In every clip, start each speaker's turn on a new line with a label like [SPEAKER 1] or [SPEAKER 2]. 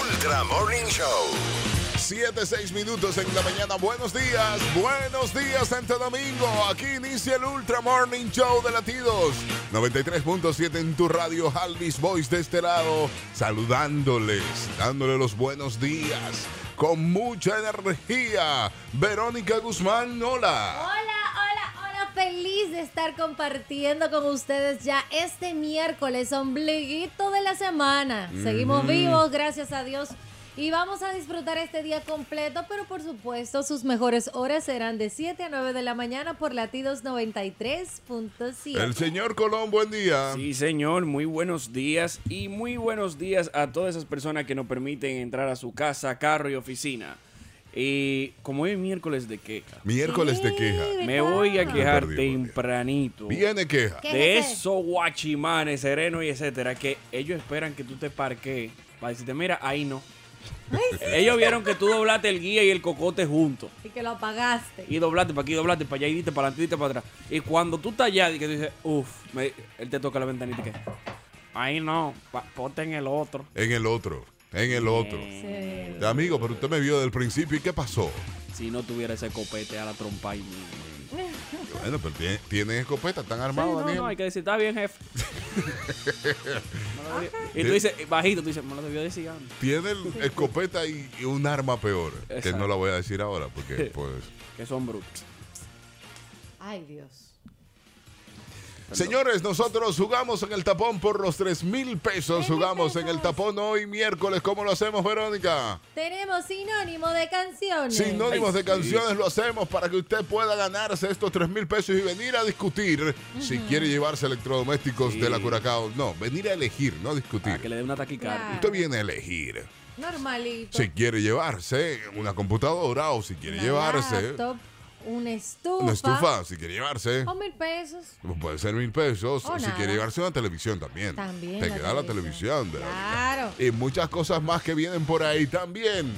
[SPEAKER 1] Ultra Morning Show. 7, 6 minutos en la mañana. Buenos días, buenos días Santo Domingo. Aquí inicia el Ultra Morning Show de Latidos. 93.7 en tu radio, Alvis Boys de este lado. Saludándoles, dándole los buenos días. Con mucha energía. Verónica Guzmán, hola.
[SPEAKER 2] Hola, hola, hola, feliz de estar compartiendo con ustedes ya este miércoles, ombliguito de la semana. Seguimos vivos, gracias a Dios. Y vamos a disfrutar este día completo, pero por supuesto sus mejores horas serán de 7 a 9 de la mañana por latidos 93.7.
[SPEAKER 1] El señor Colón, buen día.
[SPEAKER 3] Sí, señor, muy buenos días y muy buenos días a todas esas personas que nos permiten entrar a su casa, carro y oficina. Y como hoy es miércoles de queja,
[SPEAKER 1] Miércoles de queja.
[SPEAKER 3] me voy a quejar
[SPEAKER 1] Perdí, perdí.
[SPEAKER 3] tempranito
[SPEAKER 1] Viene queja.
[SPEAKER 2] ¿Qué?
[SPEAKER 3] de
[SPEAKER 2] es ese?
[SPEAKER 3] esos guachimanes, serenos y etcétera, que ellos esperan que tú te parques para decirte, mira, ahí no. Ellos vieron que tú doblaste el guía y el cocote juntos.
[SPEAKER 2] Y que lo apagaste.
[SPEAKER 3] Y doblaste para aquí, doblaste para allá, y diste para adelante, y diste para atrás. Y cuando tú estás allá, y que tú dices, uff, él te toca la ventanita y que, ahí no, pa- ponte en el otro. Eh,
[SPEAKER 1] En el otro, en el otro.
[SPEAKER 2] Sí.
[SPEAKER 1] Amigo, pero usted me vio del principio y ¿qué pasó?
[SPEAKER 3] Si no tuviera ese copete a la trompa y mira.
[SPEAKER 1] Bueno, pero tiene- tienen escopeta, están armados,
[SPEAKER 3] no, no, hay
[SPEAKER 1] Daniel.
[SPEAKER 3] que decir, está bien, jefe. Me lo debió- y tú dices, bajito, tú dices, me lo debió decir antes.
[SPEAKER 1] Tienen escopeta y, y un arma peor, que
[SPEAKER 3] Exacto.
[SPEAKER 1] no la voy a decir ahora, porque pues...
[SPEAKER 3] Que son brutos.
[SPEAKER 2] Ay, Dios.
[SPEAKER 1] Señores, nosotros jugamos en el tapón por los 3 mil pesos, jugamos en el tapón hoy miércoles, ¿cómo lo hacemos, Verónica?
[SPEAKER 2] Tenemos sinónimo de canciones.
[SPEAKER 1] Sinónimos de
[SPEAKER 3] Ay, sí.
[SPEAKER 1] canciones lo hacemos para que usted pueda ganarse estos 3 mil pesos y venir a discutir si quiere llevarse electrodomésticos de la
[SPEAKER 3] Sí.
[SPEAKER 1] Curacao. No, venir a elegir, no discutir.
[SPEAKER 3] Para que le dé una taquicardia.
[SPEAKER 2] Claro.
[SPEAKER 1] Usted viene a elegir
[SPEAKER 2] Normalito.
[SPEAKER 1] si quiere llevarse una computadora o si quiere
[SPEAKER 2] Una
[SPEAKER 1] llevarse
[SPEAKER 2] laptop, una estufa.
[SPEAKER 1] una estufa, si quiere llevarse.
[SPEAKER 2] O mil pesos.
[SPEAKER 3] Oh.
[SPEAKER 1] Puede ser mil pesos.
[SPEAKER 2] O
[SPEAKER 1] o si
[SPEAKER 2] nada.
[SPEAKER 1] quiere llevarse una televisión también.
[SPEAKER 2] También
[SPEAKER 1] Te
[SPEAKER 2] la
[SPEAKER 1] queda la
[SPEAKER 2] televisión.
[SPEAKER 1] televisión. de la-
[SPEAKER 2] Claro.
[SPEAKER 1] Y muchas cosas más que vienen por ahí también.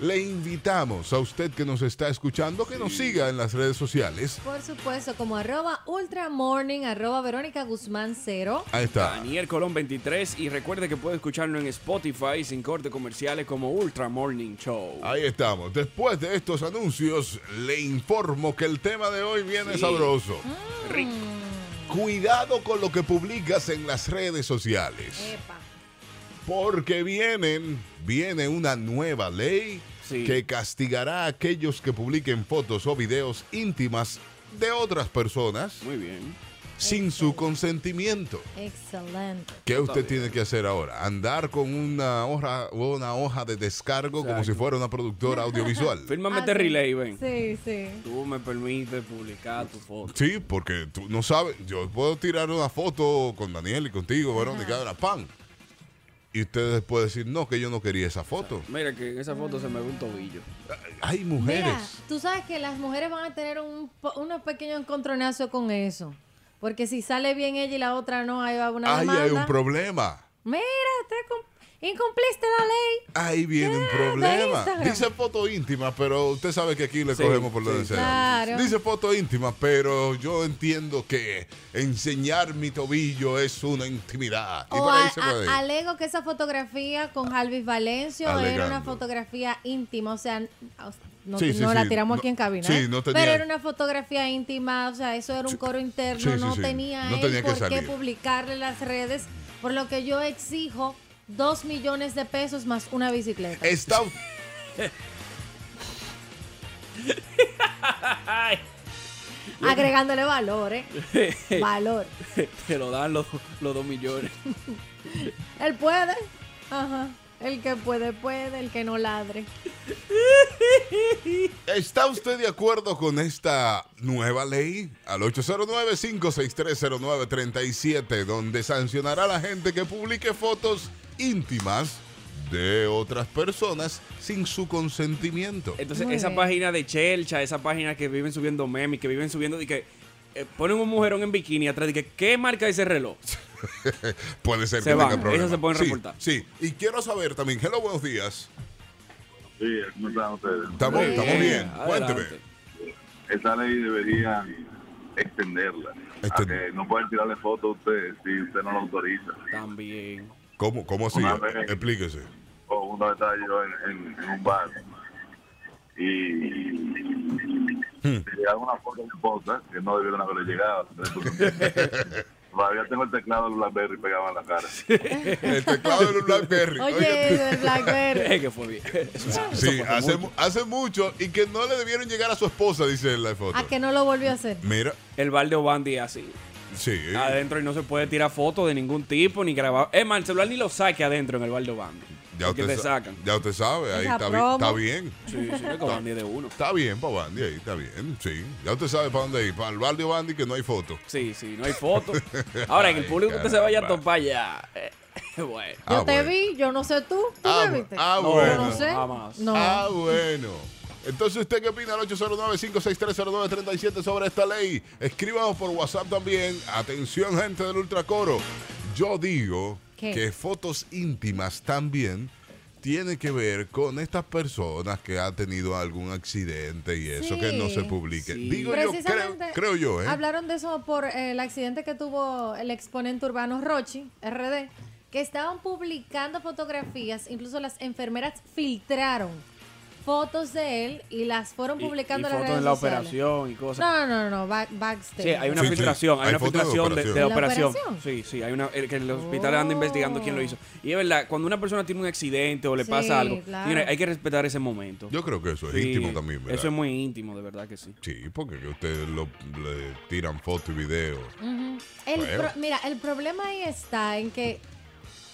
[SPEAKER 1] Le invitamos a usted que nos está escuchando que nos siga en las redes sociales.
[SPEAKER 2] Por supuesto, como arroba ultramorning, arroba Verónica Guzmán cero.
[SPEAKER 1] Ahí está.
[SPEAKER 3] Daniel Colón 23 y recuerde que puede escucharlo en Spotify sin corte comerciales como Ultra Morning Show.
[SPEAKER 1] Ahí estamos. Después de estos anuncios, le informo que el tema de hoy viene
[SPEAKER 3] Sí.
[SPEAKER 1] sabroso.
[SPEAKER 4] Mm.
[SPEAKER 3] Rico.
[SPEAKER 1] Cuidado con lo que publicas en las redes sociales.
[SPEAKER 2] Epa.
[SPEAKER 1] Porque vienen, viene una nueva ley
[SPEAKER 3] Sí.
[SPEAKER 1] que castigará a aquellos que publiquen fotos o videos íntimas de otras personas
[SPEAKER 3] Muy bien.
[SPEAKER 1] sin su consentimiento.
[SPEAKER 2] Excelente.
[SPEAKER 1] ¿Qué usted
[SPEAKER 3] bien.
[SPEAKER 1] tiene que hacer ahora? Andar con una hoja, una hoja de descargo como
[SPEAKER 3] Exacto.
[SPEAKER 1] si fuera una productora audiovisual.
[SPEAKER 3] Fírmame este
[SPEAKER 2] Ah, sí.
[SPEAKER 3] relay, ven.
[SPEAKER 2] Sí, sí.
[SPEAKER 3] Tú me permites publicar tu foto.
[SPEAKER 1] Sí, porque tú no sabes, yo puedo tirar una foto con Daniel y contigo, Verónica, de la pan. Y usted después decir, no, que yo no quería esa foto.
[SPEAKER 3] Mira que en esa foto se me ve un tobillo.
[SPEAKER 1] Hay mujeres.
[SPEAKER 2] Mira, tú sabes que las mujeres van a tener un, po- unos pequeños encontronazos con eso. Porque si sale bien ella y la otra no, ahí va una
[SPEAKER 1] Ahí
[SPEAKER 2] demanda.
[SPEAKER 1] hay un problema.
[SPEAKER 2] Mira, te cum- incumpliste la ley.
[SPEAKER 1] Ahí viene un
[SPEAKER 2] Ah, de
[SPEAKER 1] problema.
[SPEAKER 2] Instagram.
[SPEAKER 1] Dice foto íntima, pero usted sabe que aquí le
[SPEAKER 3] Sí,
[SPEAKER 1] cogemos por lo
[SPEAKER 3] sí.
[SPEAKER 1] deseo.
[SPEAKER 2] Claro.
[SPEAKER 1] Dice foto íntima, pero yo entiendo que enseñar mi tobillo es una intimidad. Y
[SPEAKER 2] O
[SPEAKER 1] por ahí
[SPEAKER 2] a-
[SPEAKER 1] se
[SPEAKER 2] a-
[SPEAKER 1] puede ir.
[SPEAKER 2] alego que esa fotografía con Jalvis Valencio era una
[SPEAKER 1] Alegando.
[SPEAKER 2] fotografía íntima, o sea, n- o sea, no,
[SPEAKER 1] Sí, sí,
[SPEAKER 2] no la
[SPEAKER 1] sí.
[SPEAKER 2] tiramos
[SPEAKER 1] No-
[SPEAKER 2] aquí en cabina.
[SPEAKER 1] sí,
[SPEAKER 2] ¿eh?
[SPEAKER 1] no tenía-
[SPEAKER 2] Pero era una fotografía íntima, o sea, eso era un coro interno,
[SPEAKER 1] Sí, sí,
[SPEAKER 2] no,
[SPEAKER 1] sí.
[SPEAKER 2] Tenía
[SPEAKER 1] No
[SPEAKER 2] él
[SPEAKER 1] tenía que
[SPEAKER 2] por qué
[SPEAKER 1] salir.
[SPEAKER 2] publicarle en las redes, por lo que yo exijo dos millones de pesos más una bicicleta.
[SPEAKER 1] Está,
[SPEAKER 2] Agregándole valor, ¿eh? valor.
[SPEAKER 3] Te lo dan los, los dos millones.
[SPEAKER 2] Él puede, ajá. El que puede, puede, el que no ladre.
[SPEAKER 1] ¿Está usted de acuerdo con esta nueva ley? Al 809-56309-37, donde sancionará a la gente que publique fotos íntimas de otras personas sin su consentimiento.
[SPEAKER 3] Entonces,
[SPEAKER 2] Muy
[SPEAKER 3] esa
[SPEAKER 2] bien.
[SPEAKER 3] página de chelcha, esa página que viven subiendo memes, que viven subiendo de que eh, ponen un mujerón en bikini atrás de que ¿qué marca ese reloj?
[SPEAKER 1] Puede ser
[SPEAKER 3] Se
[SPEAKER 1] que
[SPEAKER 3] van,
[SPEAKER 1] tenga problemas.
[SPEAKER 3] esas se pueden
[SPEAKER 1] Sí,
[SPEAKER 3] reportar.
[SPEAKER 1] Sí, y quiero saber también, hello, buenos días.
[SPEAKER 5] Sí, ¿cómo están ustedes?
[SPEAKER 1] Estamos,
[SPEAKER 2] Muy
[SPEAKER 1] estamos
[SPEAKER 2] bien,
[SPEAKER 1] bien, cuénteme.
[SPEAKER 3] adelante.
[SPEAKER 5] Esa ley deberían extenderla. A
[SPEAKER 1] Extender.
[SPEAKER 5] que no pueden tirarle fotos a ustedes si usted no lo autoriza.
[SPEAKER 3] También.
[SPEAKER 1] ¿Cómo, cómo así?
[SPEAKER 5] Una vez.
[SPEAKER 1] Oh, Explíquese.
[SPEAKER 5] O una vez estaba yo en, en- en un bar y
[SPEAKER 1] Hmm.
[SPEAKER 5] le llegaron una foto de mi esposa que no debieron haberle llegado. Entonces, Todavía tengo el teclado del Blackberry pegado en la cara.
[SPEAKER 1] El teclado del Blackberry.
[SPEAKER 2] Oye, del Blackberry.
[SPEAKER 3] Eh, que fue bien.
[SPEAKER 1] Sí, hace, mu- hace mucho y que no le debieron llegar a su esposa, dice la foto.
[SPEAKER 2] ¿A que no lo volvió a hacer?
[SPEAKER 1] Mira,
[SPEAKER 3] El balde Obandi así.
[SPEAKER 1] sí.
[SPEAKER 3] Adentro y no se puede tirar fotos de ningún tipo ni grabar. Es más, el celular ni lo saque adentro en el balde Obandi.
[SPEAKER 1] Ya
[SPEAKER 3] porque
[SPEAKER 1] usted,
[SPEAKER 3] te
[SPEAKER 1] sa-
[SPEAKER 3] sacan.
[SPEAKER 1] ya usted sabe, ahí
[SPEAKER 2] Esa
[SPEAKER 1] está, bi-
[SPEAKER 2] promo.
[SPEAKER 1] está bien.
[SPEAKER 3] Sí, sí, no es que Obandi es de uno.
[SPEAKER 1] Está bien, para Bandy, ahí está bien, sí. Ya usted sabe para dónde ir, para el barrio Bandy que no hay foto.
[SPEAKER 3] Sí, sí, no hay fotos. Ahora, en el
[SPEAKER 1] Ay,
[SPEAKER 3] público que usted se vaya a
[SPEAKER 1] caramba.
[SPEAKER 3] topar ya. eh, bueno.
[SPEAKER 2] Yo
[SPEAKER 1] Ah,
[SPEAKER 2] te
[SPEAKER 1] bueno.
[SPEAKER 2] vi, yo no sé tú. ¿Tú
[SPEAKER 1] Ah,
[SPEAKER 2] me
[SPEAKER 1] bu-
[SPEAKER 2] viste?
[SPEAKER 1] ah,
[SPEAKER 2] Yo
[SPEAKER 1] bueno.
[SPEAKER 2] No sé.
[SPEAKER 3] Jamás.
[SPEAKER 2] No.
[SPEAKER 1] Ah, bueno. Entonces, ¿usted qué opina al 809-56309-37 sobre esta ley? Escríbanos por WhatsApp también. Atención, gente del Ultracoro. Yo digo
[SPEAKER 2] ¿Qué?
[SPEAKER 1] que fotos íntimas también tiene que ver con estas personas que han tenido algún accidente y eso, que no se
[SPEAKER 2] Sí.
[SPEAKER 1] publique.
[SPEAKER 3] Sí.
[SPEAKER 1] Digo yo, creo, creo yo, ¿eh?
[SPEAKER 2] Hablaron de eso por eh, el accidente que tuvo el exponente urbano Rochi, RD, que estaban publicando fotografías, incluso las enfermeras filtraron fotos de él y las fueron
[SPEAKER 3] Y-
[SPEAKER 2] publicando
[SPEAKER 3] y
[SPEAKER 2] en las
[SPEAKER 3] fotos
[SPEAKER 2] redes
[SPEAKER 3] en la
[SPEAKER 2] sociales.
[SPEAKER 3] operación y cosas.
[SPEAKER 2] No, no, no, no, back- backstage.
[SPEAKER 3] Sí, hay una
[SPEAKER 1] Sí, sí.
[SPEAKER 3] filtración, hay,
[SPEAKER 1] Hay
[SPEAKER 3] una
[SPEAKER 1] fotos de
[SPEAKER 3] filtración de, de
[SPEAKER 1] operación.
[SPEAKER 2] ¿La
[SPEAKER 3] operación.
[SPEAKER 2] operación?
[SPEAKER 3] Sí, sí, hay una el que los hospitales andan
[SPEAKER 2] Oh.
[SPEAKER 3] investigando quién lo hizo. Y es verdad, cuando una persona tiene un accidente o le
[SPEAKER 2] Sí,
[SPEAKER 3] pasa algo,
[SPEAKER 2] claro.
[SPEAKER 3] señores, hay que respetar ese momento.
[SPEAKER 1] Yo creo que eso es
[SPEAKER 3] Sí,
[SPEAKER 1] íntimo también, ¿verdad?
[SPEAKER 3] Eso es muy íntimo, de verdad que sí.
[SPEAKER 1] Sí, porque que ustedes lo, le tiran fotos y videos.
[SPEAKER 2] Ujú. El
[SPEAKER 1] Bueno.
[SPEAKER 2] pro- mira, el problema ahí está en que,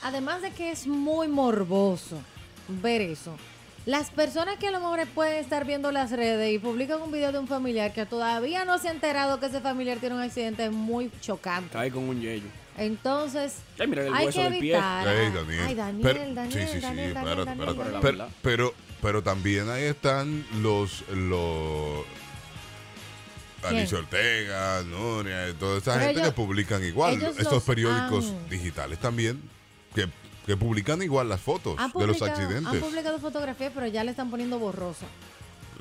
[SPEAKER 2] además de que es muy morboso ver eso, las personas que a lo mejor pueden estar viendo las redes y publican un video de un familiar que todavía no se ha enterado que ese familiar tiene un accidente es muy chocante.
[SPEAKER 3] Cae con un yello.
[SPEAKER 2] Entonces,
[SPEAKER 3] Ay, mira el
[SPEAKER 2] hay
[SPEAKER 3] hueso
[SPEAKER 2] que
[SPEAKER 3] del pie.
[SPEAKER 2] evitar.
[SPEAKER 1] Ey, Daniel.
[SPEAKER 2] Ay, Daniel,
[SPEAKER 1] Pero-
[SPEAKER 2] Daniel,
[SPEAKER 1] sí, sí, sí,
[SPEAKER 2] Daniel, Daniel,
[SPEAKER 1] espérate,
[SPEAKER 2] Daniel,
[SPEAKER 1] espérate.
[SPEAKER 2] Daniel.
[SPEAKER 1] Pero, pero, pero también ahí están los, los Alicia Ortega, Nuria, y toda esa
[SPEAKER 2] Pero
[SPEAKER 1] gente
[SPEAKER 2] ellos-
[SPEAKER 1] que publican igual.
[SPEAKER 2] ellos
[SPEAKER 1] Estos
[SPEAKER 2] los
[SPEAKER 1] periódicos
[SPEAKER 2] han-
[SPEAKER 1] digitales también, que, que publican igual las fotos
[SPEAKER 2] Han
[SPEAKER 1] de los
[SPEAKER 2] publicado- Han
[SPEAKER 1] accidentes.
[SPEAKER 2] publicado fotografías, pero ya le están poniendo borrosa.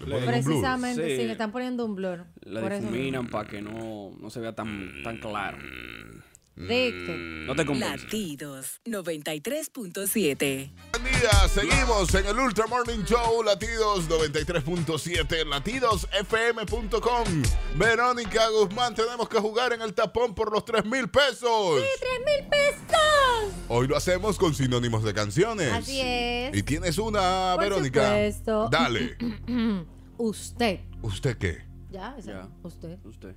[SPEAKER 1] Le ponen un blur.
[SPEAKER 2] Precisamente,
[SPEAKER 3] Sí.
[SPEAKER 2] sí. le están poniendo un blur.
[SPEAKER 3] La
[SPEAKER 2] Por eso-
[SPEAKER 3] difuminan para que no, no se vea tan, tan claro.
[SPEAKER 2] Mm. Dicte.
[SPEAKER 3] No te convence.
[SPEAKER 6] Latidos 93.7.
[SPEAKER 1] Buen día, seguimos en el Ultra Morning Show, latidos 93.7, latidosfm.com. Verónica Guzmán, tenemos que jugar en el tapón por los 3 mil pesos.
[SPEAKER 2] ¡Tres mil pesos!
[SPEAKER 1] Hoy lo hacemos con sinónimos de canciones.
[SPEAKER 2] Así es.
[SPEAKER 1] Y tienes una,
[SPEAKER 2] Por
[SPEAKER 1] Ah, Verónica.
[SPEAKER 2] supuesto.
[SPEAKER 1] Dale.
[SPEAKER 2] Usted.
[SPEAKER 1] ¿Usted qué?
[SPEAKER 2] Ya, esa-
[SPEAKER 3] Ya.
[SPEAKER 2] usted.
[SPEAKER 3] Usted.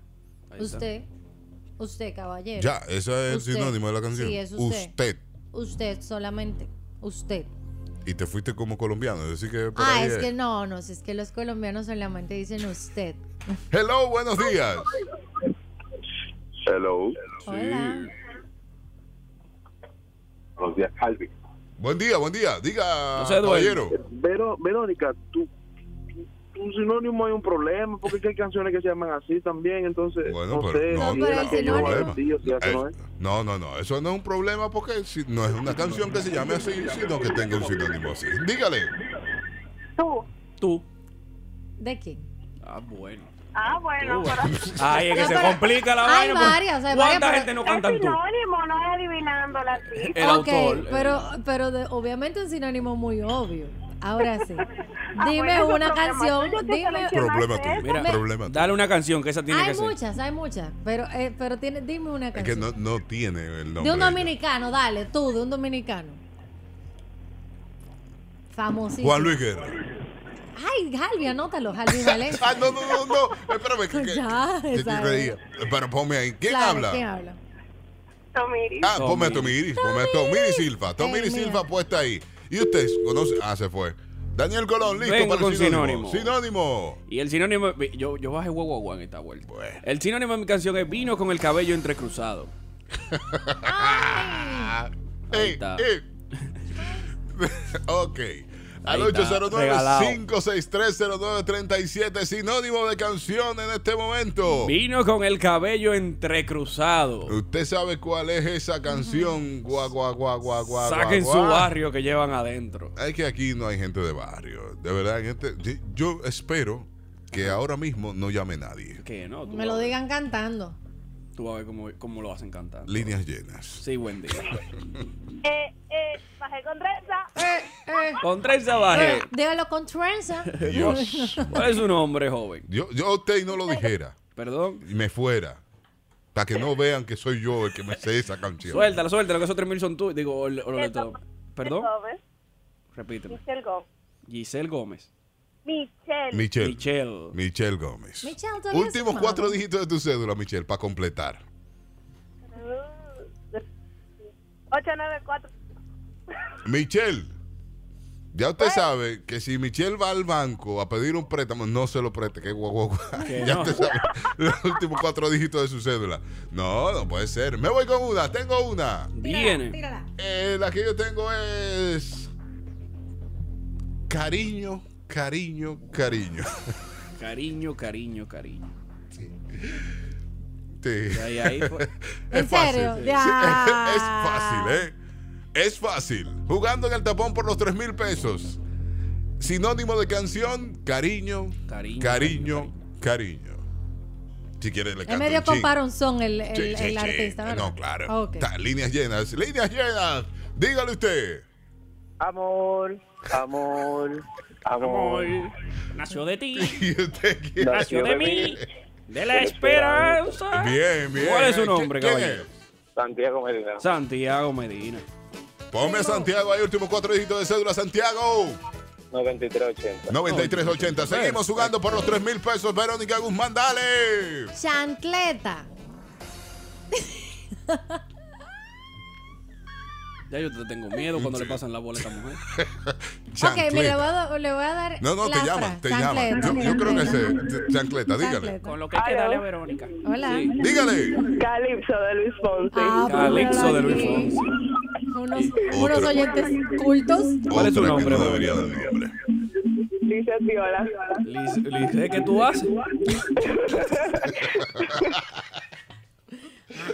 [SPEAKER 3] Ahí está.
[SPEAKER 2] Usted. Usted, caballero.
[SPEAKER 1] Ya, ese es
[SPEAKER 2] Usted.
[SPEAKER 1] el sinónimo de la canción.
[SPEAKER 2] Sí, es usted.
[SPEAKER 1] Usted.
[SPEAKER 2] Usted solamente. Usted.
[SPEAKER 1] Y te fuiste como colombiano, es decir que por
[SPEAKER 2] ah,
[SPEAKER 1] ahí
[SPEAKER 2] es
[SPEAKER 1] es.
[SPEAKER 2] que no, no, si es que los colombianos solamente dicen usted.
[SPEAKER 1] Hello, buenos días.
[SPEAKER 5] Hello.
[SPEAKER 2] Hola.
[SPEAKER 5] Buenos días, Calvin.
[SPEAKER 1] Buen día, buen día. Diga,
[SPEAKER 3] No se duerme.
[SPEAKER 1] caballero.
[SPEAKER 7] Vero- Verónica, tú, tú- tu sinónimo hay un problema, porque es que hay canciones que se llaman así también, entonces
[SPEAKER 1] Bueno,
[SPEAKER 7] no
[SPEAKER 1] pero
[SPEAKER 7] sé
[SPEAKER 1] no,
[SPEAKER 7] si
[SPEAKER 2] No,
[SPEAKER 7] es
[SPEAKER 2] pero
[SPEAKER 7] la
[SPEAKER 2] el
[SPEAKER 7] que yo
[SPEAKER 2] sinónimo.
[SPEAKER 7] aprendí, o si la que no
[SPEAKER 1] Eh,
[SPEAKER 7] es.
[SPEAKER 1] no, no, no, eso no es un problema porque si, no es una canción que se llame así, sino que tenga un sinónimo así. Dígale.
[SPEAKER 3] Tú.
[SPEAKER 2] ¿De quién?
[SPEAKER 3] Ah, bueno.
[SPEAKER 8] Ah,
[SPEAKER 1] Uh,
[SPEAKER 8] bueno, pero
[SPEAKER 1] Ah,
[SPEAKER 3] Ay, es que
[SPEAKER 2] No,
[SPEAKER 3] se
[SPEAKER 2] pero-
[SPEAKER 3] complica la
[SPEAKER 2] hay
[SPEAKER 3] vaina. porque
[SPEAKER 2] varias, hay
[SPEAKER 3] ¿Cuánta
[SPEAKER 2] varias,
[SPEAKER 3] gente
[SPEAKER 2] pero-
[SPEAKER 3] no
[SPEAKER 8] es
[SPEAKER 3] canta en tú?
[SPEAKER 8] sinónimo, no es adivinando la tía.
[SPEAKER 3] El
[SPEAKER 2] ok,
[SPEAKER 3] autor. eh,
[SPEAKER 2] pero, pero de- obviamente un sinónimo muy obvio. Ahora sí. Dime
[SPEAKER 8] Ah, bueno, eso es
[SPEAKER 2] una
[SPEAKER 8] problema
[SPEAKER 2] canción.
[SPEAKER 8] tuyo, que
[SPEAKER 2] Dime.
[SPEAKER 8] se lo
[SPEAKER 1] Problema tuyo.
[SPEAKER 3] Mira,
[SPEAKER 1] problema tuyo.
[SPEAKER 3] dale una canción que esa tiene
[SPEAKER 2] Hay
[SPEAKER 3] que ser.
[SPEAKER 2] muchas, hay muchas. Pero, eh, pero tiene, dime una
[SPEAKER 1] Es que
[SPEAKER 2] canción.
[SPEAKER 1] no, no tiene el nombre.
[SPEAKER 2] de un
[SPEAKER 1] ella.
[SPEAKER 2] dominicano, dale, tú, de un dominicano. Famosísimo.
[SPEAKER 1] Juan Luis Guerra.
[SPEAKER 2] Ay, Jalvi, anótalo, Jalvi Valencia.
[SPEAKER 1] Ah, no, no, no, no. Espérame. que- que-
[SPEAKER 2] Ya,
[SPEAKER 1] que- que
[SPEAKER 2] esa
[SPEAKER 1] creía. Pero ponme ahí. ¿Quién
[SPEAKER 2] Claro,
[SPEAKER 1] habla?
[SPEAKER 2] ¿Quién habla?
[SPEAKER 8] Tomiri.
[SPEAKER 1] Ah,
[SPEAKER 3] Tomiri.
[SPEAKER 1] ponme a Tomiris, ponme a Tomiris Silva.
[SPEAKER 2] Ey,
[SPEAKER 1] Tomiris
[SPEAKER 2] Eh, mira.
[SPEAKER 1] Silva puesta ahí. Y usted conoce. Ah, se fue. Daniel Colón, listo
[SPEAKER 3] Vengo
[SPEAKER 1] para el
[SPEAKER 3] con
[SPEAKER 1] sinónimo.
[SPEAKER 3] sinónimo.
[SPEAKER 1] Sinónimo.
[SPEAKER 3] Y el sinónimo, yo, yo bajé guau guau guau en esta vuelta. El sinónimo de mi canción es vino con el cabello entrecruzado.
[SPEAKER 1] Ah,
[SPEAKER 3] Ahí
[SPEAKER 1] eh,
[SPEAKER 3] está.
[SPEAKER 1] eh. ok. Al
[SPEAKER 3] Ahí está, regalado.
[SPEAKER 1] 809-56309-37, sinónimo de canción en este momento.
[SPEAKER 3] Vino con el cabello entrecruzado.
[SPEAKER 1] Usted sabe cuál es esa canción. Guau, guau, guau, guau, guau.
[SPEAKER 3] Saquen
[SPEAKER 1] guau,
[SPEAKER 3] su
[SPEAKER 1] guau.
[SPEAKER 3] barrio que llevan adentro.
[SPEAKER 1] Es que aquí no hay gente de barrio. De verdad, en este- yo- yo espero que ahora mismo no llame nadie.
[SPEAKER 3] Que no, tú
[SPEAKER 2] Me
[SPEAKER 3] vas a
[SPEAKER 2] lo
[SPEAKER 3] ver-
[SPEAKER 2] digan cantando.
[SPEAKER 3] Tú vas a ver cómo, cómo lo hacen cantar.
[SPEAKER 1] Líneas llenas.
[SPEAKER 3] Sí, buen día.
[SPEAKER 8] Eh, eh, bajé con trenza. Eh,
[SPEAKER 2] Eh,
[SPEAKER 3] Con trenza baje.
[SPEAKER 2] eh, dígalo con trenza.
[SPEAKER 1] Dios.
[SPEAKER 3] ¿Cuál es su nombre, joven?
[SPEAKER 1] Yo, yo a usted no lo dijera
[SPEAKER 3] Perdón.
[SPEAKER 1] y me fuera. Para que no vean que soy yo el que me sé esa canción.
[SPEAKER 3] Suéltala, suéltala, que esos 3000 son tuyos. Digo, o- o- o-
[SPEAKER 8] Eso-
[SPEAKER 3] perdón,
[SPEAKER 8] Gómez,
[SPEAKER 3] repíteme.
[SPEAKER 8] Michelle Gómez.
[SPEAKER 3] Giselle Gómez.
[SPEAKER 8] Michelle.
[SPEAKER 1] Michelle. Michelle.
[SPEAKER 3] Michelle.
[SPEAKER 1] Gómez.
[SPEAKER 2] Michelle, tú eres
[SPEAKER 1] Últimos
[SPEAKER 2] mala.
[SPEAKER 1] cuatro dígitos de tu cédula, Michelle, para completar.
[SPEAKER 8] 894.
[SPEAKER 1] Michelle, ya usted sabe que si Michelle va al banco a pedir un préstamo, no se lo preste, que guau, guau, guau.
[SPEAKER 3] Que
[SPEAKER 1] Ya
[SPEAKER 3] no.
[SPEAKER 1] usted sabe los últimos cuatro dígitos de su cédula. No, no puede ser. Me voy con una, tengo una.
[SPEAKER 3] Viene.
[SPEAKER 1] Eh, la que yo tengo es. Cariño, cariño, cariño.
[SPEAKER 3] Cariño, cariño, cariño.
[SPEAKER 1] Sí.
[SPEAKER 3] Y ahí, ahí fue.
[SPEAKER 2] ¿En serio?
[SPEAKER 1] Este, Fácil.
[SPEAKER 2] Ya.
[SPEAKER 1] Sí, es, es fácil, ¿eh? Es fácil. Jugando en el tapón por los 3 mil pesos. Sinónimo de canción, cariño,
[SPEAKER 3] Cariño,
[SPEAKER 1] cariño, cariño. Si quieres le
[SPEAKER 2] Es
[SPEAKER 1] canto
[SPEAKER 2] medio
[SPEAKER 1] un chin.
[SPEAKER 2] comparonzón el, el,
[SPEAKER 1] Sí, sí,
[SPEAKER 2] el
[SPEAKER 1] sí.
[SPEAKER 2] artista, ¿verdad?
[SPEAKER 1] No, claro.
[SPEAKER 2] Ok.
[SPEAKER 1] Está, líneas llenas, líneas llenas. Dígale usted.
[SPEAKER 7] Amor, amor, amor.
[SPEAKER 3] Nació de ti.
[SPEAKER 1] Y usted quiere-
[SPEAKER 3] Nació de mí. De la esperanza.
[SPEAKER 1] Bien, bien.
[SPEAKER 3] ¿Cuál es su
[SPEAKER 1] ¿Qui-
[SPEAKER 3] nombre,
[SPEAKER 1] quién
[SPEAKER 3] caballero?
[SPEAKER 1] es?
[SPEAKER 7] Santiago Medina.
[SPEAKER 3] Santiago Medina.
[SPEAKER 1] Ponme a Santiago ahí, últimos cuatro dígitos de cédula, Santiago.
[SPEAKER 7] 9380.
[SPEAKER 1] 9380. Seguimos jugando por los 3 mil pesos. Verónica Guzmán, dale.
[SPEAKER 2] Chancleta.
[SPEAKER 3] Ya yo te tengo miedo cuando le pasan la bola a esta mujer.
[SPEAKER 2] Ok,
[SPEAKER 1] Chancleta.
[SPEAKER 2] mire, le voy, a, le voy a dar.
[SPEAKER 1] No, no,
[SPEAKER 2] la
[SPEAKER 1] te
[SPEAKER 2] frase.
[SPEAKER 1] llaman, te llaman. Yo,
[SPEAKER 2] Chancleta.
[SPEAKER 1] yo creo que es chancleta, dígale.
[SPEAKER 2] Chancleta.
[SPEAKER 3] Con lo que hay que darle a Verónica.
[SPEAKER 2] Hola.
[SPEAKER 3] Sí.
[SPEAKER 1] Dígale.
[SPEAKER 8] Calipso de Luis Ponce.
[SPEAKER 2] Ah, pues,
[SPEAKER 3] Calixto de
[SPEAKER 2] míralo
[SPEAKER 3] Luis
[SPEAKER 2] aquí.
[SPEAKER 3] Fonsi.
[SPEAKER 2] Unos,
[SPEAKER 1] Otro.
[SPEAKER 2] unos oyentes cultos.
[SPEAKER 3] ¿Cuál es su
[SPEAKER 1] Otra que
[SPEAKER 3] nombre,
[SPEAKER 1] No
[SPEAKER 3] bro?
[SPEAKER 1] debería de nombre.
[SPEAKER 8] Dice Viola.
[SPEAKER 3] Liz, Liz, ¿eh? ¿qué tú haces?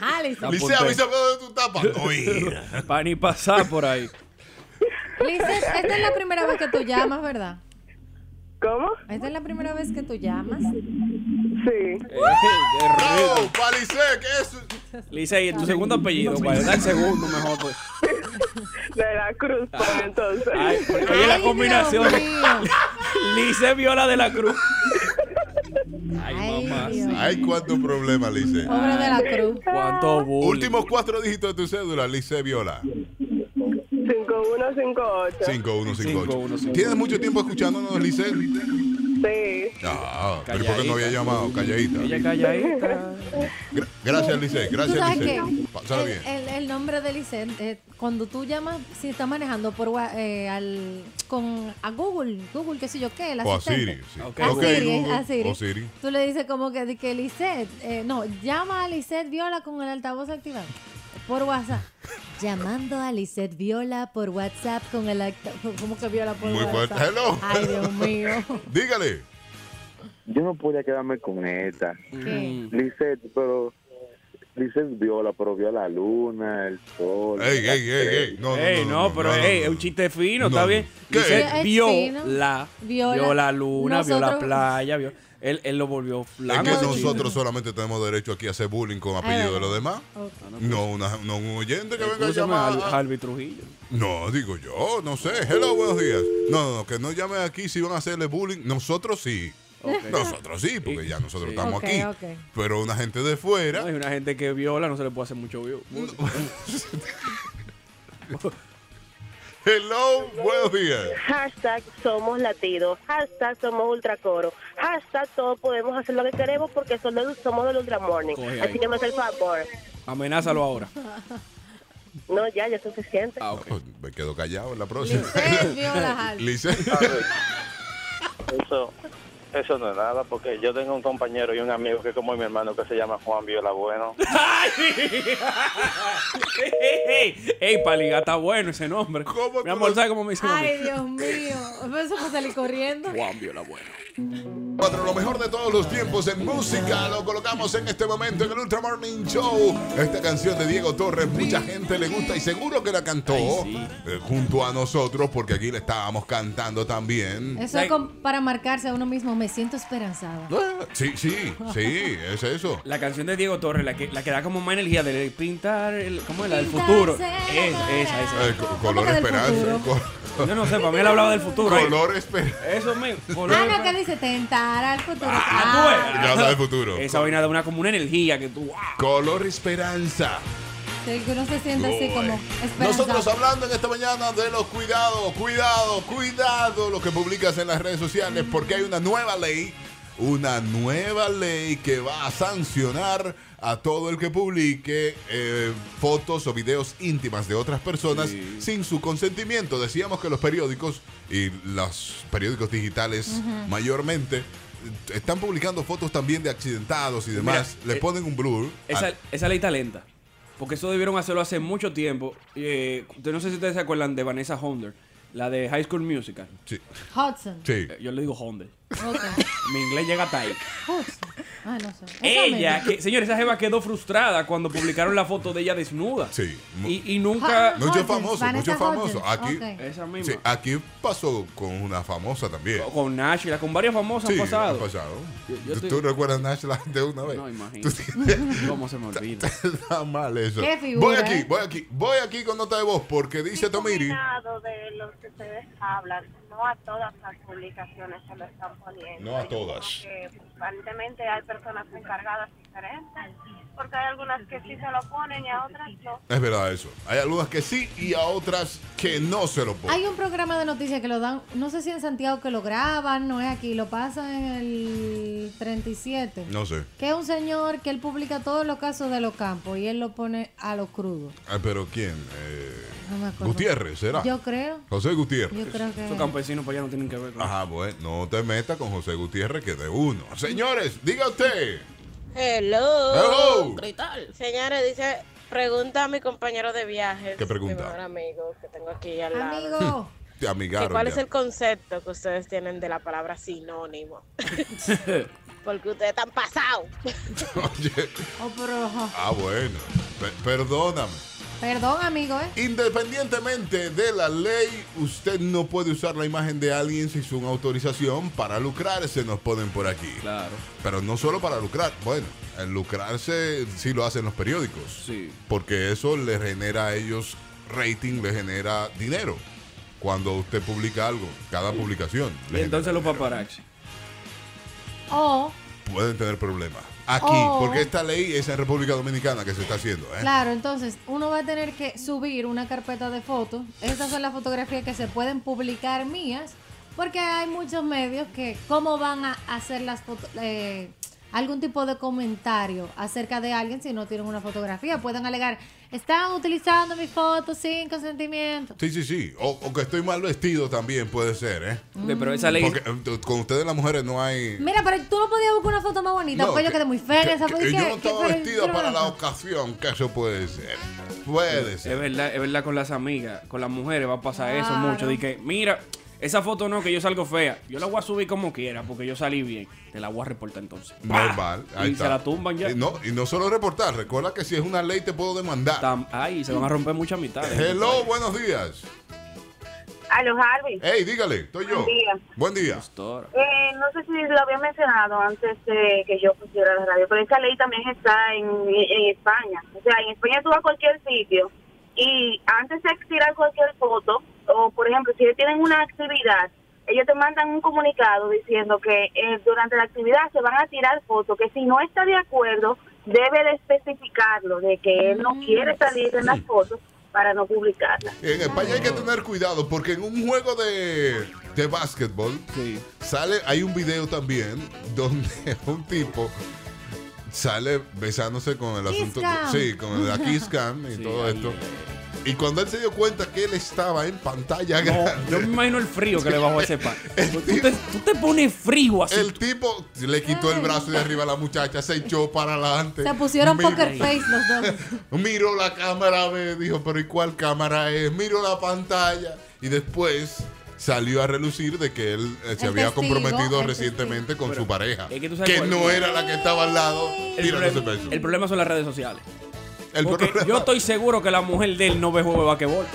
[SPEAKER 2] Ajá, Liceo.
[SPEAKER 3] Apunté.
[SPEAKER 1] Dice, avisa cuando tú tapas. Oye.
[SPEAKER 3] Para ni pasar por ahí.
[SPEAKER 2] Liceo, esta es la primera vez que tú llamas, ¿verdad?
[SPEAKER 8] ¿Cómo?
[SPEAKER 2] Esta es la primera vez que tú llamas.
[SPEAKER 8] Sí.
[SPEAKER 3] Eh, qué rico.
[SPEAKER 1] ¡Bravo! Palisé, que es.
[SPEAKER 3] Liz, ¿y tu segundo apellido? ¿Cuál es el segundo mejor? Pues.
[SPEAKER 8] De la Cruz, pues, entonces.
[SPEAKER 3] Ay, porque oye la
[SPEAKER 2] Ay,
[SPEAKER 3] combinación.
[SPEAKER 2] Dios mío.
[SPEAKER 3] Lice Viola de la Cruz. Ay,
[SPEAKER 2] Ay,
[SPEAKER 3] mamá.
[SPEAKER 2] Dios.
[SPEAKER 1] Hay cuánto problema, Lice.
[SPEAKER 2] Pobre de la cruz.
[SPEAKER 3] Cuánto bullying.
[SPEAKER 1] Últimos cuatro dígitos de tu cédula, Lice Viola.
[SPEAKER 8] 5158.
[SPEAKER 1] 5158.
[SPEAKER 3] 5158.
[SPEAKER 1] ¿Tienes mucho tiempo escuchándonos, Lice?
[SPEAKER 8] Sí.
[SPEAKER 1] Ah, pero ¿por qué no había llamado? Calladita.
[SPEAKER 3] Ella calladita.
[SPEAKER 1] Gra- Gracias, Lice.
[SPEAKER 2] Tú
[SPEAKER 1] Gracias,
[SPEAKER 2] sabes
[SPEAKER 1] Lice.
[SPEAKER 2] que
[SPEAKER 1] Pásala
[SPEAKER 2] el,
[SPEAKER 1] bien.
[SPEAKER 2] el- el nombre de Liceo, eh, cuando tú llamas, si estás manejando por wa- eh, al, con, a Google, Google, qué sé yo qué, el
[SPEAKER 1] O a
[SPEAKER 2] asistente.
[SPEAKER 1] Siri. sí.
[SPEAKER 3] Ok,
[SPEAKER 2] A
[SPEAKER 1] Ok,
[SPEAKER 2] Siri,
[SPEAKER 1] Google,
[SPEAKER 2] a Siri.
[SPEAKER 1] O Siri.
[SPEAKER 2] Tú le dices como que, de que Lisette, eh, no, llama a Lisette Viola con el altavoz activado por WhatsApp. Llamando a Lisette Viola por WhatsApp con el altavoz. ¿Cómo que Viola por
[SPEAKER 1] Muy
[SPEAKER 2] WhatsApp?
[SPEAKER 1] fuerte. Hello.
[SPEAKER 2] Ay, Dios mío.
[SPEAKER 1] Dígale.
[SPEAKER 7] Yo no podía quedarme con esta.
[SPEAKER 2] ¿Qué?
[SPEAKER 7] Lisette, pero. Lisette viola, pero vio la luna, el sol.
[SPEAKER 1] Ey, ey, ey, ey. No, no,
[SPEAKER 3] Ey, no, pero ey, es un chiste fino,
[SPEAKER 1] No,
[SPEAKER 3] está
[SPEAKER 1] no.
[SPEAKER 3] bien.
[SPEAKER 1] ¿Qué?
[SPEAKER 3] Dice,
[SPEAKER 2] Es
[SPEAKER 3] vio
[SPEAKER 2] fino.
[SPEAKER 3] la,
[SPEAKER 2] Vio
[SPEAKER 3] vio
[SPEAKER 2] la-
[SPEAKER 3] la luna, vio la
[SPEAKER 2] nosotros-
[SPEAKER 3] playa, vio. Él, él lo volvió
[SPEAKER 1] Es
[SPEAKER 3] flaco.
[SPEAKER 1] que
[SPEAKER 3] ese chiste.
[SPEAKER 1] nosotros solamente tenemos derecho aquí a hacer bullying con apellido de los demás.
[SPEAKER 2] Ok.
[SPEAKER 1] No, una- no un oyente que venga a
[SPEAKER 3] Escúchame
[SPEAKER 1] llamar.
[SPEAKER 3] al Harvey Trujillo.
[SPEAKER 1] No, digo yo, no sé. Hello, buenos días. No, no, no, que no llamen aquí si van a hacerle bullying. Nosotros sí.
[SPEAKER 3] Ok.
[SPEAKER 1] Nosotros sí, porque ya nosotros
[SPEAKER 3] Sí.
[SPEAKER 1] estamos
[SPEAKER 2] Ok,
[SPEAKER 1] aquí.
[SPEAKER 2] ok.
[SPEAKER 1] Pero una gente de
[SPEAKER 3] No,
[SPEAKER 1] fuera.
[SPEAKER 3] hay una gente que viola, no se le puede hacer mucho vio.
[SPEAKER 1] Hello, buenos días.
[SPEAKER 8] Hashtag somos latidos. Hashtag somos ultracoro. Hashtag todos podemos hacer lo que queremos porque solo somos del ultramorning.
[SPEAKER 3] Coge ahí.
[SPEAKER 8] Así que me hace el favor.
[SPEAKER 3] Amenázalo ahora.
[SPEAKER 8] No, ya, ya es suficiente.
[SPEAKER 3] Ah, ok.
[SPEAKER 1] Oh, me quedo callado en la próxima.
[SPEAKER 2] Lisette Viola Hall.
[SPEAKER 1] Lice.
[SPEAKER 9] Eso, eso no es nada, porque yo tengo un compañero y un amigo que es como mi hermano que se llama Juan Viola Bueno.
[SPEAKER 3] ¡Ay! ¡Ey, ey, paliga, está bueno ese nombre!
[SPEAKER 1] ¿Cómo
[SPEAKER 3] Mi
[SPEAKER 1] tú
[SPEAKER 3] amor,
[SPEAKER 1] lo-
[SPEAKER 3] ¿sabes cómo me dicen a mí?
[SPEAKER 2] Ay, Dios mío. Eso para salir corriendo.
[SPEAKER 3] Juan Viola Bueno.
[SPEAKER 1] Cuatro, lo mejor de todos los tiempos en música lo colocamos en este momento en el Ultra Morning Show. Esta canción de Diego Torres, mucha gente le gusta y seguro que la cantó
[SPEAKER 3] sí.
[SPEAKER 1] eh, junto a nosotros porque aquí la estábamos cantando también.
[SPEAKER 2] Eso es como para marcarse a uno mismo. Me siento esperanzada.
[SPEAKER 1] Ah, Sí, sí, sí, es eso.
[SPEAKER 3] La canción de Diego Torres, la que, la que da como más energía de pintar el, ¿cómo es? la del
[SPEAKER 2] Pintarse
[SPEAKER 3] futuro.
[SPEAKER 2] la
[SPEAKER 3] Es, esa,
[SPEAKER 2] cara.
[SPEAKER 3] esa.
[SPEAKER 1] Eh, co-
[SPEAKER 2] ¿Cómo
[SPEAKER 1] color
[SPEAKER 2] que del
[SPEAKER 1] esperanza.
[SPEAKER 2] futuro?
[SPEAKER 1] co-
[SPEAKER 3] Yo no sé, para mí él hablaba del futuro. ahí.
[SPEAKER 1] Color esper-
[SPEAKER 3] Eso mismo. color
[SPEAKER 2] Ah, no,
[SPEAKER 3] esper-
[SPEAKER 2] que dice tentar al futuro.
[SPEAKER 3] Ah, tú
[SPEAKER 1] Ya habla del futuro.
[SPEAKER 3] Esa vaina da una como una energía que tú. ¡ah!
[SPEAKER 1] Color esperanza.
[SPEAKER 2] Sí, que uno se siente así
[SPEAKER 1] Boy.
[SPEAKER 2] como
[SPEAKER 1] Nosotros
[SPEAKER 2] esperanzado.
[SPEAKER 1] hablando en esta mañana de los cuidados, cuidado, cuidado lo que publicas en las redes sociales porque hay una nueva ley, una nueva ley que va a sancionar a todo el que publique eh, fotos o videos íntimas de otras personas sin su consentimiento. Decíamos que los periódicos y los periódicos digitales mayormente eh, están publicando fotos también de accidentados y demás.
[SPEAKER 3] Mira,
[SPEAKER 1] Le
[SPEAKER 3] eh,
[SPEAKER 1] ponen un blur.
[SPEAKER 3] Esa,
[SPEAKER 1] al-
[SPEAKER 3] esa ley está lenta. Porque eso debieron hacerlo hace mucho tiempo. Eh, ustedes no sé si ustedes se acuerdan de Vanessa Honder, la de High School Musical.
[SPEAKER 1] sí,
[SPEAKER 2] Hudson.
[SPEAKER 1] sí.
[SPEAKER 3] Eh, Yo le digo Honder.
[SPEAKER 2] Ok.
[SPEAKER 3] Mi inglés llega hasta ahí.
[SPEAKER 2] Hudson. Ah, no sé. Esa
[SPEAKER 3] Ella,
[SPEAKER 2] misma.
[SPEAKER 3] que, señores, esa jeva quedó frustrada cuando publicaron la foto de ella desnuda.
[SPEAKER 1] Sí.
[SPEAKER 3] Y, y nunca.
[SPEAKER 1] Mucho
[SPEAKER 2] Hodges,
[SPEAKER 1] famoso,
[SPEAKER 2] Vanessa
[SPEAKER 1] mucho famoso.
[SPEAKER 2] Hodges,
[SPEAKER 1] Aquí-
[SPEAKER 2] ok.
[SPEAKER 3] Esa misma.
[SPEAKER 1] Sí, aquí pasó con una famosa también.
[SPEAKER 3] Con Nashla, con varias famosas
[SPEAKER 1] Sí,
[SPEAKER 3] han pasado.
[SPEAKER 1] ha pasado.
[SPEAKER 3] Yo- yo
[SPEAKER 1] ¿Tú,
[SPEAKER 3] estoy-
[SPEAKER 1] tú recuerdas Nashla de una vez?
[SPEAKER 3] No, imagino.
[SPEAKER 1] Tú tienes-
[SPEAKER 3] ¿Cómo se me olvida?
[SPEAKER 1] Está mal eso.
[SPEAKER 2] Qué figura,
[SPEAKER 1] voy aquí,
[SPEAKER 2] ¿eh?
[SPEAKER 1] voy aquí, voy aquí con nota de voz porque dice Tomiri.
[SPEAKER 8] Cuidado de lo que ustedes hablan, no a todas las publicaciones se lo están poniendo.
[SPEAKER 1] No a
[SPEAKER 8] Yo creo
[SPEAKER 1] todas.
[SPEAKER 8] que, pues, Aparentemente hay personas encargadas diferentes, porque hay algunas que sí se lo ponen y a otras no.
[SPEAKER 1] Es verdad eso. Hay algunas que sí y a otras que no se lo ponen.
[SPEAKER 2] Hay un programa de noticias que lo dan, no sé si en Santiago que lo graban, no es aquí, lo pasan en el 37.
[SPEAKER 1] No sé.
[SPEAKER 2] Que es un señor que él publica todos los casos de los campos y él lo pone a lo crudo.
[SPEAKER 1] Ah, Pero ¿quién? Eh,
[SPEAKER 2] No me acuerdo.
[SPEAKER 1] Gutiérrez, ¿será?
[SPEAKER 2] Yo creo,
[SPEAKER 1] José Gutiérrez.
[SPEAKER 2] yo creo que...
[SPEAKER 3] Esos campesinos para allá no tienen que ver con
[SPEAKER 1] Ajá, bueno, no te metas con José Gutiérrez que de uno. Señores, diga usted.
[SPEAKER 10] Hello.
[SPEAKER 1] Hello.
[SPEAKER 10] Gritar.
[SPEAKER 8] Señores, dice, pregunta a mi compañero de viaje,
[SPEAKER 1] ¿Qué pregunta? mi mejor
[SPEAKER 8] amigo que tengo aquí al
[SPEAKER 2] Amigo,
[SPEAKER 1] Te amigaron.
[SPEAKER 8] ¿Cuál
[SPEAKER 1] ya.
[SPEAKER 8] es el concepto que ustedes tienen de la palabra sinónimo? Porque ustedes están pasados.
[SPEAKER 1] Oye,
[SPEAKER 2] oh, pero, oh,
[SPEAKER 1] ah, bueno. Pe- perdóname.
[SPEAKER 2] perdón amigo, ¿eh?
[SPEAKER 1] Independientemente de la ley, usted no puede usar la imagen de alguien sin su autorización para lucrarse, nos ponen por aquí.
[SPEAKER 3] Claro.
[SPEAKER 1] Pero no solo para lucrar, bueno, el lucrarse sí lo hacen los periódicos.
[SPEAKER 3] Sí.
[SPEAKER 1] Porque eso le genera a ellos rating, le genera dinero. Cuando usted publica algo, cada publicación.
[SPEAKER 3] Y
[SPEAKER 1] le
[SPEAKER 3] entonces los
[SPEAKER 1] genera
[SPEAKER 3] paparazzi.
[SPEAKER 2] O,
[SPEAKER 1] dinero. Pueden tener problemas. Aquí,
[SPEAKER 2] Oh.
[SPEAKER 1] porque esta ley es en República Dominicana que se está haciendo. ¿eh?
[SPEAKER 2] claro, entonces uno va a tener que subir una carpeta de fotos. Estas son las fotografías que se pueden publicar mías, porque hay muchos medios que cómo van a hacer las fotos... eh, algún tipo de comentario acerca de alguien si no tienen una fotografía. Pueden alegar, están utilizando mi foto sin consentimiento.
[SPEAKER 1] Sí, sí, sí. O, o que estoy mal vestido también puede ser, ¿eh?
[SPEAKER 3] Ok, Pero esa ley.
[SPEAKER 1] Porque eh, con ustedes las mujeres no hay...
[SPEAKER 2] Mira, pero tú no podías buscar una foto más bonita,
[SPEAKER 1] No,
[SPEAKER 2] porque yo
[SPEAKER 1] que-
[SPEAKER 2] quedé muy fea en
[SPEAKER 1] que-
[SPEAKER 2] esa
[SPEAKER 1] que
[SPEAKER 2] foto. ¿Y
[SPEAKER 1] Yo
[SPEAKER 2] qué?
[SPEAKER 1] no
[SPEAKER 2] ¿Qué
[SPEAKER 1] estaba
[SPEAKER 2] fue?
[SPEAKER 1] vestida
[SPEAKER 2] Yo
[SPEAKER 1] para la
[SPEAKER 2] no-
[SPEAKER 1] ocasión, que eso puede ser. Puede
[SPEAKER 3] Es
[SPEAKER 1] ser.
[SPEAKER 3] verdad, es verdad con las amigas, con las mujeres va a pasar eso
[SPEAKER 2] Claro.
[SPEAKER 3] mucho. De que, mira, esa foto no, que yo salgo fea. Yo la voy a subir como quiera, porque yo salí bien. Te la voy a reportar entonces. ¡Pah!
[SPEAKER 1] Normal. Ahí
[SPEAKER 3] y
[SPEAKER 1] está.
[SPEAKER 3] se la tumban ya.
[SPEAKER 1] Y no, y no solo reportar, recuerda que si es una ley te puedo demandar.
[SPEAKER 3] Tam- ay, se van a romper muchas mitades.
[SPEAKER 1] Hello, buenos días.
[SPEAKER 8] A los Harvey.
[SPEAKER 1] Hey, dígale, estoy yo.
[SPEAKER 8] Buen día.
[SPEAKER 1] Buen día.
[SPEAKER 3] Doctora.
[SPEAKER 8] Eh, no sé si lo había mencionado antes de que yo pusiera la radio, pero esta ley también está en, en España. O sea, en España tú vas a cualquier sitio y antes de tirar cualquier foto, o por ejemplo, si ellos tienen una actividad, ellos te mandan un comunicado diciendo que eh, durante la actividad se van a tirar fotos, que si no está de acuerdo, debe de especificarlo, de que él no quiere salir en las fotos para no publicarlas.
[SPEAKER 1] En España hay que tener cuidado porque en un juego de, de básquetbol
[SPEAKER 3] Sí.
[SPEAKER 1] sale, hay un video también donde un tipo sale besándose con el
[SPEAKER 2] Kiss
[SPEAKER 1] asunto.
[SPEAKER 2] cam.
[SPEAKER 1] Sí, con el Kiss Cam y
[SPEAKER 3] Sí,
[SPEAKER 1] todo
[SPEAKER 3] ahí,
[SPEAKER 1] esto.
[SPEAKER 3] ahí,
[SPEAKER 1] Y cuando él se dio cuenta que él estaba en pantalla
[SPEAKER 3] No,
[SPEAKER 1] grande,
[SPEAKER 3] yo me imagino el frío que le bajó a ese pan. Tú te, tú te pones frío así.
[SPEAKER 1] el tipo le quitó el brazo de arriba a la muchacha, se echó para adelante.
[SPEAKER 2] Se pusieron
[SPEAKER 1] miró-
[SPEAKER 2] poker face los dos.
[SPEAKER 1] Miró la cámara, me dijo, pero ¿y cuál cámara es? Miró la pantalla. Y después salió a relucir de que él eh, se
[SPEAKER 2] El
[SPEAKER 1] había
[SPEAKER 2] testigo,
[SPEAKER 1] comprometido
[SPEAKER 2] el
[SPEAKER 1] recientemente con
[SPEAKER 3] Pero,
[SPEAKER 1] su pareja.
[SPEAKER 3] es que
[SPEAKER 1] que
[SPEAKER 3] tú sabes cuál-
[SPEAKER 1] no era la que estaba al lado
[SPEAKER 3] El,
[SPEAKER 1] tirándose
[SPEAKER 3] problema,
[SPEAKER 1] peso.
[SPEAKER 3] el problema son las redes sociales.
[SPEAKER 1] El
[SPEAKER 3] porque
[SPEAKER 1] problema-
[SPEAKER 3] yo estoy seguro que la mujer de él no ve juego de basquetbol.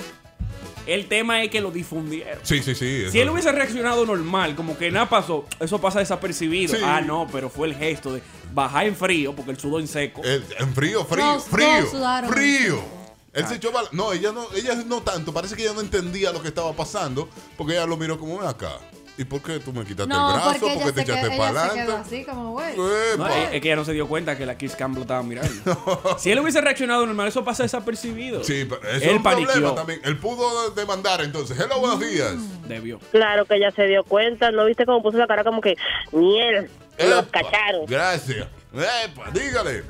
[SPEAKER 3] El tema es que lo difundieron.
[SPEAKER 1] Sí, sí, sí.
[SPEAKER 3] Si él
[SPEAKER 1] eso-
[SPEAKER 3] hubiese reaccionado normal, como que nada pasó, eso pasa desapercibido.
[SPEAKER 1] Sí.
[SPEAKER 3] Ah, no, pero fue el gesto de bajar en frío porque el sudor en seco.
[SPEAKER 1] Eh, en frío, frío,
[SPEAKER 2] Los dos
[SPEAKER 1] frío.
[SPEAKER 2] sudaron.
[SPEAKER 1] Frío. Él se echó bala- No, ella no, ella no tanto. Parece que ella no entendía lo que estaba pasando porque ella lo miró como ven acá. ¿Y por qué tú me quitaste el brazo? ¿Por qué te
[SPEAKER 2] se quedó,
[SPEAKER 1] echaste
[SPEAKER 2] ella
[SPEAKER 1] para
[SPEAKER 2] se quedó
[SPEAKER 1] adelante?
[SPEAKER 2] así como, güey.
[SPEAKER 3] No, e-
[SPEAKER 1] Epa.
[SPEAKER 3] es, es que ella no se dio cuenta que la Kiss Cam lo estaba mirando. si él hubiese reaccionado normal, eso pasa desapercibido.
[SPEAKER 1] Sí, pero eso es
[SPEAKER 3] él
[SPEAKER 1] un problema
[SPEAKER 3] paniqueó.
[SPEAKER 1] también. Él pudo demandar entonces. Hello, buenos
[SPEAKER 2] Mm.
[SPEAKER 1] días.
[SPEAKER 3] Debió.
[SPEAKER 10] Claro que ella se dio cuenta, ¿no viste cómo puso la cara como que miel? Los
[SPEAKER 1] Epa,
[SPEAKER 10] cacharon.
[SPEAKER 1] Gracias. Epa, dígale.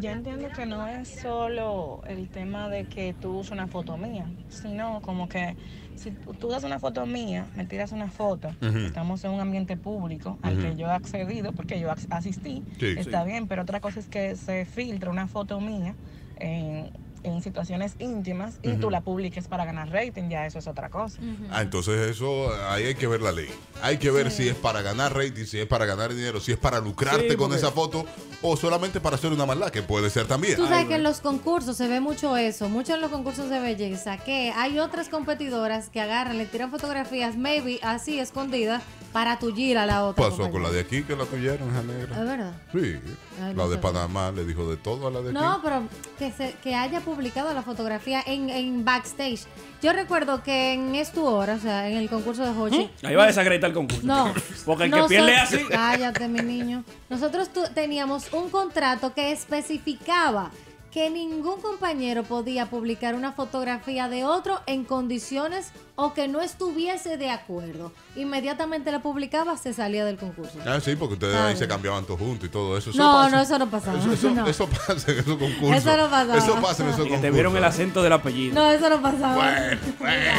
[SPEAKER 11] Yo entiendo que no es solo el tema de que tú usas una foto mía, sino como que si tú tú das una foto mía, me tiras una foto,
[SPEAKER 12] Ujú.
[SPEAKER 11] estamos en un ambiente público al que
[SPEAKER 12] Ujú.
[SPEAKER 11] yo he accedido porque yo ac- asistí,
[SPEAKER 12] Sí.
[SPEAKER 11] está
[SPEAKER 12] Sí.
[SPEAKER 11] bien, pero otra cosa es que se filtra una foto mía en, en situaciones íntimas y
[SPEAKER 1] Ujú.
[SPEAKER 11] tú la publiques para ganar rating, ya eso es otra cosa.
[SPEAKER 1] Ah, entonces eso, ahí hay que ver la ley. Hay que ver si es para ganar rating, si es para ganar dinero, si es para lucrarte
[SPEAKER 2] Sí,
[SPEAKER 1] con
[SPEAKER 2] porque-
[SPEAKER 1] esa foto o solamente para hacer una maldad, que puede ser también.
[SPEAKER 2] Tú sabes que en los concursos se ve mucho eso, mucho en los concursos de belleza, que hay otras competidoras que agarran, le tiran fotografías, maybe así escondidas, para tullir a la otra.
[SPEAKER 1] Pasó con
[SPEAKER 2] compañera.
[SPEAKER 1] la de aquí que la tuyeron, esa negra.
[SPEAKER 2] Es verdad.
[SPEAKER 1] Sí.
[SPEAKER 2] Ay,
[SPEAKER 1] La
[SPEAKER 2] no
[SPEAKER 1] de
[SPEAKER 2] sabía.
[SPEAKER 1] Panamá le dijo de todo a la de aquí.
[SPEAKER 2] No, pero que, se, que haya publicado la fotografía en, en backstage. Yo recuerdo que en Es tu hora, o sea, en el concurso de Hochi.
[SPEAKER 3] Ahí va a desacreditar el concurso.
[SPEAKER 2] No.
[SPEAKER 3] Porque el que
[SPEAKER 2] Nosotros-
[SPEAKER 3] pierde así.
[SPEAKER 2] Cállate, mi niño. Nosotros tu- teníamos un contrato que especificaba que ningún compañero podía publicar una fotografía de otro en condiciones o que no estuviese de acuerdo. Inmediatamente la publicaba, se salía del concurso.
[SPEAKER 1] Ah, sí, porque ustedes
[SPEAKER 2] Ah,
[SPEAKER 1] ahí se cambiaban todos juntos y todo eso. Eso
[SPEAKER 2] no,
[SPEAKER 1] pasa.
[SPEAKER 2] no, eso no pasaba.
[SPEAKER 1] Eso, eso-
[SPEAKER 2] no.
[SPEAKER 1] eso pasa en esos concursos.
[SPEAKER 2] Eso no pasaba.
[SPEAKER 1] Eso pasa en esos
[SPEAKER 3] Y que te
[SPEAKER 1] concursos.
[SPEAKER 3] vieron el acento del apellido.
[SPEAKER 2] No, eso no pasaba.
[SPEAKER 1] Bueno, bueno.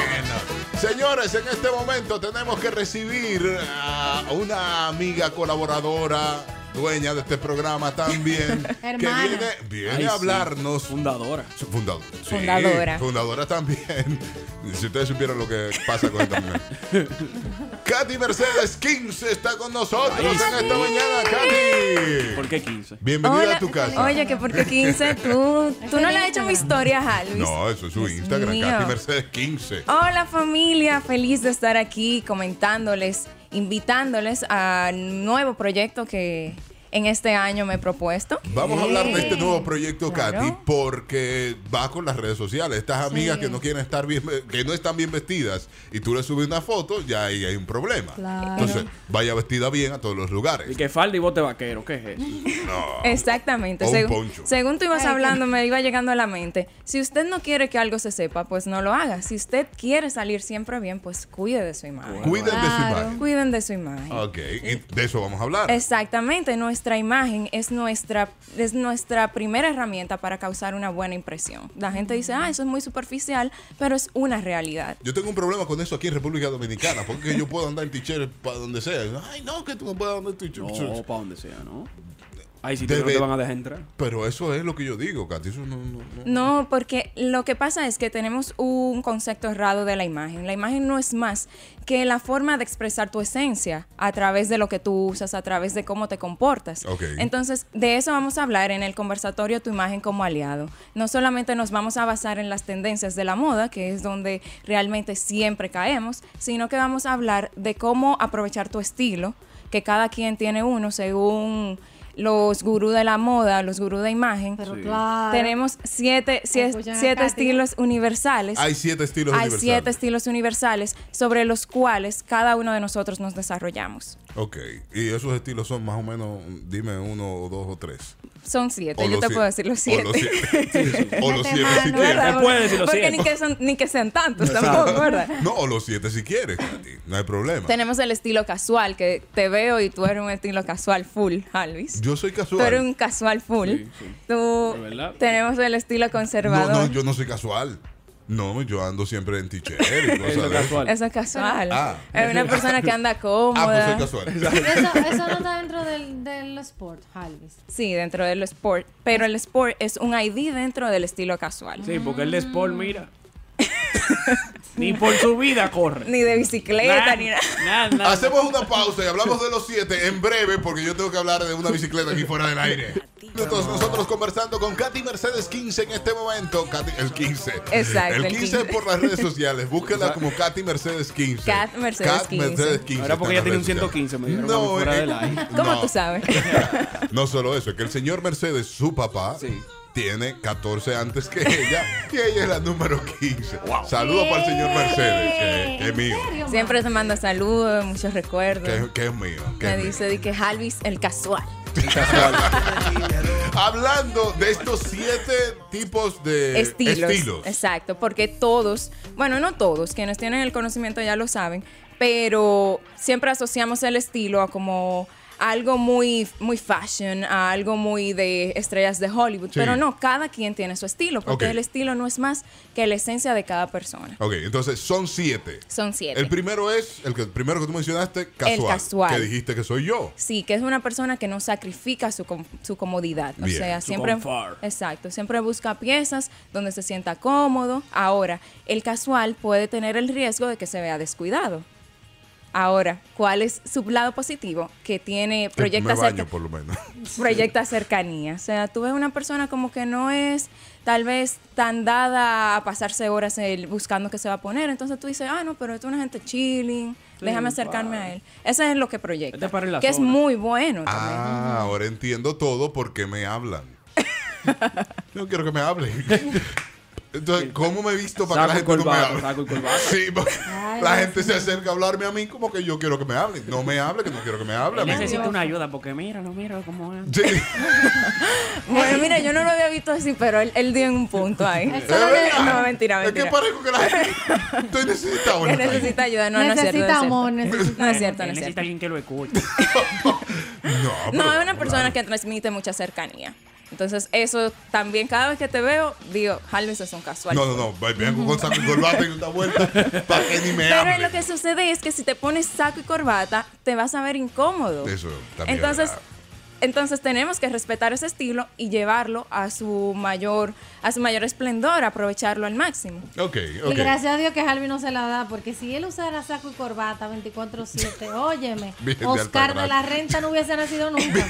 [SPEAKER 1] Señores, en este momento tenemos que recibir a una amiga colaboradora, dueña de este programa también, que
[SPEAKER 2] Hermana.
[SPEAKER 1] viene, viene
[SPEAKER 3] Ay,
[SPEAKER 1] a
[SPEAKER 3] sí.
[SPEAKER 1] hablarnos. Fundadora. Fundadora.
[SPEAKER 2] Fundadora.
[SPEAKER 1] Fundadora también. Si ustedes supieran lo que pasa con esta mujer. Katy Mercedes 15 está con nosotros
[SPEAKER 3] Ay,
[SPEAKER 1] en
[SPEAKER 3] sí.
[SPEAKER 1] esta mañana, Katy.
[SPEAKER 3] ¿Por qué 15?
[SPEAKER 1] Bienvenida a tu casa.
[SPEAKER 13] Oye, que porque 15, tú, tú no le has hecho mi historia a Luis.
[SPEAKER 1] No, eso es su Instagram,
[SPEAKER 13] mío.
[SPEAKER 1] Katy Mercedes 15.
[SPEAKER 13] Hola familia, feliz de estar aquí comentándoles, invitándoles a un nuevo proyecto que en este año me he propuesto.
[SPEAKER 1] Vamos a hablar de este nuevo proyecto,
[SPEAKER 13] Claro.
[SPEAKER 1] Katy, porque va con las redes sociales. Estas amigas que no quieren estar bien, que no están bien vestidas, y tú le subes una foto, ya ahí hay un problema.
[SPEAKER 13] Claro.
[SPEAKER 1] Entonces, vaya vestida bien a todos los lugares.
[SPEAKER 3] Y que falda y bote vaquero, ¿qué es eso?
[SPEAKER 1] No.
[SPEAKER 13] Exactamente.
[SPEAKER 3] O un
[SPEAKER 13] Según-
[SPEAKER 3] poncho.
[SPEAKER 13] según tú ibas hablando, me iba llegando a la mente. Si usted no quiere que algo se sepa, pues no lo haga. Si usted quiere salir siempre bien, pues cuide de su imagen.
[SPEAKER 1] Cuiden de su imagen.
[SPEAKER 13] Cuiden de su imagen.
[SPEAKER 1] Ok, y de eso vamos a hablar.
[SPEAKER 13] Exactamente, nuestra imagen es nuestra, es nuestra primera herramienta para causar una buena impresión. La gente dice, ah, eso es muy superficial, pero es una realidad.
[SPEAKER 1] Yo tengo un problema con eso aquí en República Dominicana, porque yo puedo andar en t-shirt para donde sea. Ay, no, que tú no puedes andar en t-shirt.
[SPEAKER 3] No, para donde sea, ¿no? Ay, si te, no te
[SPEAKER 1] Debe-
[SPEAKER 3] van a dejar entrar.
[SPEAKER 1] Pero eso es lo que yo digo, Katy. Eso no, no- no.
[SPEAKER 13] No, porque lo que pasa es que tenemos un concepto errado de la imagen. La imagen no es más que la forma de expresar tu esencia a través de lo que tú usas, a través de cómo te comportas.
[SPEAKER 14] Ok.
[SPEAKER 13] Entonces, de eso vamos a hablar en el conversatorio Tu imagen como aliado. No solamente nos vamos a basar en las tendencias de la moda, que es donde realmente siempre caemos, sino que vamos a hablar de cómo aprovechar tu estilo, que cada quien tiene uno según los gurús de la moda, los gurús de imagen.
[SPEAKER 2] Sí. claro.
[SPEAKER 13] Tenemos siete, sie-
[SPEAKER 2] Escuchan a
[SPEAKER 13] siete
[SPEAKER 2] Katy.
[SPEAKER 13] estilos universales.
[SPEAKER 1] Hay siete estilos
[SPEAKER 13] Hay
[SPEAKER 1] universales.
[SPEAKER 13] siete estilos universales sobre los cuales cada uno de nosotros nos desarrollamos.
[SPEAKER 1] Ok, y esos estilos son más o menos, dime uno o dos o tres.
[SPEAKER 13] Son siete,
[SPEAKER 1] O
[SPEAKER 13] yo
[SPEAKER 1] los
[SPEAKER 13] te
[SPEAKER 1] sie-
[SPEAKER 13] puedo decir los
[SPEAKER 1] o
[SPEAKER 13] siete.
[SPEAKER 1] los siete. O los siete si
[SPEAKER 13] ¿Verdad?
[SPEAKER 1] quieres.
[SPEAKER 13] Porque ni que, son- ni que sean tantos
[SPEAKER 1] Exacto.
[SPEAKER 13] tampoco, ¿verdad?
[SPEAKER 1] No, o los siete si quieres, Katy. No hay problema.
[SPEAKER 13] Tenemos el estilo casual, que te veo y tú eres un estilo casual full, Alvis.
[SPEAKER 1] Yo soy
[SPEAKER 13] Tú eres
[SPEAKER 1] casual.
[SPEAKER 13] un casual full. Tú
[SPEAKER 1] De verdad.
[SPEAKER 13] tenemos el estilo
[SPEAKER 1] No,
[SPEAKER 13] conservador.
[SPEAKER 1] no, yo no soy casual. No, yo ando siempre en t-shirt y
[SPEAKER 3] Eso
[SPEAKER 1] cosas de eso.
[SPEAKER 13] Eso es casual.
[SPEAKER 1] Ah.
[SPEAKER 13] Es una persona que anda
[SPEAKER 1] Ah, pues
[SPEAKER 13] cómoda.
[SPEAKER 1] soy casual.
[SPEAKER 2] Eso, eso no está dentro del, del sport, Alvis.
[SPEAKER 13] Sí, dentro del sport. Pero el sport es un ID dentro del estilo casual.
[SPEAKER 3] Sí, porque el sport, mira. Ni por su vida corre.
[SPEAKER 13] Ni de bicicleta,
[SPEAKER 3] Nah.
[SPEAKER 13] ni nada.
[SPEAKER 1] Hacemos una pausa y hablamos de los siete en breve porque yo tengo que hablar de una bicicleta aquí fuera del aire. Minutos, nosotros conversando con Katy Mercedes 15 en este momento. Katy, el 15.
[SPEAKER 13] Exacto,
[SPEAKER 1] El
[SPEAKER 13] el
[SPEAKER 1] 15
[SPEAKER 13] 15.
[SPEAKER 1] por las redes sociales. Búsquela como Katy Mercedes 15.
[SPEAKER 13] Cat Mercedes
[SPEAKER 1] Cat
[SPEAKER 13] 15.
[SPEAKER 1] Mercedes 15.
[SPEAKER 3] Ahora porque
[SPEAKER 1] está
[SPEAKER 3] ya
[SPEAKER 1] en
[SPEAKER 3] tiene un
[SPEAKER 1] las redes sociales.
[SPEAKER 3] 115, me dijeron.
[SPEAKER 1] No,
[SPEAKER 3] vamos fuera
[SPEAKER 1] eh,
[SPEAKER 3] del aire.
[SPEAKER 13] ¿Cómo
[SPEAKER 1] No.
[SPEAKER 13] tú sabes?
[SPEAKER 1] No solo eso, es que el señor Mercedes, su papá, tiene 14 antes que ella y ella es la número 15. Saludos para el señor Mercedes, que, que es mío,
[SPEAKER 13] Siempre te manda saludos, muchos recuerdos.
[SPEAKER 1] que, que es mío. que
[SPEAKER 13] Me
[SPEAKER 1] es mío.
[SPEAKER 13] dice de que Jalvis el casual.
[SPEAKER 1] Hablando de estos siete tipos de
[SPEAKER 13] estilos. Exacto, porque todos, bueno, no todos, quienes tienen el conocimiento ya lo saben, pero siempre asociamos el estilo a como algo muy, muy fashion, a algo muy de estrellas de Hollywood,
[SPEAKER 1] Sí.
[SPEAKER 13] pero no, cada quien tiene su estilo, porque
[SPEAKER 1] Ok.
[SPEAKER 13] el estilo no es más que la esencia de cada persona.
[SPEAKER 1] Ok, entonces son siete.
[SPEAKER 13] Son siete.
[SPEAKER 1] El primero es, el, que, el primero que tú mencionaste, casual.
[SPEAKER 13] casual.
[SPEAKER 1] Que dijiste que soy yo.
[SPEAKER 13] Sí, que es una persona que no sacrifica su, com- su comodidad. O
[SPEAKER 1] Bien.
[SPEAKER 13] sea,
[SPEAKER 1] Su
[SPEAKER 13] siempre.
[SPEAKER 1] confort.
[SPEAKER 13] Exacto, siempre busca piezas donde se sienta cómodo. Ahora, el casual puede tener el riesgo de que se vea descuidado. Ahora, ¿cuál es su lado positivo? Que tiene, proyecta,
[SPEAKER 1] Me
[SPEAKER 13] cerca-
[SPEAKER 1] baño, por lo menos.
[SPEAKER 13] proyecta cercanía. O sea, tú ves una persona como que no es tal vez tan dada a pasarse horas el- buscando qué se va a poner. Entonces tú dices, ah, no, pero esta es una gente chilling, déjame acercarme a él. Eso es lo que proyecta.
[SPEAKER 1] Este la
[SPEAKER 13] Que es
[SPEAKER 1] zona.
[SPEAKER 13] muy bueno.
[SPEAKER 1] Ah, ahora entiendo todo porque me hablan. no quiero que me hablen. Entonces, ¿cómo me he visto para que la
[SPEAKER 3] Saco
[SPEAKER 1] gente
[SPEAKER 3] el
[SPEAKER 1] no me
[SPEAKER 3] colbata,
[SPEAKER 1] hable?
[SPEAKER 3] saco el colbata.
[SPEAKER 1] Sí, porque
[SPEAKER 3] Ay,
[SPEAKER 1] la
[SPEAKER 3] Dios
[SPEAKER 1] gente se acerca a hablarme a mí como que yo quiero que me hablen. No me hable, que no quiero que me hable. amigo.
[SPEAKER 3] Necesito una ayuda porque mira, no mira cómo es.
[SPEAKER 13] Bueno, mira, yo no lo había visto así, pero él, él dio en un punto ahí.
[SPEAKER 1] Es verdad.
[SPEAKER 13] no, mentira, mentira.
[SPEAKER 1] que parezco que la gente estoy necesitado.
[SPEAKER 13] Que necesita ayuda, no, no es cierto.
[SPEAKER 2] Necesita
[SPEAKER 13] no es cierto.
[SPEAKER 2] amor, necesita-
[SPEAKER 13] No es cierto, no
[SPEAKER 2] Él
[SPEAKER 13] es cierto.
[SPEAKER 2] necesita
[SPEAKER 3] alguien que lo escuche.
[SPEAKER 13] No,
[SPEAKER 1] Ah,
[SPEAKER 13] es una persona que transmite mucha cercanía. Entonces, eso también, cada vez que te veo, digo, Jalvis es un casual.
[SPEAKER 1] No, no, no. ve- Vengo con saco y corbata y una vuelta para que ni me
[SPEAKER 13] Pero
[SPEAKER 1] hable.
[SPEAKER 13] lo que sucede es que si te pones saco y corbata, te vas a ver incómodo.
[SPEAKER 1] Eso también. es
[SPEAKER 13] Entonces,
[SPEAKER 1] verdad.
[SPEAKER 13] entonces tenemos que respetar ese estilo y llevarlo a su mayor, a su mayor esplendor, aprovecharlo al máximo.
[SPEAKER 1] Ok,
[SPEAKER 2] Y
[SPEAKER 1] ok.
[SPEAKER 2] gracias a Dios que Jalvi no se la da, porque si él usara saco y corbata 24-7, óyeme,
[SPEAKER 1] Virgen de
[SPEAKER 2] Oscar de
[SPEAKER 1] Altagracia.
[SPEAKER 2] la Renta no hubiese nacido nunca.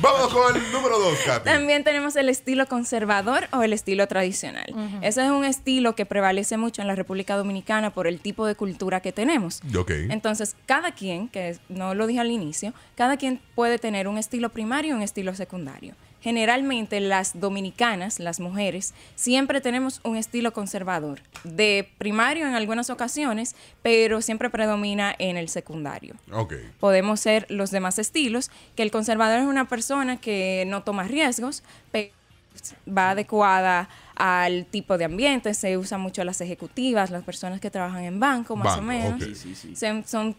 [SPEAKER 1] Vamos con el número dos, Katy.
[SPEAKER 13] También tenemos el estilo conservador o el estilo tradicional.
[SPEAKER 2] Ujú.
[SPEAKER 13] Ese es un estilo que prevalece mucho en la República Dominicana por el tipo de cultura que tenemos.
[SPEAKER 1] Ok.
[SPEAKER 13] Entonces, cada quien, que es- no lo dije al inicio, cada quien puede tener un estilo primario y un estilo secundario. Generalmente las dominicanas, las mujeres, siempre tenemos un estilo conservador, de primario en algunas ocasiones, pero siempre predomina en el secundario
[SPEAKER 1] Ok.
[SPEAKER 13] podemos ser los demás estilos, que el conservador es una persona que no toma riesgos, pero va adecuada al tipo de ambiente, se usa mucho las ejecutivas, las personas que trabajan en banco, más
[SPEAKER 1] Banco,
[SPEAKER 13] o menos.
[SPEAKER 1] ok. Sí, sí, sí.
[SPEAKER 13] Se- son,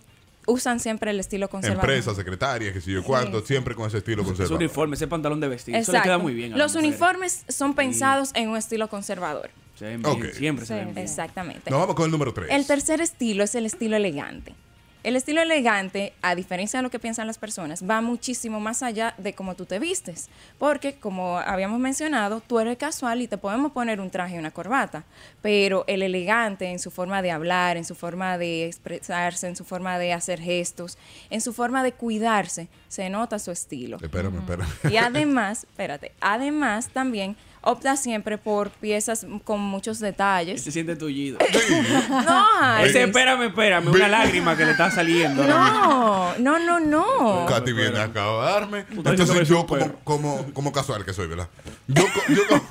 [SPEAKER 13] usan siempre el estilo conservador.
[SPEAKER 1] Empresas, secretarias, que sé yo cuánto, siempre con ese estilo
[SPEAKER 3] Su
[SPEAKER 1] conservador.
[SPEAKER 3] uniforme, ese pantalón de vestir. Eso le
[SPEAKER 13] Exacto.
[SPEAKER 3] queda muy bien. a la
[SPEAKER 13] Los
[SPEAKER 3] mujer.
[SPEAKER 13] uniformes son pensados en un estilo conservador.
[SPEAKER 3] Se ven bien,
[SPEAKER 1] Ok.
[SPEAKER 3] Siempre se ven bien.
[SPEAKER 13] Exactamente.
[SPEAKER 1] Nos vamos con el número tres.
[SPEAKER 13] El tercer estilo es el estilo elegante. El estilo elegante, a diferencia de lo que piensan las personas, va muchísimo más allá de cómo tú te vistes. Porque, como habíamos mencionado, tú eres casual y te podemos poner un traje y una corbata. Pero el elegante en su forma de hablar, en su forma de expresarse, en su forma de hacer gestos, en su forma de cuidarse, se nota su estilo.
[SPEAKER 1] Espérame, espérame.
[SPEAKER 13] Y además, espérate, además también opta siempre por piezas con muchos detalles.
[SPEAKER 3] Se siente tullido.
[SPEAKER 13] No, Jalvis.
[SPEAKER 3] Ese, espérame, espérame. Una lágrima que le está saliendo.
[SPEAKER 13] No, no, no, no.
[SPEAKER 1] Katy viene a acabarme.
[SPEAKER 3] Usted dice que
[SPEAKER 1] Entonces
[SPEAKER 3] soy
[SPEAKER 1] yo como, como, como casual que soy, ¿verdad? Yo, co- yo, como-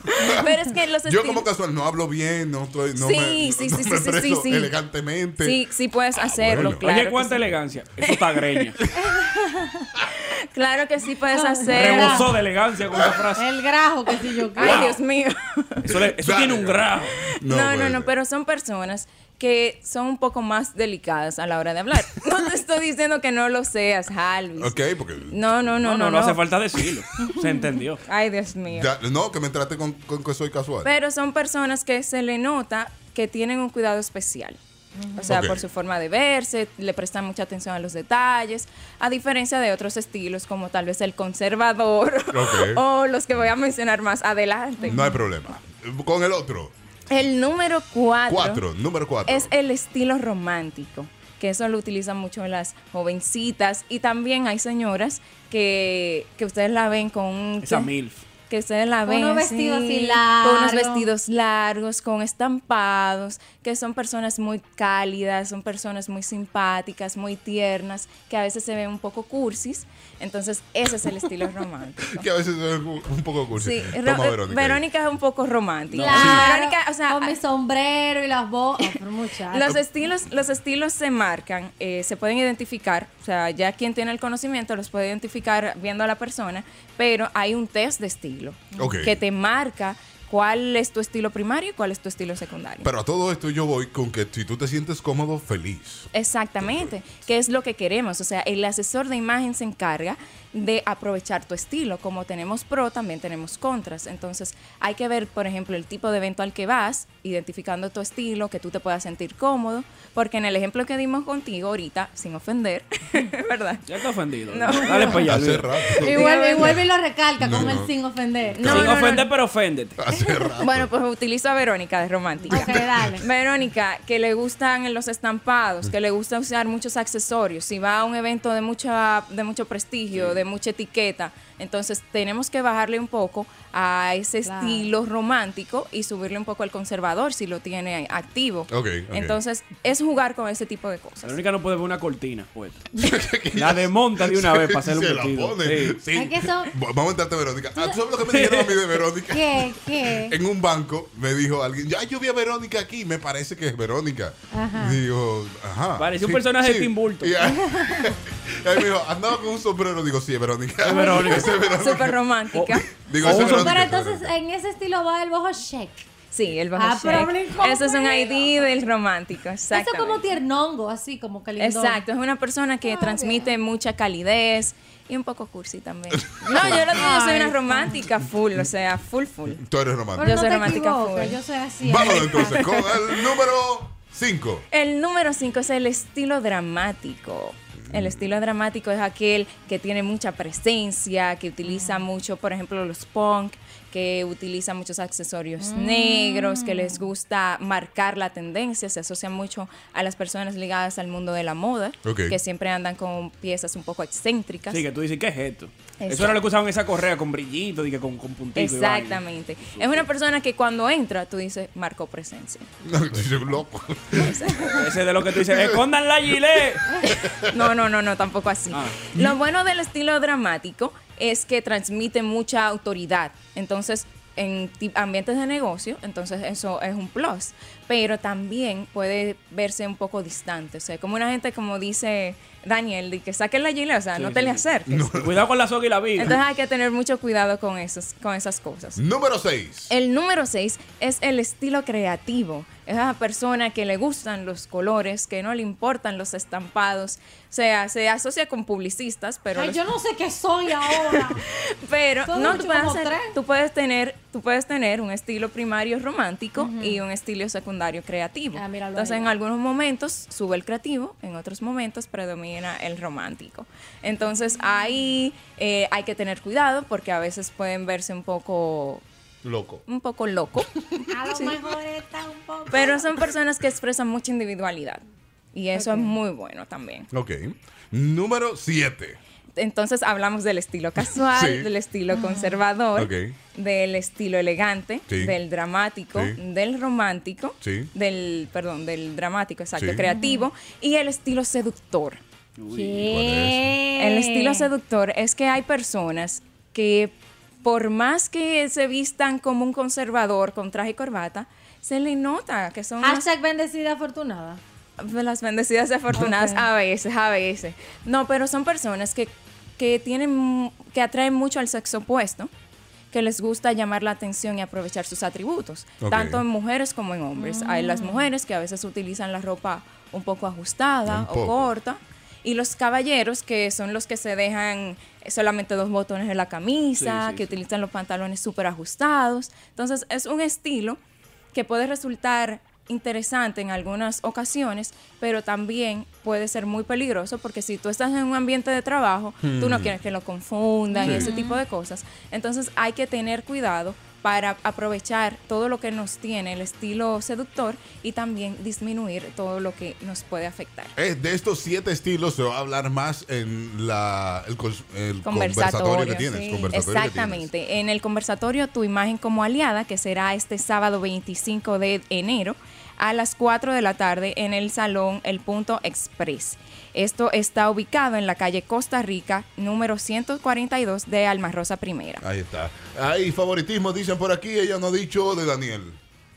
[SPEAKER 13] Pero es que los
[SPEAKER 1] yo
[SPEAKER 13] estilos.
[SPEAKER 1] como casual no hablo bien, no estoy, no
[SPEAKER 13] Sí, sí,
[SPEAKER 1] me, no
[SPEAKER 13] sí,
[SPEAKER 1] me
[SPEAKER 13] sí, sí,
[SPEAKER 1] expreso
[SPEAKER 13] sí, sí.
[SPEAKER 1] elegantemente.
[SPEAKER 13] Sí, sí puedes hacerlo,
[SPEAKER 3] Oye,
[SPEAKER 13] claro.
[SPEAKER 3] cuánta elegancia. Eso está greña.
[SPEAKER 13] que- claro que sí puedes
[SPEAKER 3] Rebosó
[SPEAKER 13] hacerlo.
[SPEAKER 3] de elegancia con esa frase.
[SPEAKER 2] El grajo que si yo
[SPEAKER 13] Ay, Dios mío.
[SPEAKER 3] Eso, le- eso tiene un grajo.
[SPEAKER 13] No, Eh. no,
[SPEAKER 1] pues,
[SPEAKER 13] no, pero son personas que son un poco más delicadas a la hora de hablar. No te estoy diciendo que no lo seas, Jalvis.
[SPEAKER 1] Ok, porque
[SPEAKER 13] No, no, no, no.
[SPEAKER 3] No, no, no hace falta decirlo. Se entendió.
[SPEAKER 13] Ay, Dios mío.
[SPEAKER 1] ya- no, que me trate con, con que soy casual.
[SPEAKER 13] Pero son personas que se le nota que tienen un cuidado especial. O sea,
[SPEAKER 1] Ok.
[SPEAKER 13] por su forma de verse, le prestan mucha atención a los detalles, a diferencia de otros estilos como tal vez el conservador
[SPEAKER 1] Ok.
[SPEAKER 13] o los que voy a mencionar más adelante.
[SPEAKER 1] No hay problema. Con el otro.
[SPEAKER 13] El número cuatro,
[SPEAKER 1] Cuatro, número cuatro.
[SPEAKER 13] es el estilo romántico, que eso lo utilizan mucho las jovencitas y también hay señoras que, que ustedes la ven con un...
[SPEAKER 3] Esa MILF.
[SPEAKER 13] que ustedes la
[SPEAKER 2] Con
[SPEAKER 13] ven.
[SPEAKER 2] unos vestidos así
[SPEAKER 13] Con unos
[SPEAKER 2] largos.
[SPEAKER 13] vestidos largos, con estampados, que son personas muy cálidas, son personas muy simpáticas, muy tiernas, que a veces se ven un poco cursis. Entonces, ese es el estilo romántico.
[SPEAKER 1] Que a veces es un un poco cursi.
[SPEAKER 13] Sí, Ro-
[SPEAKER 1] Toma,
[SPEAKER 13] eh,
[SPEAKER 1] Verónica.
[SPEAKER 13] Verónica es un poco romántica.
[SPEAKER 2] Verónica, o sea, con mi sombrero y las oh, botas.
[SPEAKER 13] Los estilos, los estilos se marcan, eh, se pueden identificar, o sea, ya quien tiene el conocimiento los puede identificar viendo a la persona, pero hay un test de estilo
[SPEAKER 1] Ok.
[SPEAKER 13] que te marca cuál es tu estilo primario y cuál es tu estilo secundario.
[SPEAKER 1] Pero a todo esto yo voy con que si tú te sientes cómodo, feliz.
[SPEAKER 13] Exactamente, que es lo que queremos. O sea, el asesor de imagen se encarga de aprovechar tu estilo. Como tenemos pro, también tenemos contras. Entonces, hay que ver, por ejemplo, el tipo de evento al que vas, identificando tu estilo, que tú te puedas sentir cómodo. Porque en el ejemplo que dimos contigo ahorita, sin ofender, ¿verdad?
[SPEAKER 3] Ya está ofendido.
[SPEAKER 13] No.
[SPEAKER 3] Dale para allá.
[SPEAKER 1] Hace
[SPEAKER 3] Luis.
[SPEAKER 2] Y vuelve, y vuelve y lo recalca con el sin ofender.
[SPEAKER 3] Sin ofender, pero oféndete.
[SPEAKER 13] Bueno, pues utilizo a Verónica de Romántica. Verónica, que le gustan los estampados, que le gusta usar muchos accesorios. Si va a un evento de, mucha, de mucho prestigio, de mucha etiqueta, entonces tenemos que bajarle un poco a ese
[SPEAKER 2] Claro.
[SPEAKER 13] estilo romántico y subirle un poco al conservador si lo tiene activo.
[SPEAKER 3] Ok, ok.
[SPEAKER 13] Entonces, es jugar con ese tipo de cosas.
[SPEAKER 3] Verónica no puede ver una cortina puesta. la desmonta de una vez para hacer un
[SPEAKER 1] Se la
[SPEAKER 3] vestido.
[SPEAKER 1] pone.
[SPEAKER 3] Sí.
[SPEAKER 1] Sí.
[SPEAKER 2] Es que son-
[SPEAKER 1] Va- Vamos a entrarte, Verónica. Ah, ¿Tú sabes lo que me dijeron a mí de Verónica?
[SPEAKER 2] ¿Qué? ¿Qué?
[SPEAKER 1] En un banco me dijo alguien, ya yo vi a Verónica aquí, me parece que es Verónica.
[SPEAKER 2] Ajá.
[SPEAKER 1] Digo, ajá.
[SPEAKER 3] Parece un personaje de Tim
[SPEAKER 1] Burton. Y ahí y ahí me dijo, andaba con un sombrero. Digo, sí, es Verónica.
[SPEAKER 3] Es Verónica.
[SPEAKER 1] Esa es Verónica. Oh,
[SPEAKER 13] Súper romántica.
[SPEAKER 1] Digo, esa es
[SPEAKER 2] Pero
[SPEAKER 1] Verónica.
[SPEAKER 2] entonces en ese estilo va el bojo check.
[SPEAKER 13] Sí, el
[SPEAKER 2] Ah,
[SPEAKER 13] bajo
[SPEAKER 2] pero
[SPEAKER 13] check.
[SPEAKER 2] hablé con
[SPEAKER 13] Eso es un
[SPEAKER 2] Verónica.
[SPEAKER 13] ID del romántico.
[SPEAKER 2] Eso
[SPEAKER 13] exactamente.
[SPEAKER 2] como tiernongo, así como que lindón.
[SPEAKER 13] Exacto, es una persona que transmite mucha calidez y un poco cursi también. No, yo lo digo, yo soy una romántica full, o sea, full, full.
[SPEAKER 1] Tú eres romántica.
[SPEAKER 13] Yo soy romántica full.
[SPEAKER 2] yo soy así.
[SPEAKER 1] Vamos entonces con el número 5.
[SPEAKER 13] El número 5 es el estilo dramático. El estilo dramático es aquel que tiene mucha presencia, que
[SPEAKER 2] Mm.
[SPEAKER 13] utiliza mucho, por ejemplo, los punk, que utiliza muchos accesorios
[SPEAKER 2] Mm.
[SPEAKER 13] negros, que les gusta marcar la tendencia, se asocia mucho a las personas ligadas al mundo de la moda,
[SPEAKER 3] Ok.
[SPEAKER 13] que siempre andan con piezas un poco excéntricas.
[SPEAKER 3] Sí, que tú dices, ¿qué es esto? Eso
[SPEAKER 13] Exacto.
[SPEAKER 3] era lo que usaban esa correa con brillito, dije, con, con puntito. y vaina.
[SPEAKER 13] Exactamente. Es una persona que cuando entra, tú dices, marcó presencia.
[SPEAKER 1] Yo loco.
[SPEAKER 3] Ese es de lo que tú dices, escondan la gilet.
[SPEAKER 13] No, no, no, no, tampoco así. Lo bueno del estilo dramático es que transmite mucha autoridad. Entonces, en ti- ambientes de negocio, entonces eso es un plus. Pero también puede verse un poco distante. O sea, como una gente, como dice Daniel, de que saquen la gilet, o sea,
[SPEAKER 3] Sí,
[SPEAKER 13] no
[SPEAKER 3] sí,
[SPEAKER 13] te le
[SPEAKER 3] sí.
[SPEAKER 13] acerques.
[SPEAKER 3] Cuidado con la soga y la viga.
[SPEAKER 13] Entonces hay que tener mucho cuidado con, esos, con esas cosas.
[SPEAKER 1] Número 6.
[SPEAKER 13] El número 6 es el estilo creativo. Es esa persona que le gustan los colores, que no le importan los estampados. O sea, se asocia con publicistas, pero.
[SPEAKER 2] Ay,
[SPEAKER 13] los-
[SPEAKER 2] yo no sé qué soy ahora.
[SPEAKER 13] Pero
[SPEAKER 2] Son
[SPEAKER 13] no,
[SPEAKER 2] mucho
[SPEAKER 13] tú puedes,
[SPEAKER 2] como
[SPEAKER 13] hacer-
[SPEAKER 2] tres.
[SPEAKER 13] tú puedes tener, tú puedes tener un estilo primario romántico y un estilo secundario creativo.
[SPEAKER 2] Ah, míralo
[SPEAKER 13] Entonces,
[SPEAKER 2] ahí.
[SPEAKER 13] en algunos momentos sube el creativo, en otros momentos predomina el romántico. Entonces, ahí eh, hay que tener cuidado porque a veces pueden verse un poco,
[SPEAKER 1] Loco.
[SPEAKER 13] un poco loco.
[SPEAKER 2] A lo mejor está un poco.
[SPEAKER 13] Pero son personas que expresan mucha individualidad. Y eso es muy bueno también.
[SPEAKER 1] Ok. Número 7.
[SPEAKER 13] Entonces hablamos del estilo casual,
[SPEAKER 1] Sí.
[SPEAKER 13] del estilo conservador,
[SPEAKER 1] Ok.
[SPEAKER 13] del estilo elegante,
[SPEAKER 1] Sí.
[SPEAKER 13] del dramático,
[SPEAKER 1] Sí.
[SPEAKER 13] del romántico,
[SPEAKER 1] Sí.
[SPEAKER 13] del, perdón, del dramático, exacto,
[SPEAKER 1] Sí.
[SPEAKER 13] creativo, y el estilo seductor.
[SPEAKER 2] ¿Qué?
[SPEAKER 13] El estilo seductor es que hay personas que por más que se vistan como un conservador con traje y corbata, se le nota que son unas-
[SPEAKER 2] Hashtag bendecida afortunada.
[SPEAKER 13] las bendecidas y afortunadas a veces, a veces. No, pero son personas que, que tienen mu- que atraen mucho al sexo opuesto, que les gusta llamar la atención y aprovechar sus atributos,
[SPEAKER 12] Ok.
[SPEAKER 13] tanto en mujeres como en hombres. Hay las mujeres que a veces utilizan la ropa un poco ajustada
[SPEAKER 12] Un
[SPEAKER 13] o
[SPEAKER 12] poco.
[SPEAKER 13] corta. Y los caballeros, que son los que se dejan solamente dos botones en la camisa,
[SPEAKER 12] Sí, sí,
[SPEAKER 13] que
[SPEAKER 12] sí.
[SPEAKER 13] utilizan los pantalones súper ajustados. Entonces, es un estilo que puede resultar interesante en algunas ocasiones, pero también puede ser muy peligroso porque si tú estás en un ambiente de trabajo, tú no
[SPEAKER 12] Hmm.
[SPEAKER 13] quieres que lo confundan y
[SPEAKER 12] Sí.
[SPEAKER 13] ese tipo de cosas. Entonces hay que tener cuidado para aprovechar todo lo que nos tiene el estilo seductor y también disminuir todo lo que nos puede afectar.
[SPEAKER 1] Eh, de estos siete estilos se va a hablar más en la, el, cons-
[SPEAKER 13] Conversatorio,
[SPEAKER 1] el conversatorio, que tienes.
[SPEAKER 13] sí.
[SPEAKER 1] conversatorio que
[SPEAKER 13] Exactamente. En el conversatorio Tu imagen como aliada, que será este sábado 25 de enero a las 4 de la tarde en el salón El Punto Express. Esto está ubicado en la calle Costa Rica, número 142 de Alma Rosa Primera.
[SPEAKER 1] tienes. Ahí está. Hay favoritismo, dicen por aquí. Ella no ha dicho de Daniel.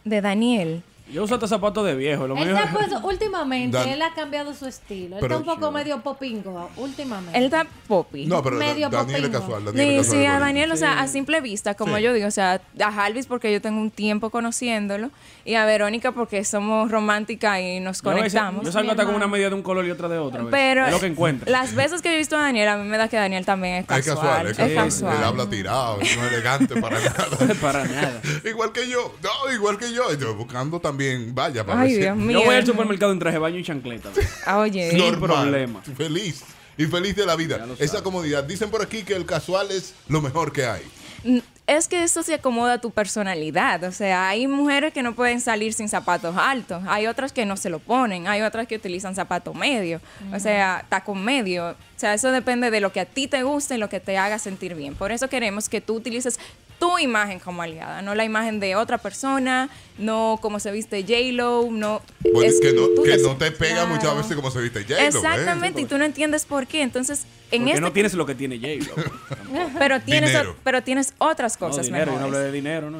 [SPEAKER 13] De Daniel.
[SPEAKER 3] Yo uso hasta zapatos de viejo, lo
[SPEAKER 2] Él
[SPEAKER 3] mío-
[SPEAKER 2] se ha puesto, últimamente,
[SPEAKER 1] Dan-
[SPEAKER 2] él ha cambiado su estilo. Él
[SPEAKER 1] Pero-
[SPEAKER 2] está un poco medio popingo, últimamente.
[SPEAKER 13] Él está poppy.
[SPEAKER 1] No, pero
[SPEAKER 2] Medio
[SPEAKER 1] Da- Daniel es
[SPEAKER 2] popingo.
[SPEAKER 1] casual. Daniel es
[SPEAKER 13] Sí,
[SPEAKER 1] casual
[SPEAKER 13] sí,
[SPEAKER 1] de
[SPEAKER 13] a
[SPEAKER 1] Corinto.
[SPEAKER 13] Daniel, o sea, a simple vista, como
[SPEAKER 1] Sí.
[SPEAKER 13] yo digo, o sea, a Halvis porque yo tengo un tiempo conociéndolo y a Verónica porque somos románticas y nos
[SPEAKER 3] Yo a veces-
[SPEAKER 13] conectamos.
[SPEAKER 3] Yo salgo hasta con una media de un color y otra de otra. a veces.
[SPEAKER 13] Pero
[SPEAKER 3] es lo que encuentro.
[SPEAKER 13] las veces que yo he visto a Daniel, a mí me da que Daniel también es
[SPEAKER 1] Es
[SPEAKER 13] casual.
[SPEAKER 1] casual, es casual.
[SPEAKER 13] casual.
[SPEAKER 1] Él habla tirado, es no es elegante para nada.
[SPEAKER 3] para nada.
[SPEAKER 1] igual que yo, no, igual que yo. Yo buscando también, vaya, para
[SPEAKER 13] Ay,
[SPEAKER 1] ver si-
[SPEAKER 13] Dios mío.
[SPEAKER 3] Yo voy al supermercado en traje de baño y chancleta.
[SPEAKER 13] Ah, Oye,
[SPEAKER 3] Sin
[SPEAKER 1] Normal,
[SPEAKER 3] problema.
[SPEAKER 1] Feliz. Y feliz de la vida. Esa comodidad. Dicen por aquí que el casual es lo mejor que hay.
[SPEAKER 13] n- es que eso se acomoda a tu personalidad. O sea, hay mujeres que no pueden salir sin zapatos altos, hay otras que no se lo ponen, hay otras que utilizan zapato medio, o sea, tacón medio. O sea, eso depende de lo que a ti te guste y lo que te haga sentir bien. Por eso queremos que tú utilices tu imagen como aliada, no la imagen de otra persona, no como se viste J-Lo, no...
[SPEAKER 1] Bueno,
[SPEAKER 13] es
[SPEAKER 1] que no,
[SPEAKER 13] tú
[SPEAKER 1] que
[SPEAKER 13] te-
[SPEAKER 1] no te pega muchas veces como se viste J-Lo, ¿eh?
[SPEAKER 13] Exactamente, y tú no entiendes por qué. Entonces, en
[SPEAKER 3] Porque
[SPEAKER 13] este...
[SPEAKER 3] no tienes lo que tiene J-Lo.
[SPEAKER 13] pero, tienes,
[SPEAKER 1] Dinero.
[SPEAKER 13] pero tienes otras
[SPEAKER 3] No,
[SPEAKER 13] cosas
[SPEAKER 3] dinero, yo no
[SPEAKER 13] mejores.
[SPEAKER 3] hablé de dinero, ¿no?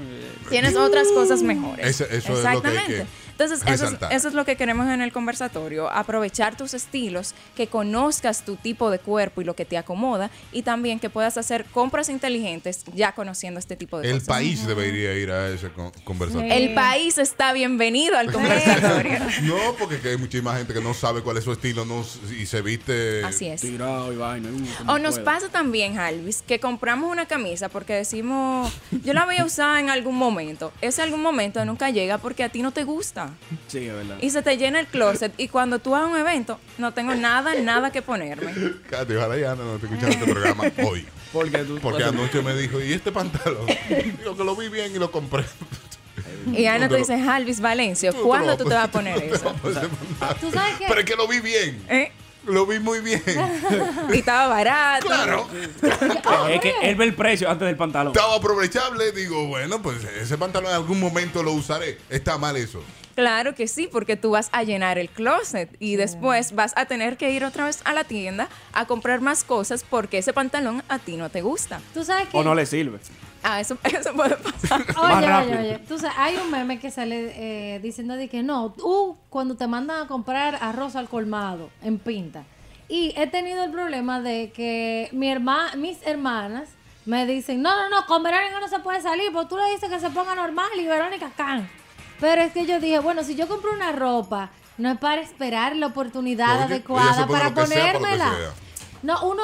[SPEAKER 13] Tienes otras cosas mejores.
[SPEAKER 1] Ese- eso es lo que hay
[SPEAKER 13] Exactamente.
[SPEAKER 1] que
[SPEAKER 13] Entonces, eso es,
[SPEAKER 1] resaltar.
[SPEAKER 13] eso es lo que queremos en el conversatorio, aprovechar tus estilos, que conozcas tu tipo de cuerpo y lo que te acomoda, y también que puedas hacer compras inteligentes ya conociendo este tipo de
[SPEAKER 1] El
[SPEAKER 13] cosas.
[SPEAKER 1] país debería ir a ese con- conversatorio.
[SPEAKER 13] El país está bienvenido al conversatorio.
[SPEAKER 1] No, porque que hay muchísima gente que no sabe cuál es su estilo no, s- y se viste
[SPEAKER 13] Así es.
[SPEAKER 3] Tirado y vaina. uh, como
[SPEAKER 13] O nos
[SPEAKER 3] pueda.
[SPEAKER 13] pasa también, Alvis, que compramos una camisa porque decimos, yo la voy a usar en algún momento. Ese algún momento nunca llega porque a ti no te gusta.
[SPEAKER 3] Sí, es verdad.
[SPEAKER 13] y se te llena el closet y cuando tú vas a un evento no tengo nada, nada que ponerme.
[SPEAKER 1] Katy, ojalá ya no te escucharon este programa hoy.
[SPEAKER 3] Porque tú
[SPEAKER 1] Porque
[SPEAKER 3] tú-
[SPEAKER 1] anoche me dijo, ¿y este pantalón? Digo que lo vi bien y lo compré.
[SPEAKER 13] Y Ana te
[SPEAKER 1] Pero-
[SPEAKER 13] dice, Jalvis Valencio,
[SPEAKER 1] Tú
[SPEAKER 13] ¿cuándo
[SPEAKER 1] te
[SPEAKER 13] tú
[SPEAKER 1] lo-
[SPEAKER 13] te vas a poner eso?
[SPEAKER 2] ¿Tú sabes qué?
[SPEAKER 1] Pero es que lo vi bien.
[SPEAKER 13] ¿Eh?
[SPEAKER 1] Lo vi muy bien.
[SPEAKER 13] Y estaba barato.
[SPEAKER 1] Claro.
[SPEAKER 3] Es que él ve el precio antes del pantalón.
[SPEAKER 1] Estaba aprovechable. Digo, bueno, pues ese pantalón en algún momento lo usaré. Está mal eso.
[SPEAKER 13] Claro que sí, porque tú vas a llenar el closet y después vas a tener que ir otra vez a la tienda a comprar más cosas porque ese pantalón a ti no te gusta.
[SPEAKER 2] ¿Tú sabes qué?
[SPEAKER 3] O no le sirve.
[SPEAKER 13] Ah, eso, eso puede pasar.
[SPEAKER 3] Más
[SPEAKER 2] Oye, oye,
[SPEAKER 3] rápido.
[SPEAKER 2] oye. Tú sabes, hay un meme que sale eh, diciendo de que no, tú cuando te mandan a comprar arroz al colmado en pinta. Y he tenido el problema de que mi herma- mis hermanas me dicen, no, no, no, con Verónica no se puede salir, porque tú le dices que se ponga normal y Verónica can. Pero es que yo dije, bueno, si yo compro una ropa, no es para esperar la oportunidad
[SPEAKER 1] Oye, ella se
[SPEAKER 2] adecuada
[SPEAKER 1] pone
[SPEAKER 2] para
[SPEAKER 1] lo que sea, para lo que
[SPEAKER 2] ponérmela.
[SPEAKER 1] sea.
[SPEAKER 2] No, uno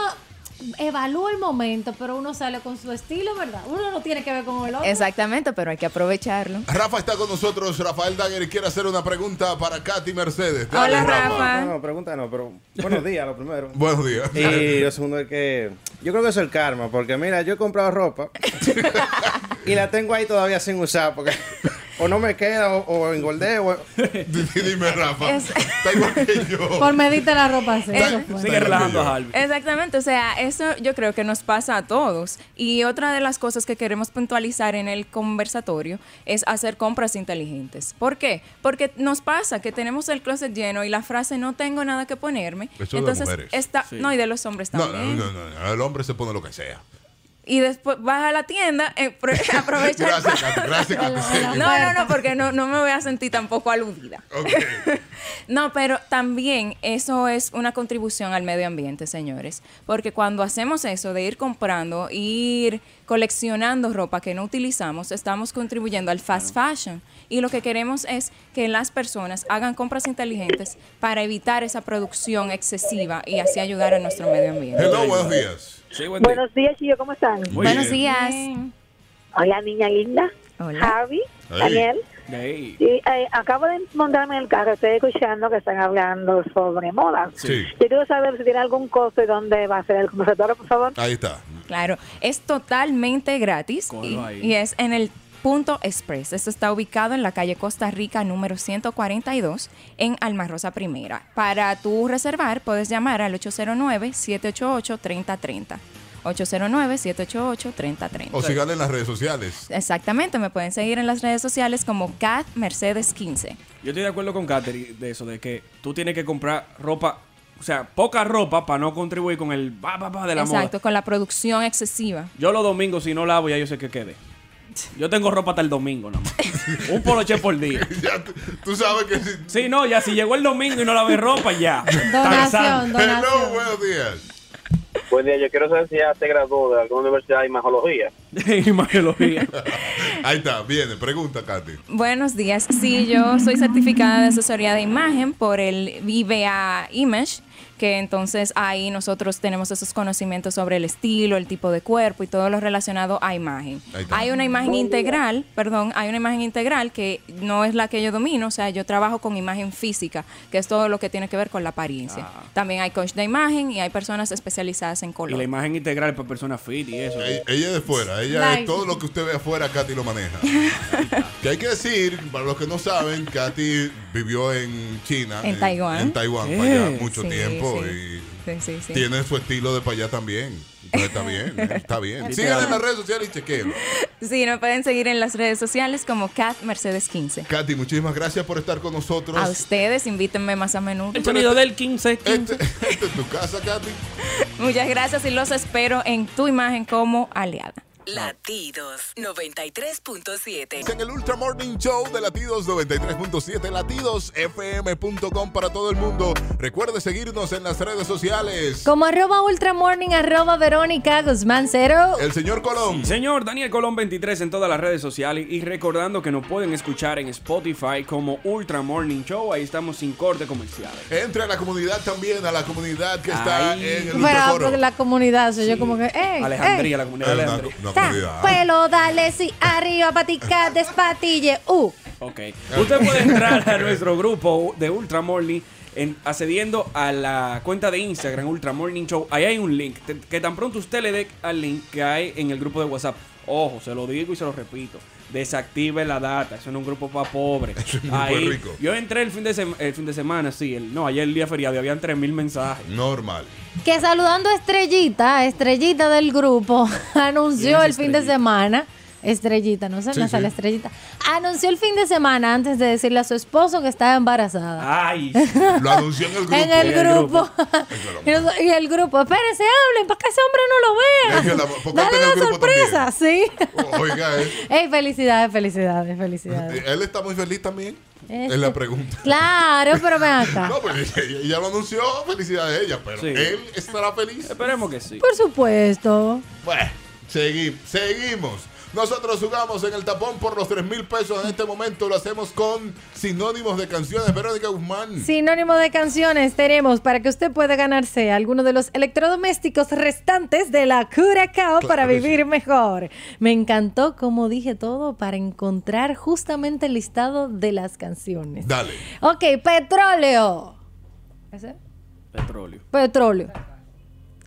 [SPEAKER 2] evalúa el momento, pero uno sale con su estilo, ¿verdad? Uno no tiene que ver con el otro.
[SPEAKER 13] Exactamente, pero hay que aprovecharlo.
[SPEAKER 1] Rafa está con nosotros. Rafael Dagger quiere hacer una pregunta para Katy Mercedes.
[SPEAKER 13] Hola,
[SPEAKER 12] No,
[SPEAKER 13] Rafa.
[SPEAKER 12] no, pregunta no, pero buenos días, lo primero.
[SPEAKER 1] Buenos días.
[SPEAKER 12] Y lo segundo es que yo creo que eso es el karma, porque mira, yo he comprado ropa y la tengo ahí todavía sin usar, porque o no me queda, o, o engordé, o...
[SPEAKER 1] Dime, Rafa.
[SPEAKER 13] Es-
[SPEAKER 2] Por medita la ropa así. Eso fue.
[SPEAKER 3] Sigue relajando a Harvey.
[SPEAKER 13] Eh, Exactamente, o sea, eso yo creo que nos pasa a todos. Y otra de las cosas que queremos puntualizar en el conversatorio es hacer compras inteligentes. ¿Por qué? Porque nos pasa que tenemos el closet lleno y la frase no tengo nada que ponerme.
[SPEAKER 1] Eso de
[SPEAKER 13] entonces
[SPEAKER 1] mujeres.
[SPEAKER 13] está
[SPEAKER 1] Sí.
[SPEAKER 13] no y de los hombres
[SPEAKER 1] No,
[SPEAKER 13] también.
[SPEAKER 1] no, no, no, no, El hombre se pone lo que sea.
[SPEAKER 13] Y después vas a la tienda, eh, pro- aprovecha. el
[SPEAKER 1] Gracias, Katy. Gracias, Katy.
[SPEAKER 13] No,
[SPEAKER 1] Serio.
[SPEAKER 13] no, no, porque no, no me voy a sentir tampoco aludida. no, pero también eso es una contribución al medio ambiente, señores. Porque cuando hacemos eso de ir comprando, ir coleccionando ropa que no utilizamos, estamos contribuyendo al fast fashion. Y lo que queremos es que las personas hagan compras inteligentes para evitar esa producción excesiva y así ayudar a nuestro medio ambiente.
[SPEAKER 1] Hello, buenos días.
[SPEAKER 10] Buenos días, Chillo, ¿cómo están?
[SPEAKER 13] Buenos días.
[SPEAKER 10] Hola, niña linda. Javi,
[SPEAKER 3] Hey.
[SPEAKER 10] Daniel.
[SPEAKER 3] Hey.
[SPEAKER 10] Sí, eh, acabo de montarme en el carro, estoy escuchando que están hablando sobre moda.
[SPEAKER 1] Sí.
[SPEAKER 10] Yo quiero saber si tiene algún costo y dónde va a ser el conversatorio, por favor.
[SPEAKER 1] Ahí está.
[SPEAKER 13] Claro, es totalmente gratis y,
[SPEAKER 1] Cógelo ahí.
[SPEAKER 13] y es en el Punto Express. Esto está ubicado en la calle Costa Rica número 142 en Almarrosa Primera. Para tu reservar puedes llamar al 809-788-3030. 809-788-3030.
[SPEAKER 1] O sigan en las redes sociales.
[SPEAKER 13] Exactamente, me pueden seguir en las redes sociales como Cat Mercedes 15.
[SPEAKER 3] Yo estoy de acuerdo con Katherine de eso, de que tú tienes que comprar ropa, o sea, poca ropa para no contribuir con el ba, ba, ba de la
[SPEAKER 13] Exacto,
[SPEAKER 3] moda.
[SPEAKER 13] con la producción excesiva.
[SPEAKER 3] Yo los domingos, si no lavo, ya yo sé que quede. Yo tengo ropa hasta el domingo, nada más. Un poloche por día.
[SPEAKER 1] tú sabes que si.
[SPEAKER 3] Sí, no, ya si llegó el domingo y no lavé ropa, ya. Tarzán.
[SPEAKER 1] Hello, buenos días.
[SPEAKER 9] Buen día, yo quiero saber si ya se graduó de alguna universidad de imagiología.
[SPEAKER 3] Imagiología.
[SPEAKER 1] Ahí está, viene, pregunta, Katy.
[SPEAKER 13] Buenos días. Sí, yo soy certificada de asesoría de imagen por el IBA Image, que entonces ahí nosotros tenemos esos conocimientos sobre el estilo, el tipo de cuerpo y todo lo relacionado a imagen.
[SPEAKER 14] Ahí está.
[SPEAKER 13] Hay una imagen integral, perdón, hay una imagen integral que no es la que yo domino, o sea, yo trabajo con imagen física, que es todo lo que tiene que ver con la apariencia. También hay coach de imagen y hay personas especializadas en
[SPEAKER 3] Y
[SPEAKER 13] color.
[SPEAKER 3] la imagen integral para personas fit y eso.
[SPEAKER 1] Ella, ella es de fuera, ella
[SPEAKER 13] Nice.
[SPEAKER 1] es todo lo que usted ve afuera, Katy lo maneja. que hay que decir, para los que no saben, Katy vivió en China.
[SPEAKER 13] En Taiwán.
[SPEAKER 1] En Taiwán,
[SPEAKER 13] Sí.
[SPEAKER 1] para allá, mucho
[SPEAKER 13] Sí,
[SPEAKER 1] tiempo.
[SPEAKER 13] sí.
[SPEAKER 1] Y
[SPEAKER 13] Sí, sí, sí.
[SPEAKER 1] tiene su estilo de para allá también. Entonces está bien, ¿eh? está bien.
[SPEAKER 13] Literal.
[SPEAKER 1] Síganla en las redes sociales y chequeen.
[SPEAKER 13] Sí, nos pueden seguir en las redes sociales como Cat Mercedes 15.
[SPEAKER 1] Katy, muchísimas gracias por estar con nosotros.
[SPEAKER 13] A ustedes, invítenme más a menudo.
[SPEAKER 1] El sonido
[SPEAKER 3] del 15.
[SPEAKER 1] Esta este es tu casa, Katy.
[SPEAKER 13] Muchas gracias y los espero en tu imagen como aliada.
[SPEAKER 6] Latidos 93.7.
[SPEAKER 1] En el Ultra Morning Show de Latidos 93.7, latidosfm.com para todo el mundo. Recuerde seguirnos en las redes sociales.
[SPEAKER 2] Como arroba ultramorning, arroba Verónica Guzmán Cero.
[SPEAKER 1] El señor Colón.
[SPEAKER 3] Sí, señor Daniel Colón 23 en todas las redes sociales y recordando que nos pueden escuchar en Spotify como Ultra Morning Show. Ahí estamos sin corte comerciales.
[SPEAKER 1] Entre a la comunidad también, a la comunidad que está
[SPEAKER 3] Ahí.
[SPEAKER 1] en el
[SPEAKER 2] Fuera
[SPEAKER 1] Ultraforo.
[SPEAKER 2] de la comunidad, soy yo como que, ¡ey! ey,
[SPEAKER 3] Alejandría, la comunidad de
[SPEAKER 1] Eh,
[SPEAKER 3] Alejandría.
[SPEAKER 1] Una comunidad.
[SPEAKER 2] Pelo, dale, sí, arriba, patica, despatille, uh.
[SPEAKER 3] Ok. Usted puede entrar a nuestro grupo de Ultra Morning en- accediendo a la cuenta de Instagram Ultra Morning Show. Ahí hay un link te- que tan pronto usted le dé al link que hay en el grupo de WhatsApp. Ojo, se lo digo y se lo repito. Desactive la data. Eso no es un grupo para pobres.
[SPEAKER 1] un grupo de ricos.
[SPEAKER 3] Yo entré el fin de, sema- el fin de semana, sí. el- no, ayer el día feriado y habían 3.000 mensajes.
[SPEAKER 1] Normal.
[SPEAKER 2] Que saludando a Estrellita, Estrellita del grupo, anunció el fin de semana. Estrellita, no se
[SPEAKER 3] Sí,
[SPEAKER 2] me sale
[SPEAKER 3] sí.
[SPEAKER 2] Estrellita. Anunció el fin de semana antes de decirle a su esposo que estaba embarazada.
[SPEAKER 3] Ay.
[SPEAKER 1] Lo anunció en el grupo.
[SPEAKER 2] En el grupo. Y nos- y el grupo, espérense, hablen, para que ese hombre no lo vea.
[SPEAKER 1] Es que la- porque
[SPEAKER 2] Dale
[SPEAKER 1] está en el
[SPEAKER 2] la
[SPEAKER 1] grupo
[SPEAKER 2] sorpresa, sí.
[SPEAKER 1] Oiga, eh,
[SPEAKER 2] Ey, felicidades, felicidades, felicidades.
[SPEAKER 1] él está muy feliz también.
[SPEAKER 13] Eh.
[SPEAKER 2] Este.
[SPEAKER 1] Es la pregunta.
[SPEAKER 2] Claro, pero ven acá.
[SPEAKER 1] No, pero ella, ella lo anunció, felicidades a ella, pero él estará feliz.
[SPEAKER 3] Esperemos que sí.
[SPEAKER 2] Por supuesto.
[SPEAKER 1] Bueno, segui- seguimos. Nosotros jugamos en el tapón por los 3 mil pesos. En este momento lo hacemos con sinónimos de canciones. Verónica Guzmán.
[SPEAKER 2] Sinónimo de canciones tenemos para que usted pueda ganarse alguno de los electrodomésticos restantes de la Curacao para
[SPEAKER 15] Claro que
[SPEAKER 2] vivir mejor. Me encantó como dije todo para encontrar justamente el listado de las canciones.
[SPEAKER 1] Dale.
[SPEAKER 2] Ok, petróleo. ¿Ese?
[SPEAKER 3] Petróleo.
[SPEAKER 2] Petróleo.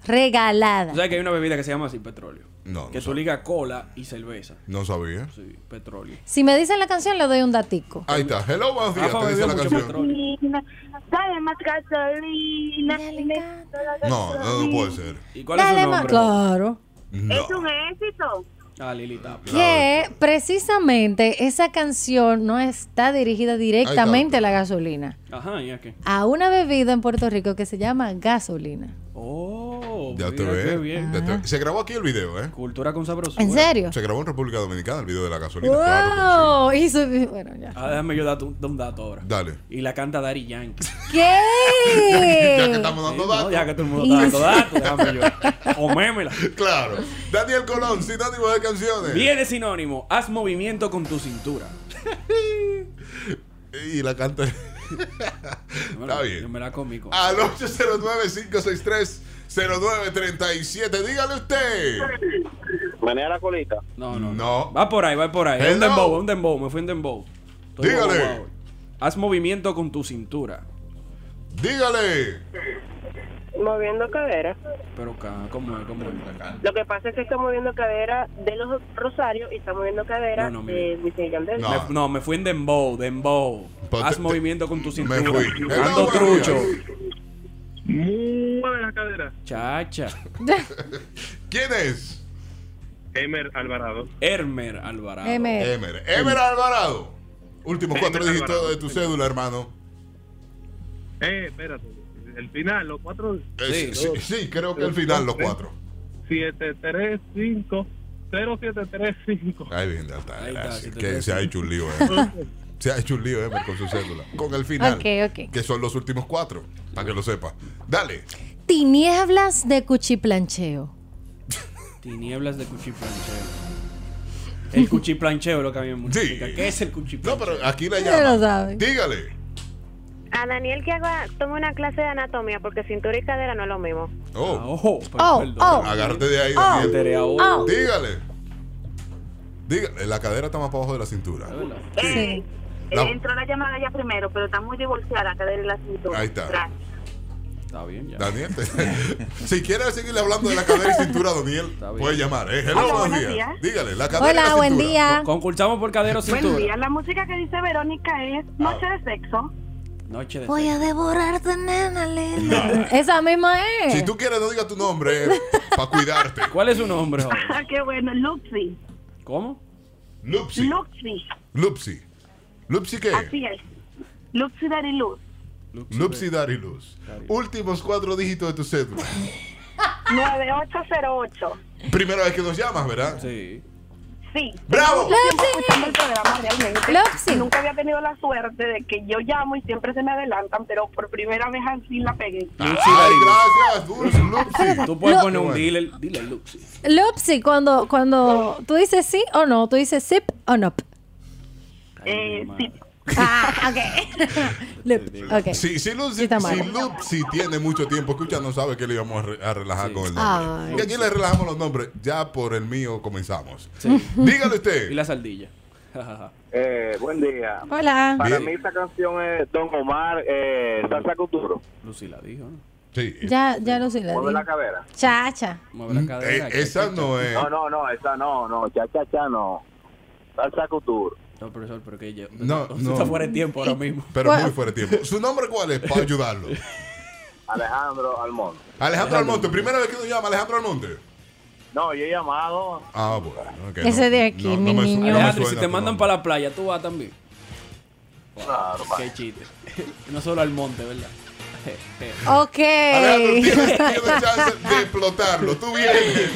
[SPEAKER 3] ¿Tú
[SPEAKER 2] Regalada.
[SPEAKER 3] sabes que hay una bebida que se llama así petróleo? No. Que tú ligas cola y cerveza.
[SPEAKER 1] No sabía.
[SPEAKER 3] Sí, petróleo.
[SPEAKER 2] Si me dicen la canción le doy un datico.
[SPEAKER 1] Ahí está. Hello, buenos días.
[SPEAKER 3] Rafa
[SPEAKER 1] Te dice
[SPEAKER 3] bebió
[SPEAKER 1] la
[SPEAKER 3] mucho
[SPEAKER 1] canción.
[SPEAKER 8] Dale más gasolina.
[SPEAKER 1] No, no, no puede ser.
[SPEAKER 3] ¿Y
[SPEAKER 2] Dale más- Claro.
[SPEAKER 1] No.
[SPEAKER 8] Es un éxito.
[SPEAKER 3] Ah, Lili Tapia.
[SPEAKER 2] Que precisamente esa canción no está dirigida directamente a la gasolina.
[SPEAKER 3] Ajá, ¿y a qué?
[SPEAKER 2] a una bebida en Puerto Rico que se llama gasolina.
[SPEAKER 3] Oh,
[SPEAKER 1] Ya te
[SPEAKER 3] mira qué
[SPEAKER 1] ve.
[SPEAKER 3] bien.
[SPEAKER 1] Ya te ve. Se grabó aquí el video, ¿eh?
[SPEAKER 3] Cultura con sabroso.
[SPEAKER 2] ¿En serio?
[SPEAKER 1] Se grabó en República Dominicana el video de la gasolina. claro.
[SPEAKER 2] ¡Wow! Y su- bueno, ya.
[SPEAKER 3] Ah, déjame yo darte un, dar un dato ahora.
[SPEAKER 1] Dale.
[SPEAKER 3] Y la canta Dari Yankee.
[SPEAKER 2] ¿Qué?
[SPEAKER 1] dando
[SPEAKER 3] datos. Ya que todo el mundo está dando datos, déjame yo. O mémela.
[SPEAKER 1] Claro. Daniel Colón, sinónimo de canciones.
[SPEAKER 3] Viene sinónimo. Haz movimiento con tu cintura.
[SPEAKER 1] Y la canta. Está bien.
[SPEAKER 3] Yo me la comí con.
[SPEAKER 1] Al 809-563-0937. Dígale usted.
[SPEAKER 9] Menea la colita.
[SPEAKER 3] No, no.
[SPEAKER 1] No.
[SPEAKER 3] Va por ahí, va por ahí. Es un
[SPEAKER 1] Hello.
[SPEAKER 3] dembow, es un dembow. Me fui en dembow. Estoy
[SPEAKER 1] Dígale.
[SPEAKER 3] guau, guau. Haz movimiento con tu cintura.
[SPEAKER 1] Dígale.
[SPEAKER 14] Moviendo cadera.
[SPEAKER 3] Pero ca- ¿cómo es? ¿Cómo es?
[SPEAKER 14] Lo que pasa es que está moviendo cadera de los Rosarios y está moviendo cadera
[SPEAKER 3] No, no, mira.
[SPEAKER 14] de Wisin y Yandel.
[SPEAKER 3] Me- no, me fui en Dembow, Dembow.
[SPEAKER 1] Pues
[SPEAKER 3] Haz movimiento con tu cintura.
[SPEAKER 1] fui.
[SPEAKER 3] Ando
[SPEAKER 1] Hello,
[SPEAKER 3] trucho.
[SPEAKER 7] Mueve la cadera.
[SPEAKER 3] Chacha.
[SPEAKER 1] ¿Quién es?
[SPEAKER 7] Emer Alvarado.
[SPEAKER 3] Hermer Alvarado.
[SPEAKER 1] Emer. Emer. Emer Alvarado. Últimos
[SPEAKER 7] Emer
[SPEAKER 1] cuatro dígitos
[SPEAKER 7] Alvarado.
[SPEAKER 1] de tu cédula, hermano.
[SPEAKER 7] Eh, espérate. El final, los cuatro.
[SPEAKER 1] Eh, sí, sí, sí, creo que el final, los cuatro.
[SPEAKER 7] 735 0735.
[SPEAKER 1] Ay, bien, ya está,
[SPEAKER 7] Ahí está,
[SPEAKER 1] gracias.
[SPEAKER 7] si te
[SPEAKER 1] que
[SPEAKER 7] crees.
[SPEAKER 1] se ha hecho un lío, Emer. Se ha hecho un lío, Emer, con su cédula. Con el final.
[SPEAKER 2] Ok, ok.
[SPEAKER 1] Que son los últimos cuatro, para que lo sepa. Dale.
[SPEAKER 2] Tinieblas de cuchiplancheo.
[SPEAKER 3] Tinieblas de cuchiplancheo. El cuchiplancheo es lo que a mí me multiplica. ¿Qué es el cuchiplancheo? No,
[SPEAKER 1] pero aquí la
[SPEAKER 2] llaman. lo sabe.
[SPEAKER 1] Dígale.
[SPEAKER 15] A Daniel que haga, tome una clase de anatomía porque cintura y cadera no es lo mismo.
[SPEAKER 1] Oh.
[SPEAKER 3] Ah, pues,
[SPEAKER 15] Oh, perdón. oh.
[SPEAKER 1] Agárrate de ahí,
[SPEAKER 15] Oh,
[SPEAKER 1] Daniel.
[SPEAKER 15] oh.
[SPEAKER 1] Dígale. Dígale. La cadera está más para abajo de la cintura.
[SPEAKER 8] Eh, eh,
[SPEAKER 1] No.
[SPEAKER 8] entró la llamada ya primero, pero está muy divorciada, cadera y la cintura.
[SPEAKER 1] Ahí está.
[SPEAKER 8] Gracias.
[SPEAKER 3] Está bien, ya.
[SPEAKER 1] Daniel, te- si quieres seguirle hablando de la cadera y cintura, Daniel, puede llamar. ¿eh? Hello,
[SPEAKER 8] Hola,
[SPEAKER 1] buenos
[SPEAKER 8] buenos
[SPEAKER 1] días.
[SPEAKER 8] días.
[SPEAKER 1] Dígale, la cadera. y la
[SPEAKER 2] Hola, buen
[SPEAKER 1] cintura.
[SPEAKER 2] día.
[SPEAKER 3] Concursamos por cadera o
[SPEAKER 8] Buen
[SPEAKER 3] cintura.
[SPEAKER 8] día. La música que dice Verónica es
[SPEAKER 1] Ah.
[SPEAKER 8] Noche de Sexo.
[SPEAKER 3] Noche de
[SPEAKER 2] Voy a
[SPEAKER 3] sexo.
[SPEAKER 2] devorarte, nena linda. Esa misma es.
[SPEAKER 1] Si tú quieres, no digas tu nombre para cuidarte.
[SPEAKER 3] ¿Cuál es su nombre? joven?
[SPEAKER 8] Ah, qué bueno. Luxi.
[SPEAKER 3] ¿Cómo?
[SPEAKER 1] Lupsi.
[SPEAKER 8] Luxi.
[SPEAKER 1] Lupsi. ¿Lupsi qué?
[SPEAKER 2] Ah.
[SPEAKER 8] Así es. Luxi Dariluz.
[SPEAKER 1] Lupsi Dariluz. Últimos cuatro dígitos de tu cédula.
[SPEAKER 8] 9808.
[SPEAKER 1] Primera vez que nos llamas, ¿verdad?
[SPEAKER 3] Sí.
[SPEAKER 8] Sí.
[SPEAKER 1] ¡Bravo!
[SPEAKER 8] Llevo tiempo escuchando el programa realmente. Nunca había tenido la suerte de que yo llamo y siempre se me adelantan, pero por primera vez así la pegué.
[SPEAKER 1] Ay, gracias, Dulce, Lupsi.
[SPEAKER 3] Tú puedes
[SPEAKER 2] Lu-
[SPEAKER 3] poner un dealer, dealer Lupsi.
[SPEAKER 2] Lopsi, cuando, cuando tú dices sí o no, tú dices sip o no.
[SPEAKER 8] Eh, sí.
[SPEAKER 2] Ah, ok. Lup, ok.
[SPEAKER 1] Si, si, Lupsi,
[SPEAKER 2] está mal.
[SPEAKER 1] si Lupsi tiene mucho tiempo escuchando, sabe que le íbamos a, re- a relajar con el nombre.
[SPEAKER 2] Ay.
[SPEAKER 1] Y aquí le relajamos los nombres. Ya por el mío comenzamos. Dígale usted.
[SPEAKER 3] Y la saldilla.
[SPEAKER 9] Eh, buen día.
[SPEAKER 2] Hola.
[SPEAKER 9] Para
[SPEAKER 1] Bien.
[SPEAKER 9] mí esta canción es Don Omar, eh, Salsa Culturo.
[SPEAKER 3] Lucy la dijo, ¿no?
[SPEAKER 1] Sí.
[SPEAKER 2] Ya, ya lo sé.
[SPEAKER 9] Mueve la cadera.
[SPEAKER 2] Chacha.
[SPEAKER 3] Mueve la cadera.
[SPEAKER 1] eh, esa no es.
[SPEAKER 9] No, no, no, esa no, no, cha, cha, cha, no. Salsa Couture.
[SPEAKER 3] No, profesor, pero que yo.
[SPEAKER 1] No, no.
[SPEAKER 3] Está fuera de tiempo ahora mismo.
[SPEAKER 1] Pero muy fuera de tiempo. ¿Su nombre cuál es? Para ayudarlo.
[SPEAKER 9] Alejandro Almonte.
[SPEAKER 1] Alejandro Almonte. Primera vez que nos llama Alejandro Almonte.
[SPEAKER 9] No, yo he llamado.
[SPEAKER 1] Ah, bueno. ok,
[SPEAKER 2] Ese de aquí, mi
[SPEAKER 1] me su-
[SPEAKER 2] niño.
[SPEAKER 1] me
[SPEAKER 3] Alejandro, y si
[SPEAKER 1] suena
[SPEAKER 3] te
[SPEAKER 1] tu
[SPEAKER 3] mandan
[SPEAKER 1] nombre.
[SPEAKER 3] para la playa, tú vas también.
[SPEAKER 9] Claro,
[SPEAKER 3] Qué chiste. no solo al monte, ¿verdad?
[SPEAKER 2] Ok.
[SPEAKER 1] Alejandro, tienes, tienes chance de explotarlo. Tú vienes.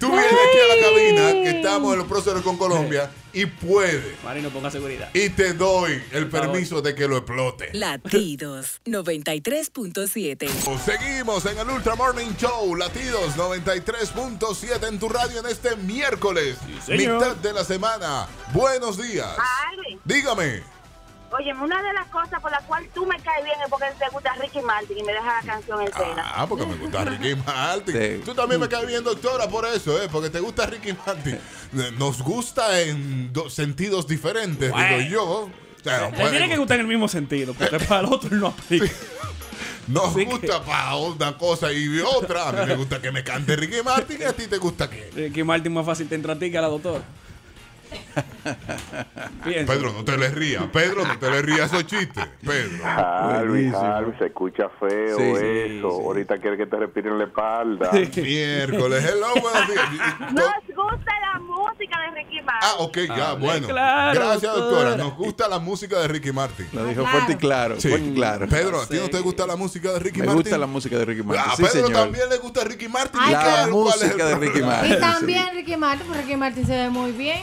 [SPEAKER 1] Tú vienes aquí a la cabina, que estamos en los próceres con Colombia, y puedes.
[SPEAKER 3] Marino, ponga seguridad.
[SPEAKER 1] Y te doy el permiso de que lo explote.
[SPEAKER 6] Latidos 93.7.
[SPEAKER 1] Seguimos en el Ultra Morning Show, latidos 93.7 en tu radio en este miércoles,
[SPEAKER 6] señor.
[SPEAKER 1] mitad de la semana. Buenos días.
[SPEAKER 8] Ay,
[SPEAKER 1] Dígame.
[SPEAKER 8] oye, una de las cosas por las cuales tú me caes bien es porque te gusta Ricky Martin y me deja la canción entera.
[SPEAKER 1] Ah, porque me gusta Ricky Martin. Tú también me caes bien, doctora, por eso, ¿eh? Porque te gusta Ricky Martin. Nos gusta en dos sentidos diferentes,
[SPEAKER 3] Bueno.
[SPEAKER 1] digo yo. O sea,
[SPEAKER 3] Te
[SPEAKER 1] puede
[SPEAKER 3] tiene que gustar en el mismo sentido, porque para el otro no aplica.
[SPEAKER 1] Nos gusta para una cosa y otra. A mí me gusta que me cante Ricky Martin y a ti te gusta que.
[SPEAKER 3] Ricky Martin más fácil te entra a ti que a la doctora. Piensa.
[SPEAKER 1] Pedro, no te le rías. Pedro, no te le rías esos chistes. Pedro.
[SPEAKER 9] Ah, Luis,
[SPEAKER 1] Buenísimo.
[SPEAKER 9] Alves, se escucha feo
[SPEAKER 1] Sí, sí,
[SPEAKER 9] eso. Ahorita quiere que te respiren la espalda.
[SPEAKER 1] Miércoles, hello, buenos días.
[SPEAKER 8] Nos gusta la música de Ricky Martin.
[SPEAKER 1] Ah, ok, ya,
[SPEAKER 4] Hable
[SPEAKER 1] bueno.
[SPEAKER 4] claro,
[SPEAKER 1] Gracias, doctora.
[SPEAKER 4] doctora.
[SPEAKER 1] Nos gusta la música de Ricky Martin.
[SPEAKER 4] Lo dijo fuerte y claro, fuerte y claro.
[SPEAKER 1] Pedro, ¿a ti no te gusta la música de Ricky
[SPEAKER 4] Me
[SPEAKER 1] Martin?
[SPEAKER 4] gusta la música de Ricky Martin.
[SPEAKER 1] A
[SPEAKER 4] sí,
[SPEAKER 1] Pedro
[SPEAKER 4] señor.
[SPEAKER 1] también le gusta Ricky Martin.
[SPEAKER 4] Ay,
[SPEAKER 1] y
[SPEAKER 4] La
[SPEAKER 1] claro, ¿cuál es el
[SPEAKER 4] música de Ricky
[SPEAKER 1] problema?
[SPEAKER 4] Martin.
[SPEAKER 2] Y también Ricky Martin, porque Ricky Martin se ve muy bien.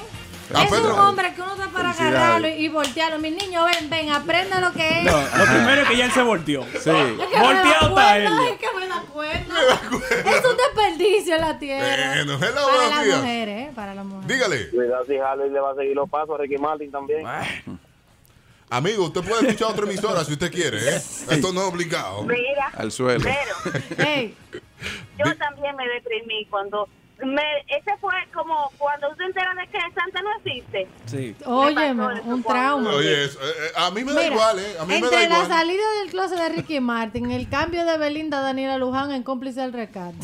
[SPEAKER 1] Ah,
[SPEAKER 2] es
[SPEAKER 1] Pedro.
[SPEAKER 2] un hombre que uno está para
[SPEAKER 4] Felicidades.
[SPEAKER 2] agarrarlo y voltearlo. Mis niños, ven, ven, aprenda lo que es.
[SPEAKER 3] No, lo primero es que ya él se volteó. Sí.
[SPEAKER 2] Es que me da
[SPEAKER 3] Volteado está él.
[SPEAKER 2] cuerda, Es que me da cuerda. Es un desperdicio en la tierra.
[SPEAKER 1] Bueno, hello,
[SPEAKER 2] para
[SPEAKER 1] buenos
[SPEAKER 2] las
[SPEAKER 1] días.
[SPEAKER 2] mujeres, eh, para las mujeres.
[SPEAKER 1] Dígale.
[SPEAKER 9] Cuidado si Harley le va a seguir los pasos a Ricky Martin también.
[SPEAKER 1] Amigo, usted puede escuchar otra emisora si usted quiere, ¿eh? Esto no es obligado.
[SPEAKER 8] Mira,
[SPEAKER 1] Al suelo.
[SPEAKER 8] Pero yo también me deprimí cuando me- ese fue como cuando usted entera de que Santa no existe.
[SPEAKER 3] Sí.
[SPEAKER 2] Óyeme, un trauma.
[SPEAKER 1] Oye, eso, eh, eh, a mí me da
[SPEAKER 2] Mira,
[SPEAKER 1] igual, ¿eh? A mí me
[SPEAKER 2] entre
[SPEAKER 1] da
[SPEAKER 2] la
[SPEAKER 1] igual.
[SPEAKER 2] salida del closet de Ricky Martin, el cambio de Belinda a Daniela Luján en cómplice del rescate.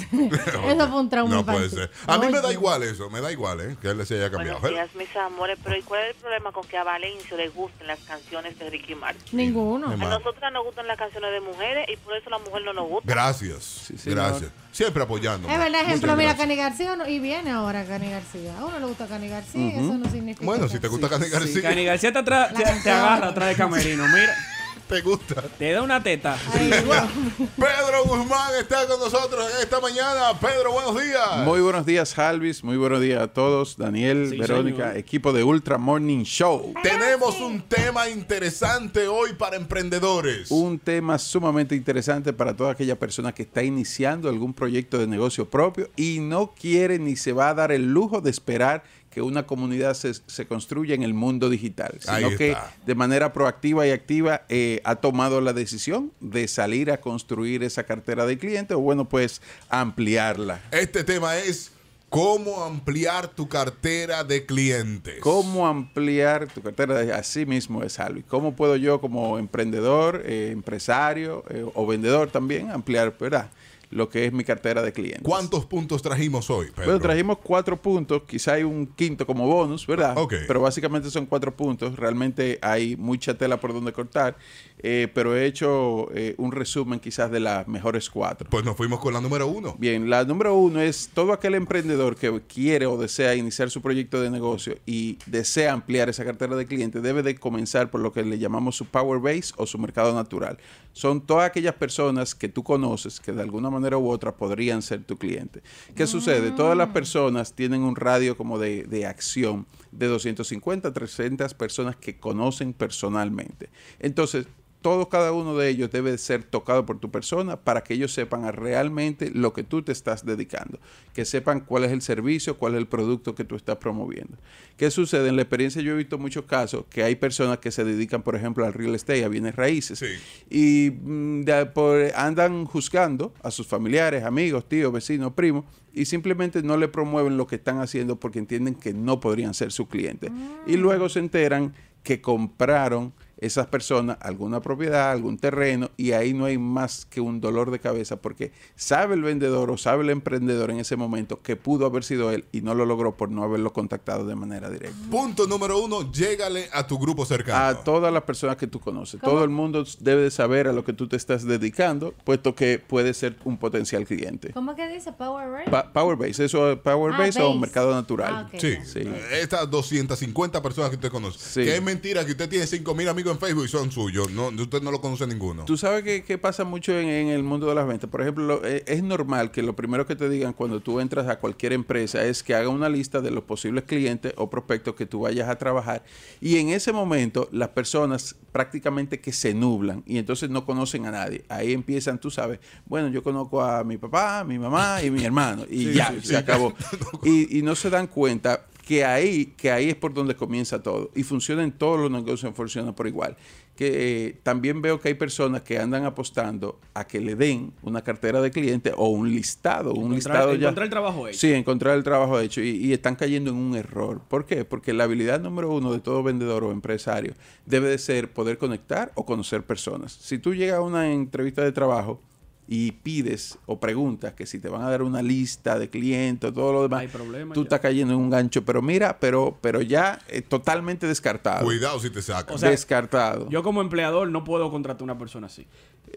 [SPEAKER 2] Eso fue un trauma.
[SPEAKER 1] No puede
[SPEAKER 2] infantil.
[SPEAKER 1] ser. A mí me da
[SPEAKER 2] Oye.
[SPEAKER 1] igual eso, me da igual, ¿eh? Que él se haya cambiado.
[SPEAKER 16] Buenos días, mis amores. Pero ¿y cuál es el problema con que a Valencio le gusten las canciones de Ricky Martin?
[SPEAKER 2] Ninguno.
[SPEAKER 16] A
[SPEAKER 1] Mi madre.
[SPEAKER 16] nosotras nos gustan las canciones de mujeres y por eso la mujer no nos gusta.
[SPEAKER 1] Gracias. gracias. Siempre apoyando.
[SPEAKER 2] Es verdad, ejemplo, mira, Cani García no- y viene ahora Cani García. A uno le gusta Cani García,
[SPEAKER 1] Ujú.
[SPEAKER 2] eso no significa.
[SPEAKER 1] Bueno, si te gusta Cani García.
[SPEAKER 3] Cani García te, atra- te- te agarra atrás de camerino, mira.
[SPEAKER 1] ¿Te gusta?
[SPEAKER 3] Te da una teta.
[SPEAKER 1] Pedro Guzmán está con nosotros en esta mañana. Pedro, buenos días.
[SPEAKER 4] Muy buenos días, Alvis. Muy buenos días a todos. Daniel,
[SPEAKER 1] Sí,
[SPEAKER 4] Verónica,
[SPEAKER 1] señor.
[SPEAKER 4] equipo de Ultra Morning Show.
[SPEAKER 1] Tenemos un tema interesante hoy para emprendedores.
[SPEAKER 4] Un tema sumamente interesante para toda aquella persona que está iniciando algún proyecto de negocio propio y no quiere ni se va a dar el lujo de esperar que una comunidad se, se construya en el mundo digital,
[SPEAKER 1] Ahí
[SPEAKER 4] sino que
[SPEAKER 1] está.
[SPEAKER 4] de manera proactiva y activa eh, ha tomado la decisión de salir a construir esa cartera de clientes o bueno, pues ampliarla.
[SPEAKER 1] Este tema es cómo ampliar tu cartera de clientes.
[SPEAKER 4] ¿Cómo ampliar tu cartera? Así mismo es algo. ¿Y ¿Cómo puedo yo como emprendedor, eh, empresario eh, o vendedor también ampliar, verdad? Lo que es mi cartera de clientes.
[SPEAKER 1] ¿Cuántos puntos trajimos hoy, Pedro?
[SPEAKER 4] Bueno, trajimos cuatro puntos, quizá hay un quinto como bonus, ¿verdad?
[SPEAKER 1] Ok.
[SPEAKER 4] Pero básicamente son cuatro puntos, realmente hay mucha tela por donde cortar, eh, pero he hecho eh, un resumen quizás de las mejores cuatro.
[SPEAKER 1] Pues nos fuimos con la número uno.
[SPEAKER 4] Bien, la número uno es todo aquel emprendedor que quiere o desea iniciar su proyecto de negocio y desea ampliar esa cartera de clientes, debe de comenzar por lo que le llamamos su power base o su mercado natural. Son todas aquellas personas que tú conoces que de alguna manera u otra podrían ser tu cliente. ¿Qué sucede? Todas las personas tienen un radio como de, de acción de 250 a 300 personas que conocen personalmente. Entonces, todos cada uno de ellos debe ser tocado por tu persona para que ellos sepan a realmente lo que tú te estás dedicando, que sepan cuál es el servicio, cuál es el producto que tú estás promoviendo. ¿Qué sucede? En la experiencia yo he visto muchos casos que hay personas que se dedican, por ejemplo, al real estate, a bienes raíces, y mm, de- por- andan juzgando a sus familiares, amigos, tíos, vecinos, primos, y simplemente no le promueven lo que están haciendo porque entienden que no podrían ser su cliente. Y luego se enteran que compraron esas personas alguna propiedad, algún terreno, y ahí no hay más que un dolor de cabeza porque sabe el vendedor o sabe el emprendedor en ese momento que pudo haber sido él y no lo logró por no haberlo contactado de manera directa.
[SPEAKER 1] Punto número uno, llégale a tu grupo cercano.
[SPEAKER 4] A todas las personas que tú conoces. Todo el mundo debe de saber a lo que tú te estás dedicando, puesto que puede ser un potencial cliente.
[SPEAKER 2] ¿Cómo que dice Power Rate?
[SPEAKER 4] Pa- Power Base, eso es Power
[SPEAKER 2] Ah,
[SPEAKER 4] Base o
[SPEAKER 2] base.
[SPEAKER 4] mercado natural.
[SPEAKER 2] Ah, ok,
[SPEAKER 1] Sí. Estas 250 personas que usted conoce. Que es mentira que usted tiene 5.000 amigos en Facebook y son suyos. No, usted no lo conoce ninguno.
[SPEAKER 4] Tú sabes que, que pasa mucho en, en el mundo de las ventas. Por ejemplo, lo- eh, es normal que lo primero que te digan cuando tú entras a cualquier empresa es que haga una lista de los posibles clientes o prospectos que tú vayas a trabajar. Y en ese momento las personas prácticamente que se nublan y entonces no conocen a nadie. Ahí empiezan, tú sabes, bueno, yo conozco a mi papá, a mi mamá y mi hermano. Y
[SPEAKER 17] Sí,
[SPEAKER 4] ya,
[SPEAKER 17] sí,
[SPEAKER 4] se
[SPEAKER 17] sí.
[SPEAKER 4] acabó. y, y no se dan cuenta que ahí, que ahí es por donde comienza todo. Y funciona en todos los negocios, funciona por igual. Que eh, también veo que hay personas que andan apostando a que le den una cartera de clientes o un listado, un listado ya.
[SPEAKER 3] encontrar el trabajo hecho.
[SPEAKER 4] Sí, encontrar el trabajo hecho. Y, y están cayendo en un error. ¿Por qué? Porque la habilidad número uno de todo vendedor o empresario debe de ser poder conectar o conocer personas. Si tú llegas a una entrevista de trabajo y pides o preguntas que si te van a dar una lista de clientes, todo lo demás,
[SPEAKER 3] problema
[SPEAKER 4] tú
[SPEAKER 3] ya.
[SPEAKER 4] estás cayendo en un gancho. Pero mira, pero, pero ya eh, totalmente descartado.
[SPEAKER 1] Cuidado si te sacan.
[SPEAKER 3] O sea,
[SPEAKER 4] descartado.
[SPEAKER 3] Yo como empleador no puedo contratar a una persona así.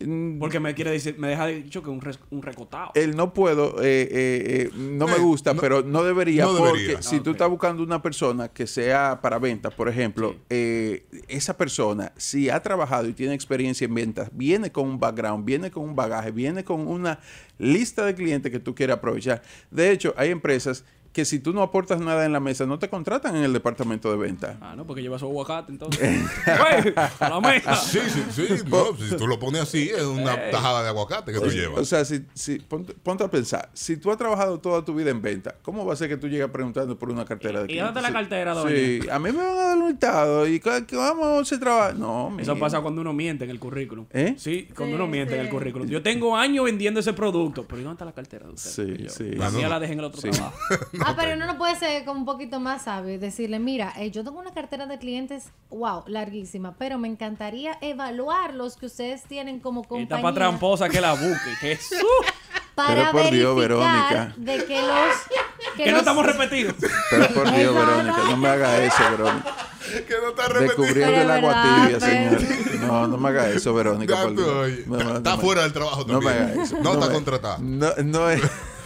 [SPEAKER 4] Mm.
[SPEAKER 3] Porque me quiere decir, me deja dicho que un, res- un recotado.
[SPEAKER 4] El no puedo, eh, eh, eh, no me gusta, pero no debería.
[SPEAKER 3] no
[SPEAKER 4] porque
[SPEAKER 3] debería.
[SPEAKER 4] si tú estás buscando una persona que sea para ventas, por ejemplo, eh, esa persona, si ha trabajado y tiene experiencia en ventas, viene con un background, viene con un bagaje, viene con una lista de clientes que tú quieres aprovechar. De hecho, hay empresas que si tú no aportas nada en la mesa, no te contratan en el departamento de venta.
[SPEAKER 3] Ah, no, porque lleva su aguacate entonces. ¡Ey! ¡A la mesa!
[SPEAKER 1] Ah, Sí, sí, sí. no, si tú lo pones así, es una
[SPEAKER 4] Ey.
[SPEAKER 1] tajada de aguacate que tú
[SPEAKER 4] O-
[SPEAKER 1] llevas.
[SPEAKER 4] O sea, si, si- ponte, ponte a pensar, si tú has trabajado toda tu vida en venta, ¿cómo va a ser que tú llegas preguntando por una cartera de
[SPEAKER 3] ¿Y dónde está la
[SPEAKER 4] clientes?
[SPEAKER 3] cartera, doña?
[SPEAKER 4] Sí, a mí me van a dar un listado y ca- que vamos a trabajar. No,
[SPEAKER 3] Eso
[SPEAKER 4] mija.
[SPEAKER 3] pasa cuando uno miente en el currículum.
[SPEAKER 4] ¿Eh?
[SPEAKER 3] Sí, cuando
[SPEAKER 4] Sí,
[SPEAKER 3] uno miente en
[SPEAKER 4] sí.
[SPEAKER 3] el currículum. Yo tengo años vendiendo ese producto, pero ¿y dónde está la cartera de usted?
[SPEAKER 4] Sí, sí.
[SPEAKER 3] La
[SPEAKER 4] No,
[SPEAKER 3] mía
[SPEAKER 4] no.
[SPEAKER 3] la dejé en el otro
[SPEAKER 4] Sí.
[SPEAKER 3] trabajo.
[SPEAKER 2] ah, pero uno no puede ser como un poquito más sabio y decirle, mira, eh, yo tengo una cartera de clientes, wow, larguísima, pero me encantaría evaluar los que ustedes tienen como
[SPEAKER 3] Está
[SPEAKER 2] compañía
[SPEAKER 3] para tramposa que la busque. Jesús.
[SPEAKER 2] para
[SPEAKER 4] Pero por Dios,
[SPEAKER 2] verificar
[SPEAKER 4] Verónica.
[SPEAKER 2] de que los
[SPEAKER 3] Que no estamos repetidos.
[SPEAKER 4] Pero por Dios, Verónica, no me haga eso, Verónica.
[SPEAKER 1] que no está
[SPEAKER 4] Descubriendo el
[SPEAKER 2] Pero es
[SPEAKER 4] agua
[SPEAKER 2] verdad,
[SPEAKER 4] tibia,
[SPEAKER 2] pero-
[SPEAKER 4] señor. No, no me haga eso, Verónica.
[SPEAKER 1] Ya
[SPEAKER 4] por
[SPEAKER 1] tú,
[SPEAKER 4] Dios.
[SPEAKER 1] oye.
[SPEAKER 4] No, no,
[SPEAKER 1] Está
[SPEAKER 4] no me-
[SPEAKER 1] fuera del trabajo
[SPEAKER 4] No me
[SPEAKER 1] también.
[SPEAKER 4] haga eso.
[SPEAKER 1] No está
[SPEAKER 4] me-
[SPEAKER 1] contratada.
[SPEAKER 4] No, no es.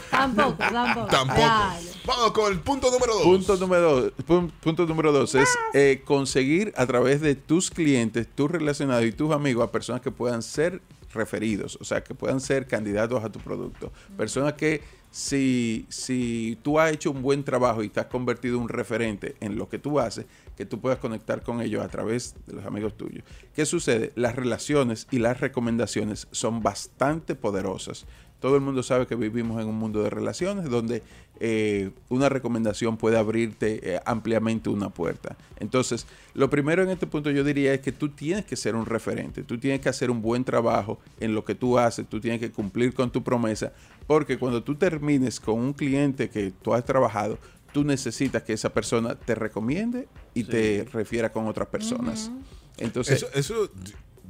[SPEAKER 2] Tampoco, tampoco.
[SPEAKER 4] Tampoco.
[SPEAKER 2] Dale.
[SPEAKER 1] Vamos con el punto número dos.
[SPEAKER 4] Punto número dos, pun- punto número dos es eh, conseguir a través de tus clientes, tus relacionados y tus amigos a personas que puedan ser referidos, o sea, que puedan ser candidatos a tu producto. Personas que si, si tú has hecho un buen trabajo y te has convertido en un referente en lo que tú haces, que tú puedas conectar con ellos a través de los amigos tuyos. ¿Qué sucede? Las relaciones y las recomendaciones son bastante poderosas. Todo el mundo sabe que vivimos en un mundo de relaciones donde eh, una recomendación puede abrirte eh, ampliamente una puerta. Entonces, lo primero en este punto yo diría es que tú tienes que ser un referente, tú tienes que hacer un buen trabajo en lo que tú haces, tú tienes que cumplir con tu promesa, porque cuando tú termines con un cliente que tú has trabajado, tú necesitas que esa persona te recomiende y te refiera con otras personas. Entonces,
[SPEAKER 1] eso, eso-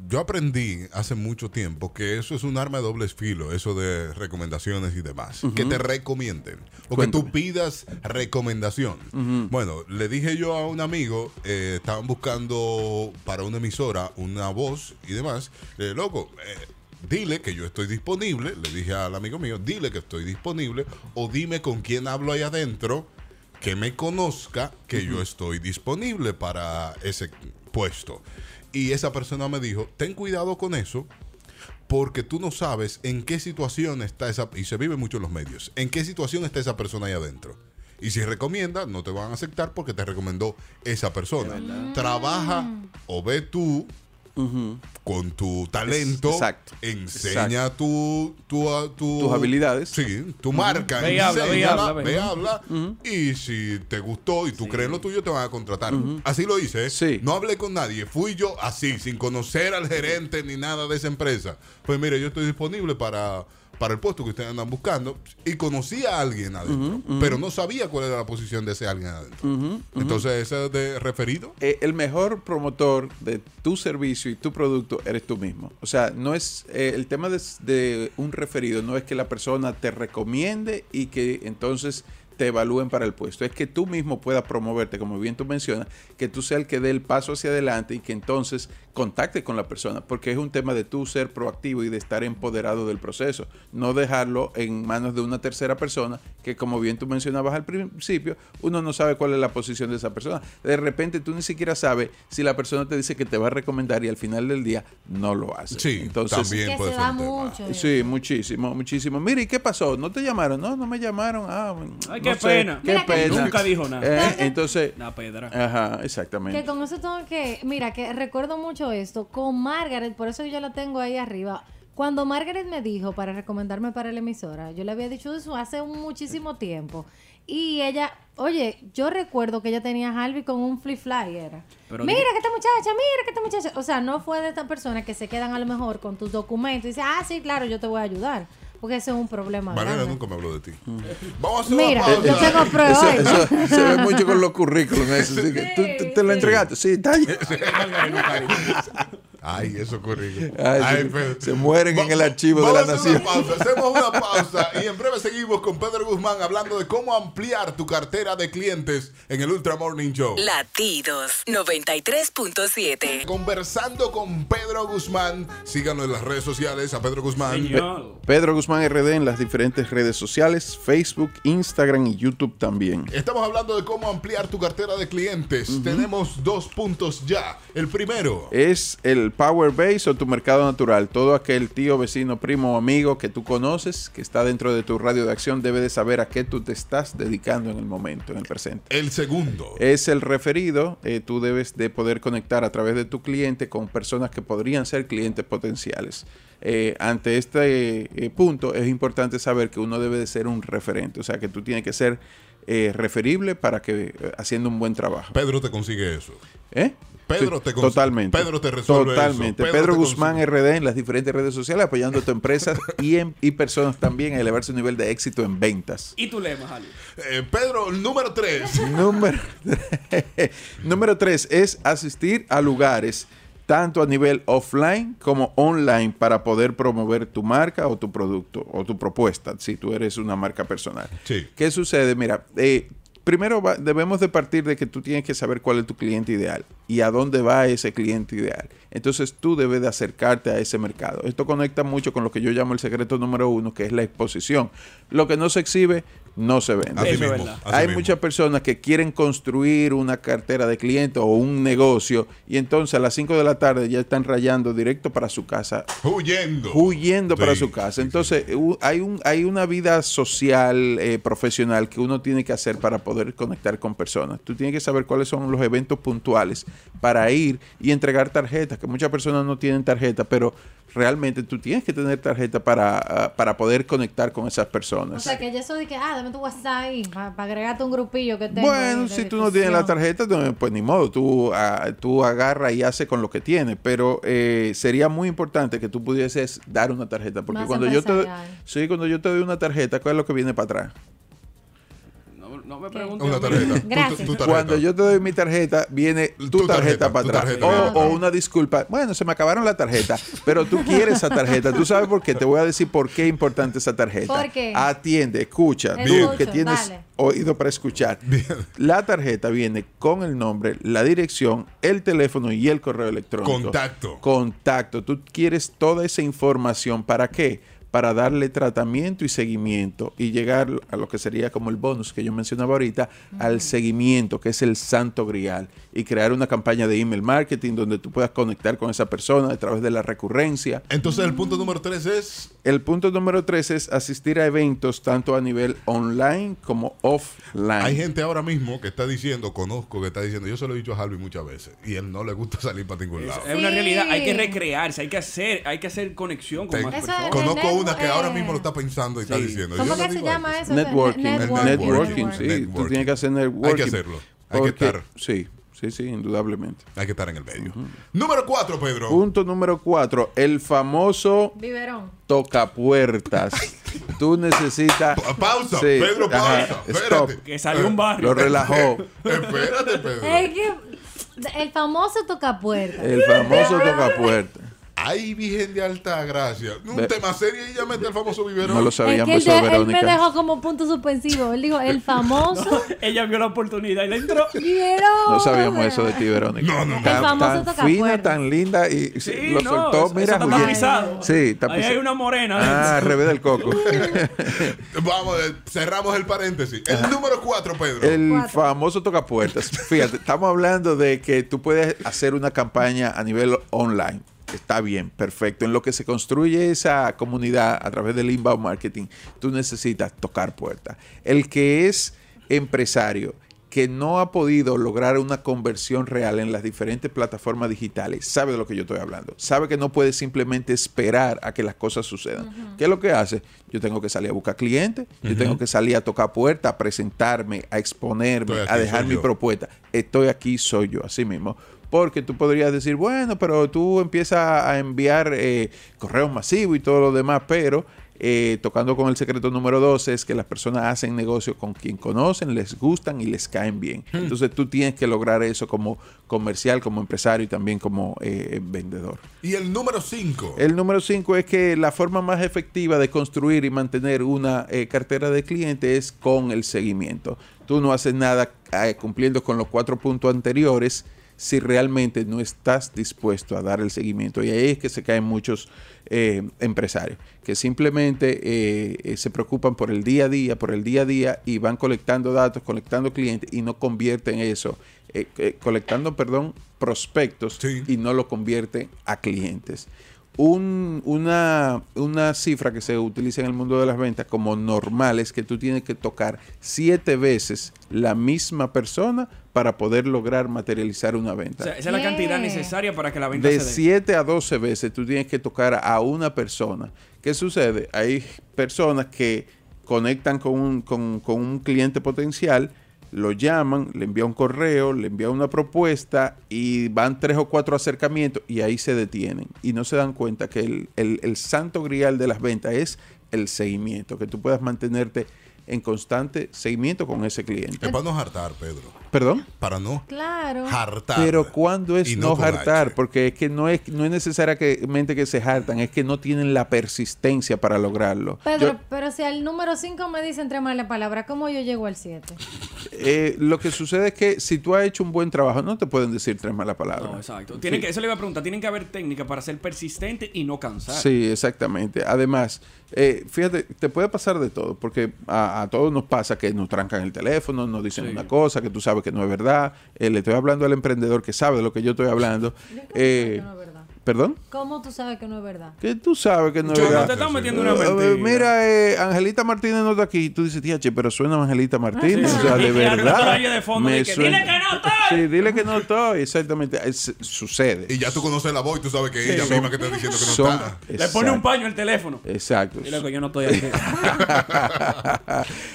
[SPEAKER 1] yo aprendí hace mucho tiempo que eso es un arma de doble filo, eso de recomendaciones y demás. Que te recomienden. O que tú pidas recomendación.
[SPEAKER 5] Mm.
[SPEAKER 1] Bueno, le dije yo a un amigo, eh, estaban buscando para una emisora una voz y demás. Eh, loco, eh, dile que yo estoy disponible. Le dije al amigo mío, dile que estoy disponible. O dime con quién hablo ahí adentro. Que me conozca que yo estoy disponible para ese puesto. Y esa persona me dijo, ten cuidado con eso, porque tú no sabes en qué situación está esa, y se vive mucho en los medios, en qué situación está esa persona ahí adentro. Y si recomienda, no te van a aceptar porque te recomendó esa persona. Trabaja o ve tú con tu talento,
[SPEAKER 4] Es- exacto.
[SPEAKER 1] enseña tu, tu, ah, tu-
[SPEAKER 4] Tus habilidades.
[SPEAKER 1] Sí, tu marca.
[SPEAKER 3] Ve y habla, ve y
[SPEAKER 1] enséñala,
[SPEAKER 3] habla, ve.
[SPEAKER 1] ve y habla. Y si te gustó y tú crees lo tuyo, te van a contratar. Así lo hice. ¿eh? No hablé con nadie. Fui yo así, sin conocer al gerente ni nada de esa empresa. Pues mire, yo estoy disponible para, para el puesto que ustedes andan buscando. Y conocí a alguien adentro, pero no sabía cuál era la posición de ese alguien adentro. Entonces, ese de referido.
[SPEAKER 4] eh, el mejor promotor de tu servicio y tu producto eres tú mismo. O sea, no es eh, el tema de, de un referido, no es que la persona te recomiende y que entonces te evalúen para el puesto. Es que tú mismo puedas promoverte, como bien tú mencionas, que tú seas el que dé el paso hacia adelante y que entonces contacte con la persona, porque es un tema de tú ser proactivo y de estar empoderado del proceso, no dejarlo en manos de una tercera persona que, como bien tú mencionabas al principio, uno no sabe cuál es la posición de esa persona. De repente tú ni siquiera sabes si la persona te dice que te va a recomendar y al final del día no lo hace. Sí, entonces
[SPEAKER 2] que se da mucho. eh.
[SPEAKER 4] Sí, muchísimo, muchísimo. Mira, ¿y qué pasó? ¿No te llamaron? No, no me llamaron. Ah, bueno,
[SPEAKER 3] Ay,
[SPEAKER 4] no
[SPEAKER 3] qué
[SPEAKER 4] sé.
[SPEAKER 3] pena.
[SPEAKER 4] Qué
[SPEAKER 3] Mira que
[SPEAKER 4] pena.
[SPEAKER 3] nunca dijo nada.
[SPEAKER 4] Eh, entonces.
[SPEAKER 3] Una pedra.
[SPEAKER 4] Ajá,
[SPEAKER 2] Que
[SPEAKER 4] exactamente.
[SPEAKER 2] con eso tengo que, mira, que recuerdo mucho esto con Margaret, por eso yo la tengo ahí arriba. Cuando Margaret me dijo para recomendarme para la emisora, yo le había dicho eso hace un muchísimo tiempo. Y ella, oye, yo recuerdo que ella tenía a Harvey con un flip flyer.
[SPEAKER 17] Pero
[SPEAKER 2] mira
[SPEAKER 17] di-
[SPEAKER 2] que esta muchacha, mira que esta muchacha. O sea, no fue de estas personas que se quedan a lo mejor con tus documentos y dicen, ah, sí, claro, yo te voy a ayudar. Porque ese es un problema.
[SPEAKER 1] Mariana
[SPEAKER 2] grande.
[SPEAKER 1] nunca me habló de ti. Vamos a hacer
[SPEAKER 2] Mira,
[SPEAKER 1] una pausa.
[SPEAKER 2] yo tengo prueba hoy.
[SPEAKER 4] Eh, Eso- eso se ve mucho con los currículums. eso, así que tú, tú- te lo entregaste. Sí, está ahí.
[SPEAKER 1] Ay, eso currículum.
[SPEAKER 4] Ay,
[SPEAKER 1] Ay,
[SPEAKER 4] se-
[SPEAKER 1] pero-
[SPEAKER 4] se mueren en el archivo de
[SPEAKER 1] Vamos
[SPEAKER 4] la
[SPEAKER 1] a hacer
[SPEAKER 4] nación.
[SPEAKER 1] una pausa, hacemos una pausa y en breve seguimos con Pedro Guzmán hablando de cómo ampliar tu cartera de clientes en el Ultra Morning Show.
[SPEAKER 6] Latidos 93.7.
[SPEAKER 1] Conversando con Pedro Guzmán, síganos en las redes sociales a Pedro Guzmán.
[SPEAKER 4] Pedro Guzmán RD en las diferentes redes sociales: Facebook, Instagram y YouTube también.
[SPEAKER 1] Estamos hablando de cómo ampliar tu cartera de clientes. Tenemos dos puntos ya. El primero,
[SPEAKER 4] Es el el Power Base o tu mercado natural. Todo aquel tío, vecino, primo o amigo que tú conoces, que está dentro de tu radio de acción, debe de saber a qué tú te estás dedicando en el momento, en el presente.
[SPEAKER 1] El segundo.
[SPEAKER 4] Es el referido. eh, tú debes de poder conectar a través de tu cliente con personas que podrían ser clientes potenciales. Eh, ante este eh, punto es importante saber que uno debe de ser un referente. O sea, que tú tienes que ser eh, referible para que eh, haciendo un buen trabajo.
[SPEAKER 1] Pedro te consigue eso.
[SPEAKER 4] ¿Eh?
[SPEAKER 1] Pedro
[SPEAKER 4] Sí,
[SPEAKER 1] te cons-
[SPEAKER 4] Totalmente.
[SPEAKER 1] Pedro te resuelve eso.
[SPEAKER 4] Totalmente.
[SPEAKER 1] Pedro
[SPEAKER 4] Pedro,
[SPEAKER 1] te
[SPEAKER 4] Guzmán RD en las diferentes redes sociales apoyando a tu empresa y, en- y personas también a elevar su nivel de éxito en ventas.
[SPEAKER 3] Y tú lees, Jali.
[SPEAKER 1] Eh, Pedro, número 3.
[SPEAKER 4] Número, número tres es asistir a lugares tanto a nivel offline como online para poder promover tu marca o tu producto o tu propuesta si tú eres una marca personal. ¿Qué sucede? Mira, eh, primero va- debemos de partir de que tú tienes que saber cuál es tu cliente ideal y a dónde va ese cliente ideal. Entonces tú debes de acercarte a ese mercado. Esto conecta mucho con lo que yo llamo el secreto número uno, que es la exposición. Lo que no se exhibe, no se vende.
[SPEAKER 1] Así Eso es mismo, verdad. así
[SPEAKER 4] Hay
[SPEAKER 1] mismo.
[SPEAKER 4] muchas personas que quieren construir una cartera de clientes o un negocio y entonces a las 5 de la tarde ya están rayando directo para su casa
[SPEAKER 1] Huyendo.
[SPEAKER 4] huyendo para
[SPEAKER 1] Sí,
[SPEAKER 4] su casa. Entonces, u- hay, un, hay una vida social, eh, profesional que uno tiene que hacer para poder conectar con personas. Tú tienes que saber cuáles son los eventos puntuales para ir y entregar tarjetas, que muchas personas no tienen tarjeta, pero realmente tú tienes que tener tarjeta para, ah, para poder conectar con esas personas.
[SPEAKER 2] O sea, que ya eso de que, ah, dame tu WhatsApp ahí para agregarte un grupillo que tengo.
[SPEAKER 4] Bueno,
[SPEAKER 2] de-
[SPEAKER 4] si
[SPEAKER 2] de
[SPEAKER 4] tú no tienes la
[SPEAKER 2] difusión.
[SPEAKER 4] tarjeta, no, pues ni modo, tú, ah, tú agarras y haces con lo que tienes, pero eh, sería muy importante que tú pudieses dar una tarjeta, porque
[SPEAKER 2] Más
[SPEAKER 4] cuando yo, te,
[SPEAKER 2] empresarial.
[SPEAKER 4] sí, cuando yo te doy una tarjeta, ¿cuál es lo que viene para atrás?
[SPEAKER 3] No, no me preguntes.
[SPEAKER 1] Una
[SPEAKER 3] a mí.
[SPEAKER 1] tarjeta. Gracias. Tu tarjeta.
[SPEAKER 4] Cuando yo te doy mi tarjeta, viene tu, tarjeta, para
[SPEAKER 1] tu
[SPEAKER 4] atrás.
[SPEAKER 1] tarjeta
[SPEAKER 4] O-
[SPEAKER 1] viene para
[SPEAKER 4] o, una disculpa. Bueno, se me acabaron la tarjeta. Pero tú quieres esa tarjeta. Tú sabes por qué. Te voy a decir por qué es importante esa tarjeta.
[SPEAKER 2] ¿Por qué?
[SPEAKER 4] Atiende, escucha.
[SPEAKER 2] Escucho,
[SPEAKER 4] tú que tienes
[SPEAKER 2] dale.
[SPEAKER 4] oído para escuchar. La tarjeta viene con el nombre, la dirección, el teléfono y el correo electrónico.
[SPEAKER 1] Contacto.
[SPEAKER 4] Contacto. Tú quieres toda esa información. ¿Para qué? Para darle tratamiento y seguimiento y llegar a lo que sería como el bonus que yo mencionaba ahorita, al seguimiento, que es el santo grial, y crear una campaña de email marketing donde tú puedas conectar con esa persona a través de la recurrencia.
[SPEAKER 1] Entonces, el punto número 3 es.
[SPEAKER 4] El punto número tres es asistir a eventos tanto a nivel online como offline.
[SPEAKER 1] Hay gente ahora mismo que está diciendo, conozco que está diciendo, yo se lo he dicho a Harvey muchas veces, y él no le gusta salir para ningún lado.
[SPEAKER 3] Es una realidad, hay que recrearse, hay que hacer, hay que hacer conexión con
[SPEAKER 1] Te-
[SPEAKER 3] más
[SPEAKER 2] Eso es
[SPEAKER 3] personas.
[SPEAKER 1] Conozco
[SPEAKER 2] network-
[SPEAKER 1] una que ahora
[SPEAKER 2] eh.
[SPEAKER 1] mismo lo está pensando y está diciendo.
[SPEAKER 2] ¿Cómo
[SPEAKER 1] yo
[SPEAKER 2] que
[SPEAKER 1] no
[SPEAKER 2] se
[SPEAKER 1] digo
[SPEAKER 2] llama eso?
[SPEAKER 4] Networking.
[SPEAKER 2] Ne-
[SPEAKER 4] Networking, sí. Tú tienes que hacer networking.
[SPEAKER 1] Hay que hacerlo. Hay que
[SPEAKER 4] Porque-
[SPEAKER 1] estar.
[SPEAKER 4] Sí, sí, sí, indudablemente.
[SPEAKER 1] Hay que estar en el medio. Número 4, Pedro.
[SPEAKER 4] Punto número cuatro. El famoso
[SPEAKER 2] Biberón.
[SPEAKER 4] tocapuertas. Tú necesitas...
[SPEAKER 1] pausa,
[SPEAKER 4] Sí,
[SPEAKER 1] Pedro,
[SPEAKER 4] ajá,
[SPEAKER 1] pausa,
[SPEAKER 4] stop.
[SPEAKER 1] espérate. Que salió un barrio.
[SPEAKER 4] Lo relajó.
[SPEAKER 1] Espérate, Pedro.
[SPEAKER 2] Es que el famoso tocapuerta.
[SPEAKER 4] El famoso tocapuertas.
[SPEAKER 1] Ay, Virgen de Alta Gracia. Un
[SPEAKER 4] Ve-
[SPEAKER 1] tema serio y ella mete el famoso biberón.
[SPEAKER 4] No lo
[SPEAKER 2] Es
[SPEAKER 4] sabíamos
[SPEAKER 2] que él,
[SPEAKER 4] eso,
[SPEAKER 2] de- él me
[SPEAKER 4] Verónica.
[SPEAKER 2] dejó como punto suspensivo. Él dijo, el famoso.
[SPEAKER 3] Ella vio la oportunidad y la entró.
[SPEAKER 2] Biberón.
[SPEAKER 4] No sabíamos eso de ti, Verónica. No, no,
[SPEAKER 2] El
[SPEAKER 4] Tan,
[SPEAKER 2] famoso
[SPEAKER 4] tan
[SPEAKER 2] tocapuertas.
[SPEAKER 4] fina, tan linda y sí,
[SPEAKER 3] Sí,
[SPEAKER 4] lo
[SPEAKER 3] no,
[SPEAKER 4] soltó.
[SPEAKER 3] eso-
[SPEAKER 4] mira,
[SPEAKER 3] eso está
[SPEAKER 4] huyendo.
[SPEAKER 3] pisado.
[SPEAKER 4] Sí, está
[SPEAKER 3] Ahí hay
[SPEAKER 4] pisado.
[SPEAKER 3] una morena.
[SPEAKER 4] Ah, al revés del coco.
[SPEAKER 1] Vamos, eh, cerramos el paréntesis. El número 4, Pedro.
[SPEAKER 4] El famoso tocapuertas. Fíjate, estamos hablando de que tú puedes hacer una campaña a nivel online. Está bien, perfecto. En lo que se construye esa comunidad a través del inbound marketing, tú necesitas tocar puertas. El que es empresario que no ha podido lograr una conversión real en las diferentes plataformas digitales, sabe de lo que yo estoy hablando. Sabe que no puede simplemente esperar a que las cosas sucedan. ¿Qué es lo que hace? Yo tengo que salir a buscar clientes, yo
[SPEAKER 1] Ujú.
[SPEAKER 4] tengo que salir a tocar puertas, a presentarme, a exponerme,
[SPEAKER 1] Estoy aquí,
[SPEAKER 4] a dejar
[SPEAKER 1] soy
[SPEAKER 4] mi
[SPEAKER 1] yo.
[SPEAKER 4] propuesta. Estoy aquí, soy yo, así mismo. Porque tú podrías decir, bueno, pero tú empiezas a enviar eh, correos masivos y todo lo demás, pero eh, tocando con el secreto número 12 es que las personas hacen negocio con quien conocen, les gustan y les caen bien. Entonces tú tienes que lograr eso como comercial, como empresario y también como eh, vendedor.
[SPEAKER 1] Y el número 5.
[SPEAKER 4] El número 5 es que la forma más efectiva de construir y mantener una eh, cartera de clientes es con el seguimiento. Tú no haces nada eh, cumpliendo con los cuatro puntos anteriores si realmente no estás dispuesto a dar el seguimiento. Y ahí es que se caen muchos eh, empresarios, que simplemente eh, eh, se preocupan por el día a día, por el día a día y van colectando datos, colectando clientes y no convierten eso, eh, eh, colectando, perdón, prospectos y no lo convierten a clientes. Un- una, una cifra que se utiliza en el mundo de las ventas como normal es que tú tienes que tocar siete veces la misma persona para poder lograr materializar una venta.
[SPEAKER 3] O sea, esa es la cantidad necesaria para que la venta
[SPEAKER 4] De
[SPEAKER 3] se dé.
[SPEAKER 4] 7 a 12 veces tú tienes que tocar a una persona. ¿Qué sucede? Hay personas que conectan con un, con- con un cliente potencial, lo llaman, le envían un correo, le envían una propuesta y van tres o cuatro acercamientos y ahí se detienen. Y no se dan cuenta que el, el- el santo grial de las ventas es el seguimiento, que tú puedas mantenerte en constante seguimiento con ese cliente.
[SPEAKER 1] Es para no hartar, Pedro.
[SPEAKER 4] ¿Perdón?
[SPEAKER 1] Para no
[SPEAKER 2] Claro.
[SPEAKER 1] hartar.
[SPEAKER 4] Pero cuando es
[SPEAKER 1] Y no
[SPEAKER 4] no,
[SPEAKER 1] con
[SPEAKER 4] hartar, porque es que no es, no es necesariamente que se hartan, es que no tienen la persistencia para lograrlo.
[SPEAKER 2] Pedro,
[SPEAKER 4] Yo-
[SPEAKER 2] pero si al número 5 me dicen tres malas palabras, ¿cómo yo llego al 7?
[SPEAKER 4] eh, lo que sucede es que si tú has hecho un buen trabajo, no te pueden decir tres malas palabras.
[SPEAKER 3] No, exacto. Tienen que, eso le iba a preguntar. Tienen que haber técnicas para ser persistente y no cansar.
[SPEAKER 4] Sí, exactamente. Además, eh, fíjate, te puede pasar de todo, porque a, a todos nos pasa que nos trancan el teléfono, nos dicen una cosa que tú sabes que no es verdad. Eh, le estoy hablando al emprendedor que sabe de lo que yo estoy hablando. Eh, ¿Perdón?
[SPEAKER 2] ¿Cómo tú sabes que no es verdad?
[SPEAKER 4] Que tú sabes que no
[SPEAKER 3] Yo
[SPEAKER 4] es
[SPEAKER 3] no
[SPEAKER 4] verdad.
[SPEAKER 3] te estaba metiendo
[SPEAKER 4] Eh,
[SPEAKER 3] una
[SPEAKER 4] eh,
[SPEAKER 3] mentira.
[SPEAKER 4] Mira, eh, Angelita Martínez no está aquí. Y Tú dices, tía, che, pero suena Angelita
[SPEAKER 3] Ah,
[SPEAKER 4] Martínez. O sea,
[SPEAKER 3] Y
[SPEAKER 4] de
[SPEAKER 3] la
[SPEAKER 4] verdad.
[SPEAKER 3] oye de fondo
[SPEAKER 4] me
[SPEAKER 3] de que,
[SPEAKER 4] suena-
[SPEAKER 3] "Dile que no
[SPEAKER 4] Sí, dile que no estoy. Exactamente. Es- sucede.
[SPEAKER 1] Y ya tú conoces la voz y tú sabes que
[SPEAKER 4] Sí.
[SPEAKER 1] ella
[SPEAKER 4] Son-
[SPEAKER 1] misma que está diciendo que no
[SPEAKER 4] son-
[SPEAKER 1] está.
[SPEAKER 3] Le pone un paño al teléfono.
[SPEAKER 4] Exacto.
[SPEAKER 3] Y loco, yo no estoy aquí.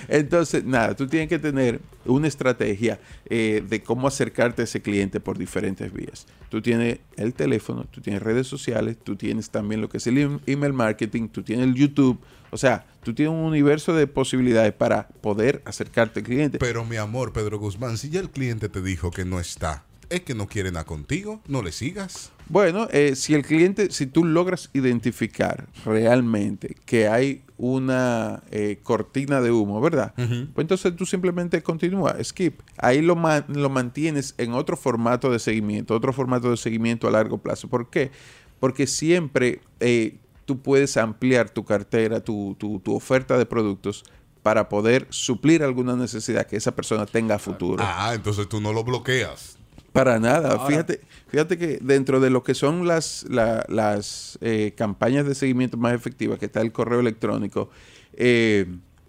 [SPEAKER 4] Entonces, nada, tú tienes que tener una estrategia eh, de cómo acercarte a ese cliente por diferentes vías. Tú tienes el teléfono, tú tienes redes sociales, tú tienes también lo que es el em- email marketing, tú tienes el YouTube. O sea, tú tienes un universo de posibilidades para poder acercarte al cliente.
[SPEAKER 1] Pero mi amor, Pedro Guzmán, si ya el cliente te dijo que no está, es que no quiere nada contigo, no le sigas.
[SPEAKER 4] Bueno, eh, si el cliente, si tú logras identificar realmente que hay una eh, cortina de humo, ¿verdad? Pues entonces tú simplemente continúa, skip. Ahí lo, ma- lo mantienes en otro formato de seguimiento, otro formato de seguimiento a largo plazo. ¿Por qué? Porque siempre eh, tú puedes ampliar tu cartera, tu, tu- tu oferta de productos para poder suplir alguna necesidad que esa persona tenga a futuro.
[SPEAKER 1] Ah, entonces tú no lo bloqueas.
[SPEAKER 4] Para nada.
[SPEAKER 1] Ahora-
[SPEAKER 4] fíjate, fíjate que dentro de lo que son las, la- las eh, campañas de seguimiento más efectivas, que está el correo electrónico, eh,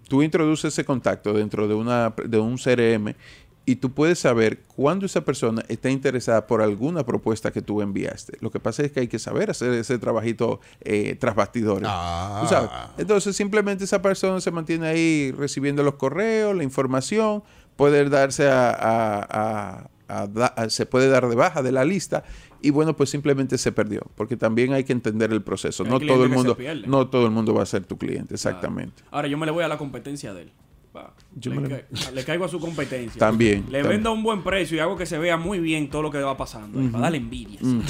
[SPEAKER 4] tú introduces ese contacto dentro de, una, de un CRM y tú puedes saber cuándo esa persona está interesada por alguna propuesta que tú enviaste. Lo que pasa es que hay que saber hacer ese trabajito eh, tras bastidores.
[SPEAKER 1] Ah.
[SPEAKER 4] Tú sabes. Entonces simplemente esa persona se mantiene ahí recibiendo los correos, la información, poder darse a, a- a- a da- a- se puede dar de baja de la lista y bueno pues simplemente se perdió porque también hay que entender el proceso.
[SPEAKER 3] Hay
[SPEAKER 4] No
[SPEAKER 3] clientes
[SPEAKER 4] todo el
[SPEAKER 3] que se
[SPEAKER 4] mundo,
[SPEAKER 3] pierden.
[SPEAKER 4] no todo el mundo va a ser tu cliente, exactamente.
[SPEAKER 3] Ahora yo me le voy a la competencia de él. Va,
[SPEAKER 4] Yo
[SPEAKER 3] le,
[SPEAKER 4] me le-
[SPEAKER 3] ca- le caigo a su competencia.
[SPEAKER 4] También,
[SPEAKER 3] Le
[SPEAKER 4] también.
[SPEAKER 3] vendo a un buen precio y hago que se vea muy bien todo lo que va pasando. ahí,
[SPEAKER 4] Ujú.
[SPEAKER 3] Para darle envidia.
[SPEAKER 4] Mm.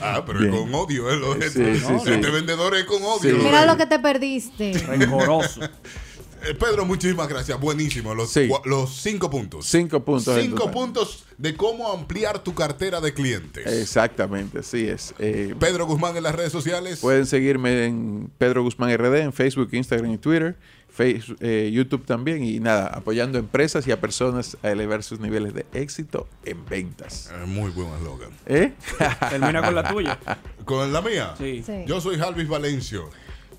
[SPEAKER 1] Ah, pero
[SPEAKER 4] Bien.
[SPEAKER 1] es con odio. ¿eh? Lo-
[SPEAKER 4] Sí,
[SPEAKER 1] este-
[SPEAKER 4] sí, sí.
[SPEAKER 1] este vendedor es con odio.
[SPEAKER 4] Sí.
[SPEAKER 1] lo
[SPEAKER 2] Mira
[SPEAKER 1] de-
[SPEAKER 2] lo que te perdiste.
[SPEAKER 3] Rencoroso.
[SPEAKER 1] Eh, Pedro, muchísimas gracias. Buenísimo. Los, cua- los cinco puntos.
[SPEAKER 4] Cinco puntos. en
[SPEAKER 1] Cinco
[SPEAKER 4] total.
[SPEAKER 1] puntos de cómo ampliar tu cartera de clientes.
[SPEAKER 4] Exactamente, así es. Eh,
[SPEAKER 1] Pedro Guzmán en las redes sociales.
[SPEAKER 4] Pueden seguirme en Pedro Guzmán RD, en Facebook, Instagram y Twitter, Face- eh, YouTube también. Y nada, apoyando a empresas y a personas a elevar sus niveles de éxito en ventas.
[SPEAKER 1] Muy buen eslogan.
[SPEAKER 4] ¿Eh?
[SPEAKER 3] Termina con la tuya.
[SPEAKER 1] ¿Con la mía?
[SPEAKER 3] Sí.
[SPEAKER 1] Yo soy Jalvis Valencio.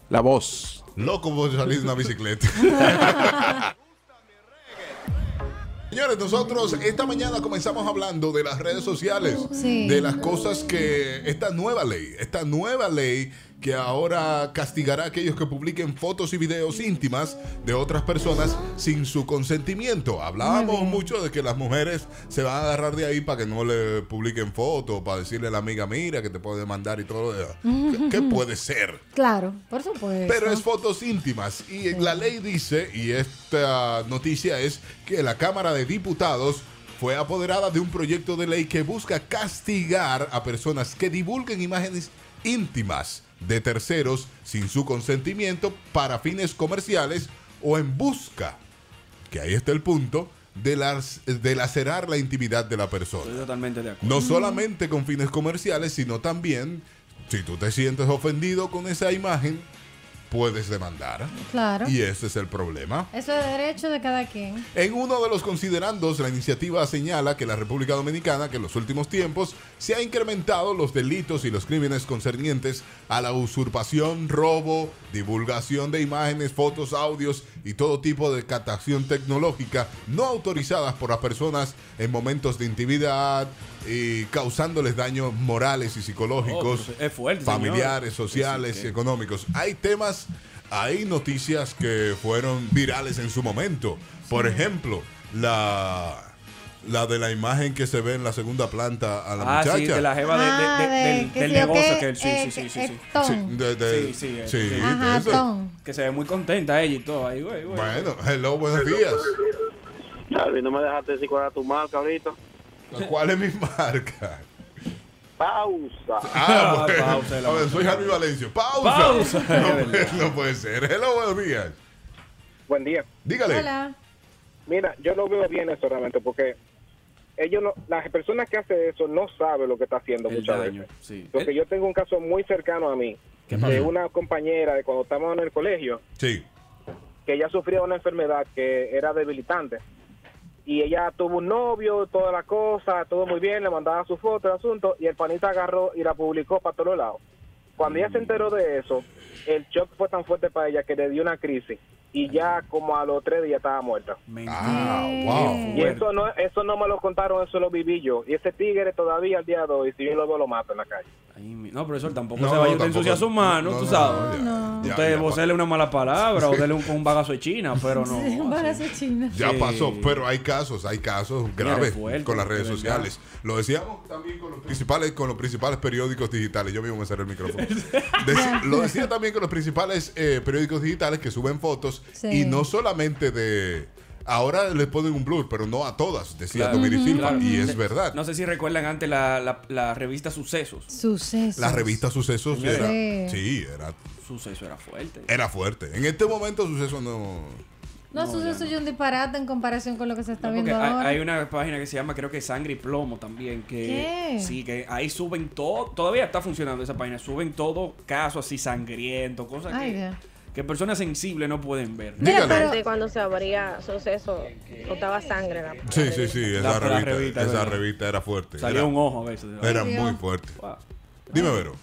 [SPEAKER 4] La voz.
[SPEAKER 1] Loco por salir de una bicicleta. Señores, nosotros esta mañana comenzamos hablando de las redes sociales,
[SPEAKER 2] Sí.
[SPEAKER 1] de las cosas que esta nueva ley, esta nueva ley que ahora castigará a aquellos que publiquen fotos y videos íntimas de otras personas sin su consentimiento. Hablábamos mucho de que las mujeres se van a agarrar de ahí para que no le publiquen fotos, para decirle a la amiga, mira, que te puede demandar y todo. lo demás. ¿Qué- ¿Qué puede ser?
[SPEAKER 2] Claro, por supuesto.
[SPEAKER 1] Pero es fotos íntimas. Y la ley dice, y esta noticia es, que la Cámara de Diputados fue apoderada de un proyecto de ley que busca castigar a personas que divulguen imágenes íntimas de terceros sin su consentimiento para fines comerciales o en busca, que ahí está el punto, delas- delacerar la intimidad de la persona.
[SPEAKER 3] Estoy totalmente de acuerdo.
[SPEAKER 1] No solamente con fines comerciales, sino también, si tú te sientes ofendido con esa imagen, puedes demandar.
[SPEAKER 2] Claro.
[SPEAKER 1] Y ese es el problema.
[SPEAKER 2] Eso es derecho de cada quien.
[SPEAKER 1] En uno de los considerandos, la iniciativa señala que la República Dominicana, que en los últimos tiempos se ha incrementado los delitos y los crímenes concernientes a la usurpación, robo, divulgación de imágenes, fotos, audios y todo tipo de captación tecnológica no autorizadas por las personas en momentos de intimidad y causándoles daños morales y psicológicos,
[SPEAKER 3] Oh, pero es fuerte, señor.
[SPEAKER 1] familiares,
[SPEAKER 3] Sí, sí,
[SPEAKER 1] sociales
[SPEAKER 3] que-
[SPEAKER 1] y económicos. Hay temas, hay noticias que fueron virales en su momento. Por ejemplo, la, la de la imagen que se ve en la segunda planta a la
[SPEAKER 3] Ah, sí,
[SPEAKER 1] muchacha.
[SPEAKER 3] de la jeva de- de- Ah, de- de- del- que del sí, negocio ok, que él- sí, eh, sí, sí, que sí, es sí.
[SPEAKER 17] Oh.
[SPEAKER 3] Tom.
[SPEAKER 1] de- de-
[SPEAKER 3] Sí, sí, es-
[SPEAKER 1] sí,
[SPEAKER 3] sí.
[SPEAKER 1] de
[SPEAKER 3] Ajá,
[SPEAKER 1] eso.
[SPEAKER 2] Tom.
[SPEAKER 3] Que se ve muy contenta ella y todo. Ahí, güey, güey.
[SPEAKER 1] Bueno, hello, buenos días.
[SPEAKER 9] Charlie, no me dejaste decir cuál era tu marca ahorita.
[SPEAKER 1] ¿Cuál es mi marca?
[SPEAKER 9] Pausa.
[SPEAKER 1] Ah, bueno.
[SPEAKER 3] pausa, la
[SPEAKER 1] A ver, soy Javi Valencio. Pausa.
[SPEAKER 3] Pausa.
[SPEAKER 1] No, puede- no puede ser. Hello, buenos días.
[SPEAKER 17] Buen día.
[SPEAKER 1] Dígale.
[SPEAKER 17] Mira, yo lo veo bien eso realmente porque ellos no- las personas que hacen eso no saben lo que está haciendo
[SPEAKER 3] El
[SPEAKER 17] muchas
[SPEAKER 3] daño, Eh.
[SPEAKER 17] veces.
[SPEAKER 3] sí.
[SPEAKER 17] Porque yo tengo un caso muy cercano a mí de una compañera de cuando estábamos en el colegio
[SPEAKER 1] Sí.
[SPEAKER 17] que ella sufría una enfermedad que era debilitante. Y ella tuvo un novio, toda la cosa, todo muy bien, le mandaba su foto, el asunto, y el panita agarró y la publicó para todos lados. Cuando ella se enteró de eso, el shock fue tan fuerte para ella que le dio una crisis. Y ya como a los tres días estaba muerta.
[SPEAKER 1] Ah, wow.
[SPEAKER 17] Y eso no, eso no me lo contaron, eso lo viví yo. Y ese tigre todavía al día de hoy, si yo lo veo, lo mato en la calle.
[SPEAKER 3] Ay, mi- No, profesor, tampoco
[SPEAKER 1] No,
[SPEAKER 3] se vaya a
[SPEAKER 1] tampoco.
[SPEAKER 3] ensuciar sus manos,
[SPEAKER 1] No,
[SPEAKER 3] tú
[SPEAKER 1] no,
[SPEAKER 3] sabes.
[SPEAKER 1] no, ya,
[SPEAKER 3] Usted
[SPEAKER 1] ya,
[SPEAKER 3] vocele una mala palabra o dele un, un bagazo de China, pero no.
[SPEAKER 2] Sí, un bagazo de China.
[SPEAKER 1] Ya
[SPEAKER 3] Sí.
[SPEAKER 1] pasó, pero hay casos, hay casos graves
[SPEAKER 3] fuerte,
[SPEAKER 1] con las
[SPEAKER 3] de
[SPEAKER 1] redes
[SPEAKER 3] verdad.
[SPEAKER 1] sociales. Lo decíamos también con los principales, con los principales periódicos digitales. Yo mismo me cerré el micrófono. Dec- lo decía también con los principales eh, periódicos digitales que suben fotos
[SPEAKER 2] Sí.
[SPEAKER 1] y no solamente de. Ahora les ponen un blur, pero no a todas, decía
[SPEAKER 3] Claro,
[SPEAKER 1] Dominic Silva,
[SPEAKER 3] claro.
[SPEAKER 1] y es verdad.
[SPEAKER 3] No sé si recuerdan antes la, la- la revista Sucesos.
[SPEAKER 2] Sucesos.
[SPEAKER 1] La revista Sucesos
[SPEAKER 3] Señores.
[SPEAKER 1] era.
[SPEAKER 2] Sí.
[SPEAKER 1] Sí, era,
[SPEAKER 3] Suceso era fuerte.
[SPEAKER 1] era fuerte. En este momento, Sucesos no.
[SPEAKER 2] No,
[SPEAKER 3] No,
[SPEAKER 2] eso
[SPEAKER 3] ya
[SPEAKER 2] eso es un disparate en comparación con lo que se está
[SPEAKER 3] Ah, Porque
[SPEAKER 2] viendo
[SPEAKER 3] hay,
[SPEAKER 2] ahora.
[SPEAKER 3] hay una página que se llama, creo que Sangre y Plomo también, que
[SPEAKER 2] ¿Qué?
[SPEAKER 3] sí, que ahí suben todo, todavía está funcionando esa página, suben todo casos así sangrientos, cosas
[SPEAKER 15] Ay,
[SPEAKER 3] que,
[SPEAKER 15] Dios.
[SPEAKER 3] que personas sensibles no pueden ver.
[SPEAKER 15] Antes, cuando se abría suceso, botaba sangre. La...
[SPEAKER 1] Sí, sí, sí,
[SPEAKER 3] La-
[SPEAKER 1] esa
[SPEAKER 3] la
[SPEAKER 1] revista,
[SPEAKER 3] revista,
[SPEAKER 1] esa
[SPEAKER 3] ¿verdad?
[SPEAKER 1] revista era fuerte.
[SPEAKER 3] Salía
[SPEAKER 1] Era-
[SPEAKER 3] un ojo a veces.
[SPEAKER 1] Era
[SPEAKER 2] Ay, Dios.
[SPEAKER 1] muy fuerte. Dime, Vero.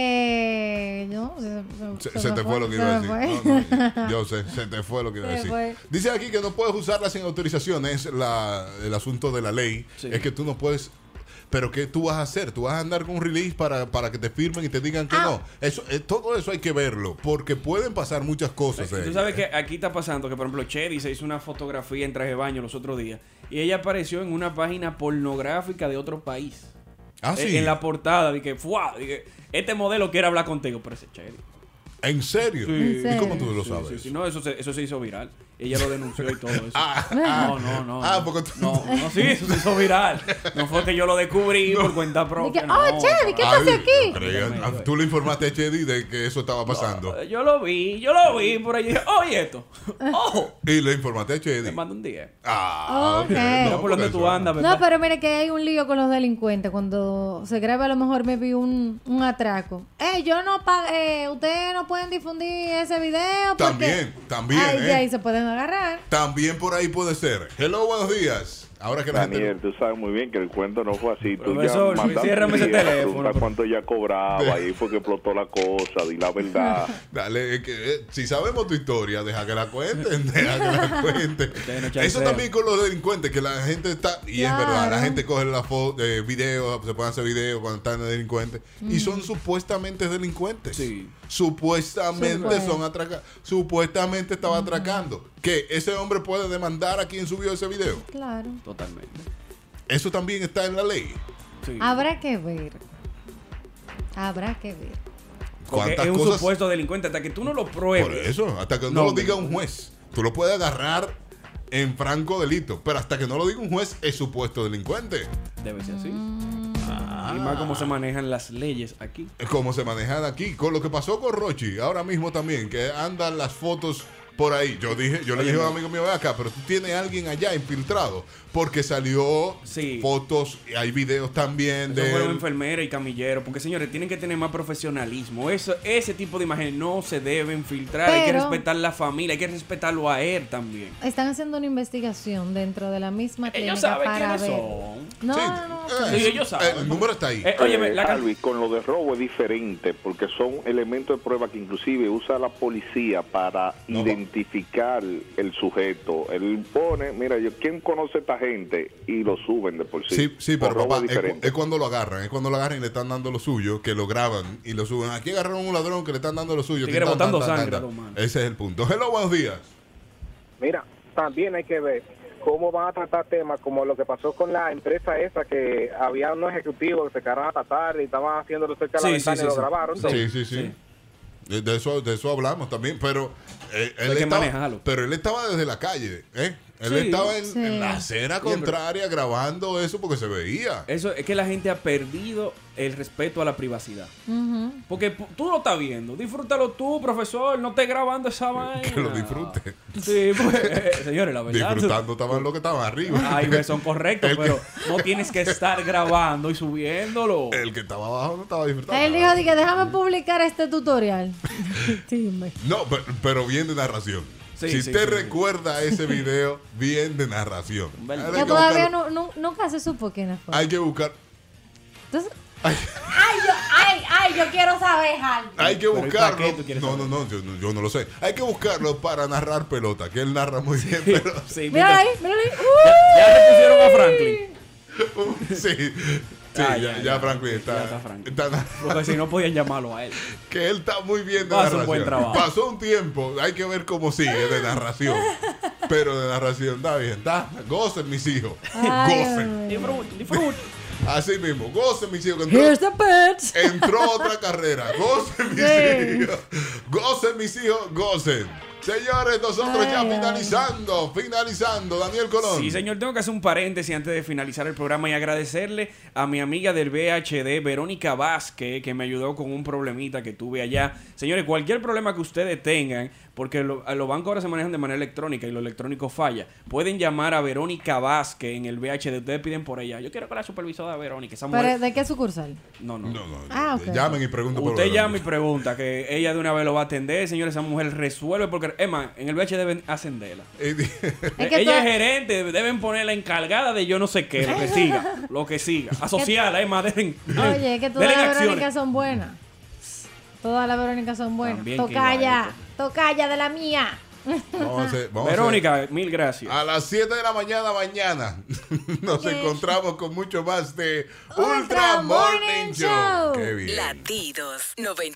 [SPEAKER 2] Que. No, se,
[SPEAKER 1] Se, se
[SPEAKER 2] me
[SPEAKER 1] te fue lo que
[SPEAKER 2] se
[SPEAKER 1] iba a
[SPEAKER 2] me
[SPEAKER 1] decir.
[SPEAKER 2] fue.
[SPEAKER 1] No, no, yo- yo sé, se te fue lo que iba a
[SPEAKER 2] Se
[SPEAKER 1] decir.
[SPEAKER 2] fue.
[SPEAKER 1] Dice aquí que no puedes usarla sin autorización. Es la, el asunto de la ley. Es que tú no puedes. Pero ¿qué tú vas a hacer? ¿Tú vas a andar con un release para, para que te firmen y te digan
[SPEAKER 2] Ah.
[SPEAKER 1] que no? Eso, eh, todo eso hay que verlo. Porque pueden pasar muchas cosas. eh.
[SPEAKER 3] Tú
[SPEAKER 1] ahí.
[SPEAKER 3] sabes que aquí está pasando que, por ejemplo, Chedi se hizo una fotografía en traje de baño los otros días y ella apareció en una página pornográfica de otro país. Eh,
[SPEAKER 1] Ah,
[SPEAKER 3] En-
[SPEAKER 1] sí.
[SPEAKER 3] En la portada, dije, ¡fuah! Dije, este modelo quiere hablar contigo, pero ese Chedi.
[SPEAKER 1] ¿En serio?
[SPEAKER 3] Sí.
[SPEAKER 1] ¿Y cómo tú lo
[SPEAKER 3] Sí,
[SPEAKER 1] sabes?
[SPEAKER 3] sí, sí. No, eso se, eso se hizo viral. Ella lo denunció y todo eso.
[SPEAKER 1] ah.
[SPEAKER 3] no, no, no.
[SPEAKER 1] Ah,
[SPEAKER 3] no.
[SPEAKER 1] porque tú-
[SPEAKER 3] No, no, sí, eso se hizo viral. No fue Ah, que yo lo descubrí por cuenta propia.
[SPEAKER 2] Dije,
[SPEAKER 3] no.
[SPEAKER 2] "Oh, Chedi, ¿qué pasa
[SPEAKER 1] Ay,
[SPEAKER 2] aquí?"
[SPEAKER 1] creía- ah, tú le informaste a Chedi de que eso estaba pasando.
[SPEAKER 3] Yo lo vi, yo lo vi por ahí. Dije, eh, oye, esto. Ojo.
[SPEAKER 1] Y le informaste a Chedi. Te
[SPEAKER 3] mando un 10.
[SPEAKER 1] Ah,
[SPEAKER 2] Ok.
[SPEAKER 1] ok.
[SPEAKER 2] Mira
[SPEAKER 3] por dónde tú andas,
[SPEAKER 2] No, pero mira que hay un lío con los delincuentes. Cuando se graba, a lo mejor me vi un, un atraco. Eh, yo no pa- eh, ustedes no pueden difundir ese video. Porque
[SPEAKER 1] También, también.
[SPEAKER 2] Ay,
[SPEAKER 1] ¿eh?
[SPEAKER 2] de ahí se pueden agarrar.
[SPEAKER 1] También por ahí puede ser. Hello, buenos días. Ahora que la
[SPEAKER 18] Daniel, tú sabes muy bien que el cuento no fue así. Tú
[SPEAKER 3] Profesor,
[SPEAKER 18] ya mandaste
[SPEAKER 3] ciérrame ese
[SPEAKER 18] un día a
[SPEAKER 3] teléfono,
[SPEAKER 18] preguntar cuánto ya cobraba, ahí fue que explotó la cosa, di la verdad.
[SPEAKER 1] Dale, es que, eh, si sabemos tu historia, deja que la cuenten, deja que la cuenten. Eso
[SPEAKER 3] chancean.
[SPEAKER 1] también con los delincuentes, que la gente está, y es
[SPEAKER 3] Claro.
[SPEAKER 1] verdad, la gente coge la foto, eh, videos, se pueden hacer videos cuando están delincuentes,
[SPEAKER 2] Mm.
[SPEAKER 1] y son supuestamente delincuentes. Supuestamente
[SPEAKER 3] Supuest-
[SPEAKER 1] son atracados,
[SPEAKER 2] Mm.
[SPEAKER 1] supuestamente estaba atracando. que ¿Ese hombre puede demandar a quien subió ese video?
[SPEAKER 2] Claro.
[SPEAKER 3] Totalmente.
[SPEAKER 1] Eso también está en la ley.
[SPEAKER 3] Ah.
[SPEAKER 2] Habrá que ver. Habrá que ver.
[SPEAKER 3] Porque
[SPEAKER 1] ¿Cuántas
[SPEAKER 3] es un
[SPEAKER 1] cosas?
[SPEAKER 3] supuesto delincuente hasta que tú no lo pruebes.
[SPEAKER 1] Por eso, hasta que no, lo diga un juez. Tú lo puedes agarrar en franco delito, pero hasta que no lo diga un juez es supuesto delincuente.
[SPEAKER 3] Debe ser así. Ah. Y más cómo se manejan las leyes aquí.
[SPEAKER 1] Como se manejan aquí, con lo que pasó con Rochi, ahora mismo también, que andan las fotos por ahí. Yo dije, yo le
[SPEAKER 3] Oye,
[SPEAKER 1] dije a
[SPEAKER 3] no.
[SPEAKER 1] un amigo mío, "Ven acá, pero tú tienes a alguien allá infiltrado. Porque salió fotos, hay videos también
[SPEAKER 3] Eso fueron
[SPEAKER 1] de.
[SPEAKER 3] enfermera y camillero, porque señores, tienen que tener más profesionalismo. Eso, ese tipo de imágenes no se deben filtrar. Hay que
[SPEAKER 2] Pero-
[SPEAKER 3] respetar la familia, hay que respetarlo a él también.
[SPEAKER 2] Están haciendo una investigación dentro de la misma clínica
[SPEAKER 3] Ellos saben
[SPEAKER 2] para
[SPEAKER 3] quiénes
[SPEAKER 2] ver.
[SPEAKER 3] son.
[SPEAKER 2] No, no, no.
[SPEAKER 1] Eh,
[SPEAKER 3] Sí, ellos saben.
[SPEAKER 1] El número está ahí.
[SPEAKER 18] Eh, Alvis, con lo de robo es diferente porque son elementos de prueba que inclusive usa la policía para identificar el sujeto. Él pone, mira, yo quién conoce a esta gente y lo suben de por sí.
[SPEAKER 1] Sí, sí,
[SPEAKER 18] Por
[SPEAKER 1] pero
[SPEAKER 18] robo
[SPEAKER 1] papá, eh,
[SPEAKER 18] es
[SPEAKER 1] es, cu-
[SPEAKER 18] diferente.
[SPEAKER 1] es cuando lo agarran, es cuando lo agarran y le están dando lo suyo, que lo graban y lo suben. Aquí agarraron un ladrón que le están dando lo suyo.
[SPEAKER 3] Tigre
[SPEAKER 1] tin, tan, tan,
[SPEAKER 3] botando
[SPEAKER 1] tan, tan,
[SPEAKER 3] sangre
[SPEAKER 1] tan.
[SPEAKER 3] a los manos.
[SPEAKER 1] Ese es el punto. Hello, buenos días.
[SPEAKER 17] Mira, también hay que ver cómo van a tratar temas como lo que pasó con la empresa esa que había unos ejecutivos que se quedaron hasta tarde y estaban haciéndolo cerca de la ventana y lo grabaron.
[SPEAKER 1] Sí, sí, sí. De- De eso, de eso hablamos también, pero eh, él,
[SPEAKER 3] Hay que
[SPEAKER 1] estaba,
[SPEAKER 3] manejarlo.
[SPEAKER 1] pero él estaba desde la calle, ¿eh? Él
[SPEAKER 3] Sí.
[SPEAKER 1] estaba en,
[SPEAKER 3] Sí.
[SPEAKER 1] en la acera
[SPEAKER 3] Oye, pero-
[SPEAKER 1] contraria grabando eso porque se veía.
[SPEAKER 3] Eso es que la gente ha perdido el respeto a la privacidad. Porque pu- tú lo estás viendo. Disfrútalo tú, profesor. No estés grabando esa vaina.
[SPEAKER 1] Que lo disfrute.
[SPEAKER 3] Sí, pues, eh, señores, la verdad.
[SPEAKER 1] Disfrutando estaban los que estaban arriba.
[SPEAKER 3] Ay, pues, son correctos, pero no tienes que estar grabando y subiéndolo.
[SPEAKER 1] El que estaba abajo no estaba disfrutando.
[SPEAKER 2] Él dijo, dije, déjame publicar este tutorial. Dime.
[SPEAKER 1] No, pero, pero bien de narración.
[SPEAKER 3] Sí,
[SPEAKER 1] si
[SPEAKER 3] sí,
[SPEAKER 1] usted
[SPEAKER 3] sí,
[SPEAKER 1] recuerda ese video, bien de narración. Ahora hay
[SPEAKER 2] Que
[SPEAKER 1] que
[SPEAKER 2] todavía
[SPEAKER 1] buscar-
[SPEAKER 2] no- nu- nunca se supo quién fue.
[SPEAKER 1] Hay que buscar,
[SPEAKER 2] Entonces, ay, yo, ay, ay, yo quiero saber, Hal.
[SPEAKER 1] hay que buscarlo. No, no, no, yo, no- yo no lo sé. Hay que buscarlo para narrar pelota, que él narra muy bien. pero-
[SPEAKER 3] Sí,
[SPEAKER 2] Míralo ahí, míralo ahí. ¡Uh!
[SPEAKER 3] Ya te pusieron a Franklin.
[SPEAKER 1] sí, sí,
[SPEAKER 3] Ah,
[SPEAKER 1] ya,
[SPEAKER 3] ya,
[SPEAKER 1] ya
[SPEAKER 3] ya.
[SPEAKER 1] Franklin está.
[SPEAKER 3] Ya está Franklin.
[SPEAKER 1] está narrando.
[SPEAKER 3] Porque si no podían llamarlo a él.
[SPEAKER 1] que él está muy bien de
[SPEAKER 3] Hace un
[SPEAKER 1] narración.
[SPEAKER 3] buen trabajo.
[SPEAKER 1] Pasó un tiempo, hay que ver cómo sigue de narración. Pero de narración está bien, está. Gocen mis hijos. Gocen. Así mismo, gocen mis hijos. que entró-
[SPEAKER 2] Here's the birds.
[SPEAKER 1] Entró otra carrera. Gocen mis
[SPEAKER 2] Sí.
[SPEAKER 1] hijos. Gocen mis hijos, gocen. Señores, nosotros ya finalizando, finalizando, Daniel Colón.
[SPEAKER 3] Sí, señor, tengo que hacer un paréntesis antes de finalizar el programa y agradecerle a mi amiga del VHD, Verónica Vázquez, que me ayudó con un problemita que tuve allá. Señores, cualquier problema que ustedes tengan, porque lo- a los bancos ahora se manejan de manera electrónica y lo electrónico falla, pueden llamar a Verónica Vázquez en el VHD. Ustedes piden por ella. Yo quiero que la supervisora Verónica, esa mujer-
[SPEAKER 2] Pero, ¿De qué sucursal?
[SPEAKER 3] No, no.
[SPEAKER 2] Ah, ok.
[SPEAKER 1] Llamen y pregunten por
[SPEAKER 3] Usted
[SPEAKER 1] Verónica.
[SPEAKER 3] llama y pregunta, que ella de una vez lo va a atender, señores, esa mujer resuelve, porque, Emma, en el VH deben ascenderla.
[SPEAKER 2] que
[SPEAKER 3] ella es
[SPEAKER 2] tú-
[SPEAKER 3] gerente, deben ponerla encargada de yo no sé qué, lo que siga, lo que siga. Asociada, Emma, den,
[SPEAKER 2] Oye, es que todas
[SPEAKER 3] denle
[SPEAKER 2] las
[SPEAKER 3] acciones.
[SPEAKER 2] Verónicas son buenas. Todas las Verónicas son buenas.
[SPEAKER 3] También pues. que
[SPEAKER 2] Tocaya, tocaya de la mía.
[SPEAKER 1] Vamos a hacer- vamos a hacer-
[SPEAKER 3] Verónica, mil gracias.
[SPEAKER 1] A las 7 de la mañana mañana nos encontramos con mucho más de Ultra, Morning Show. Qué bien.
[SPEAKER 6] Latidos 93.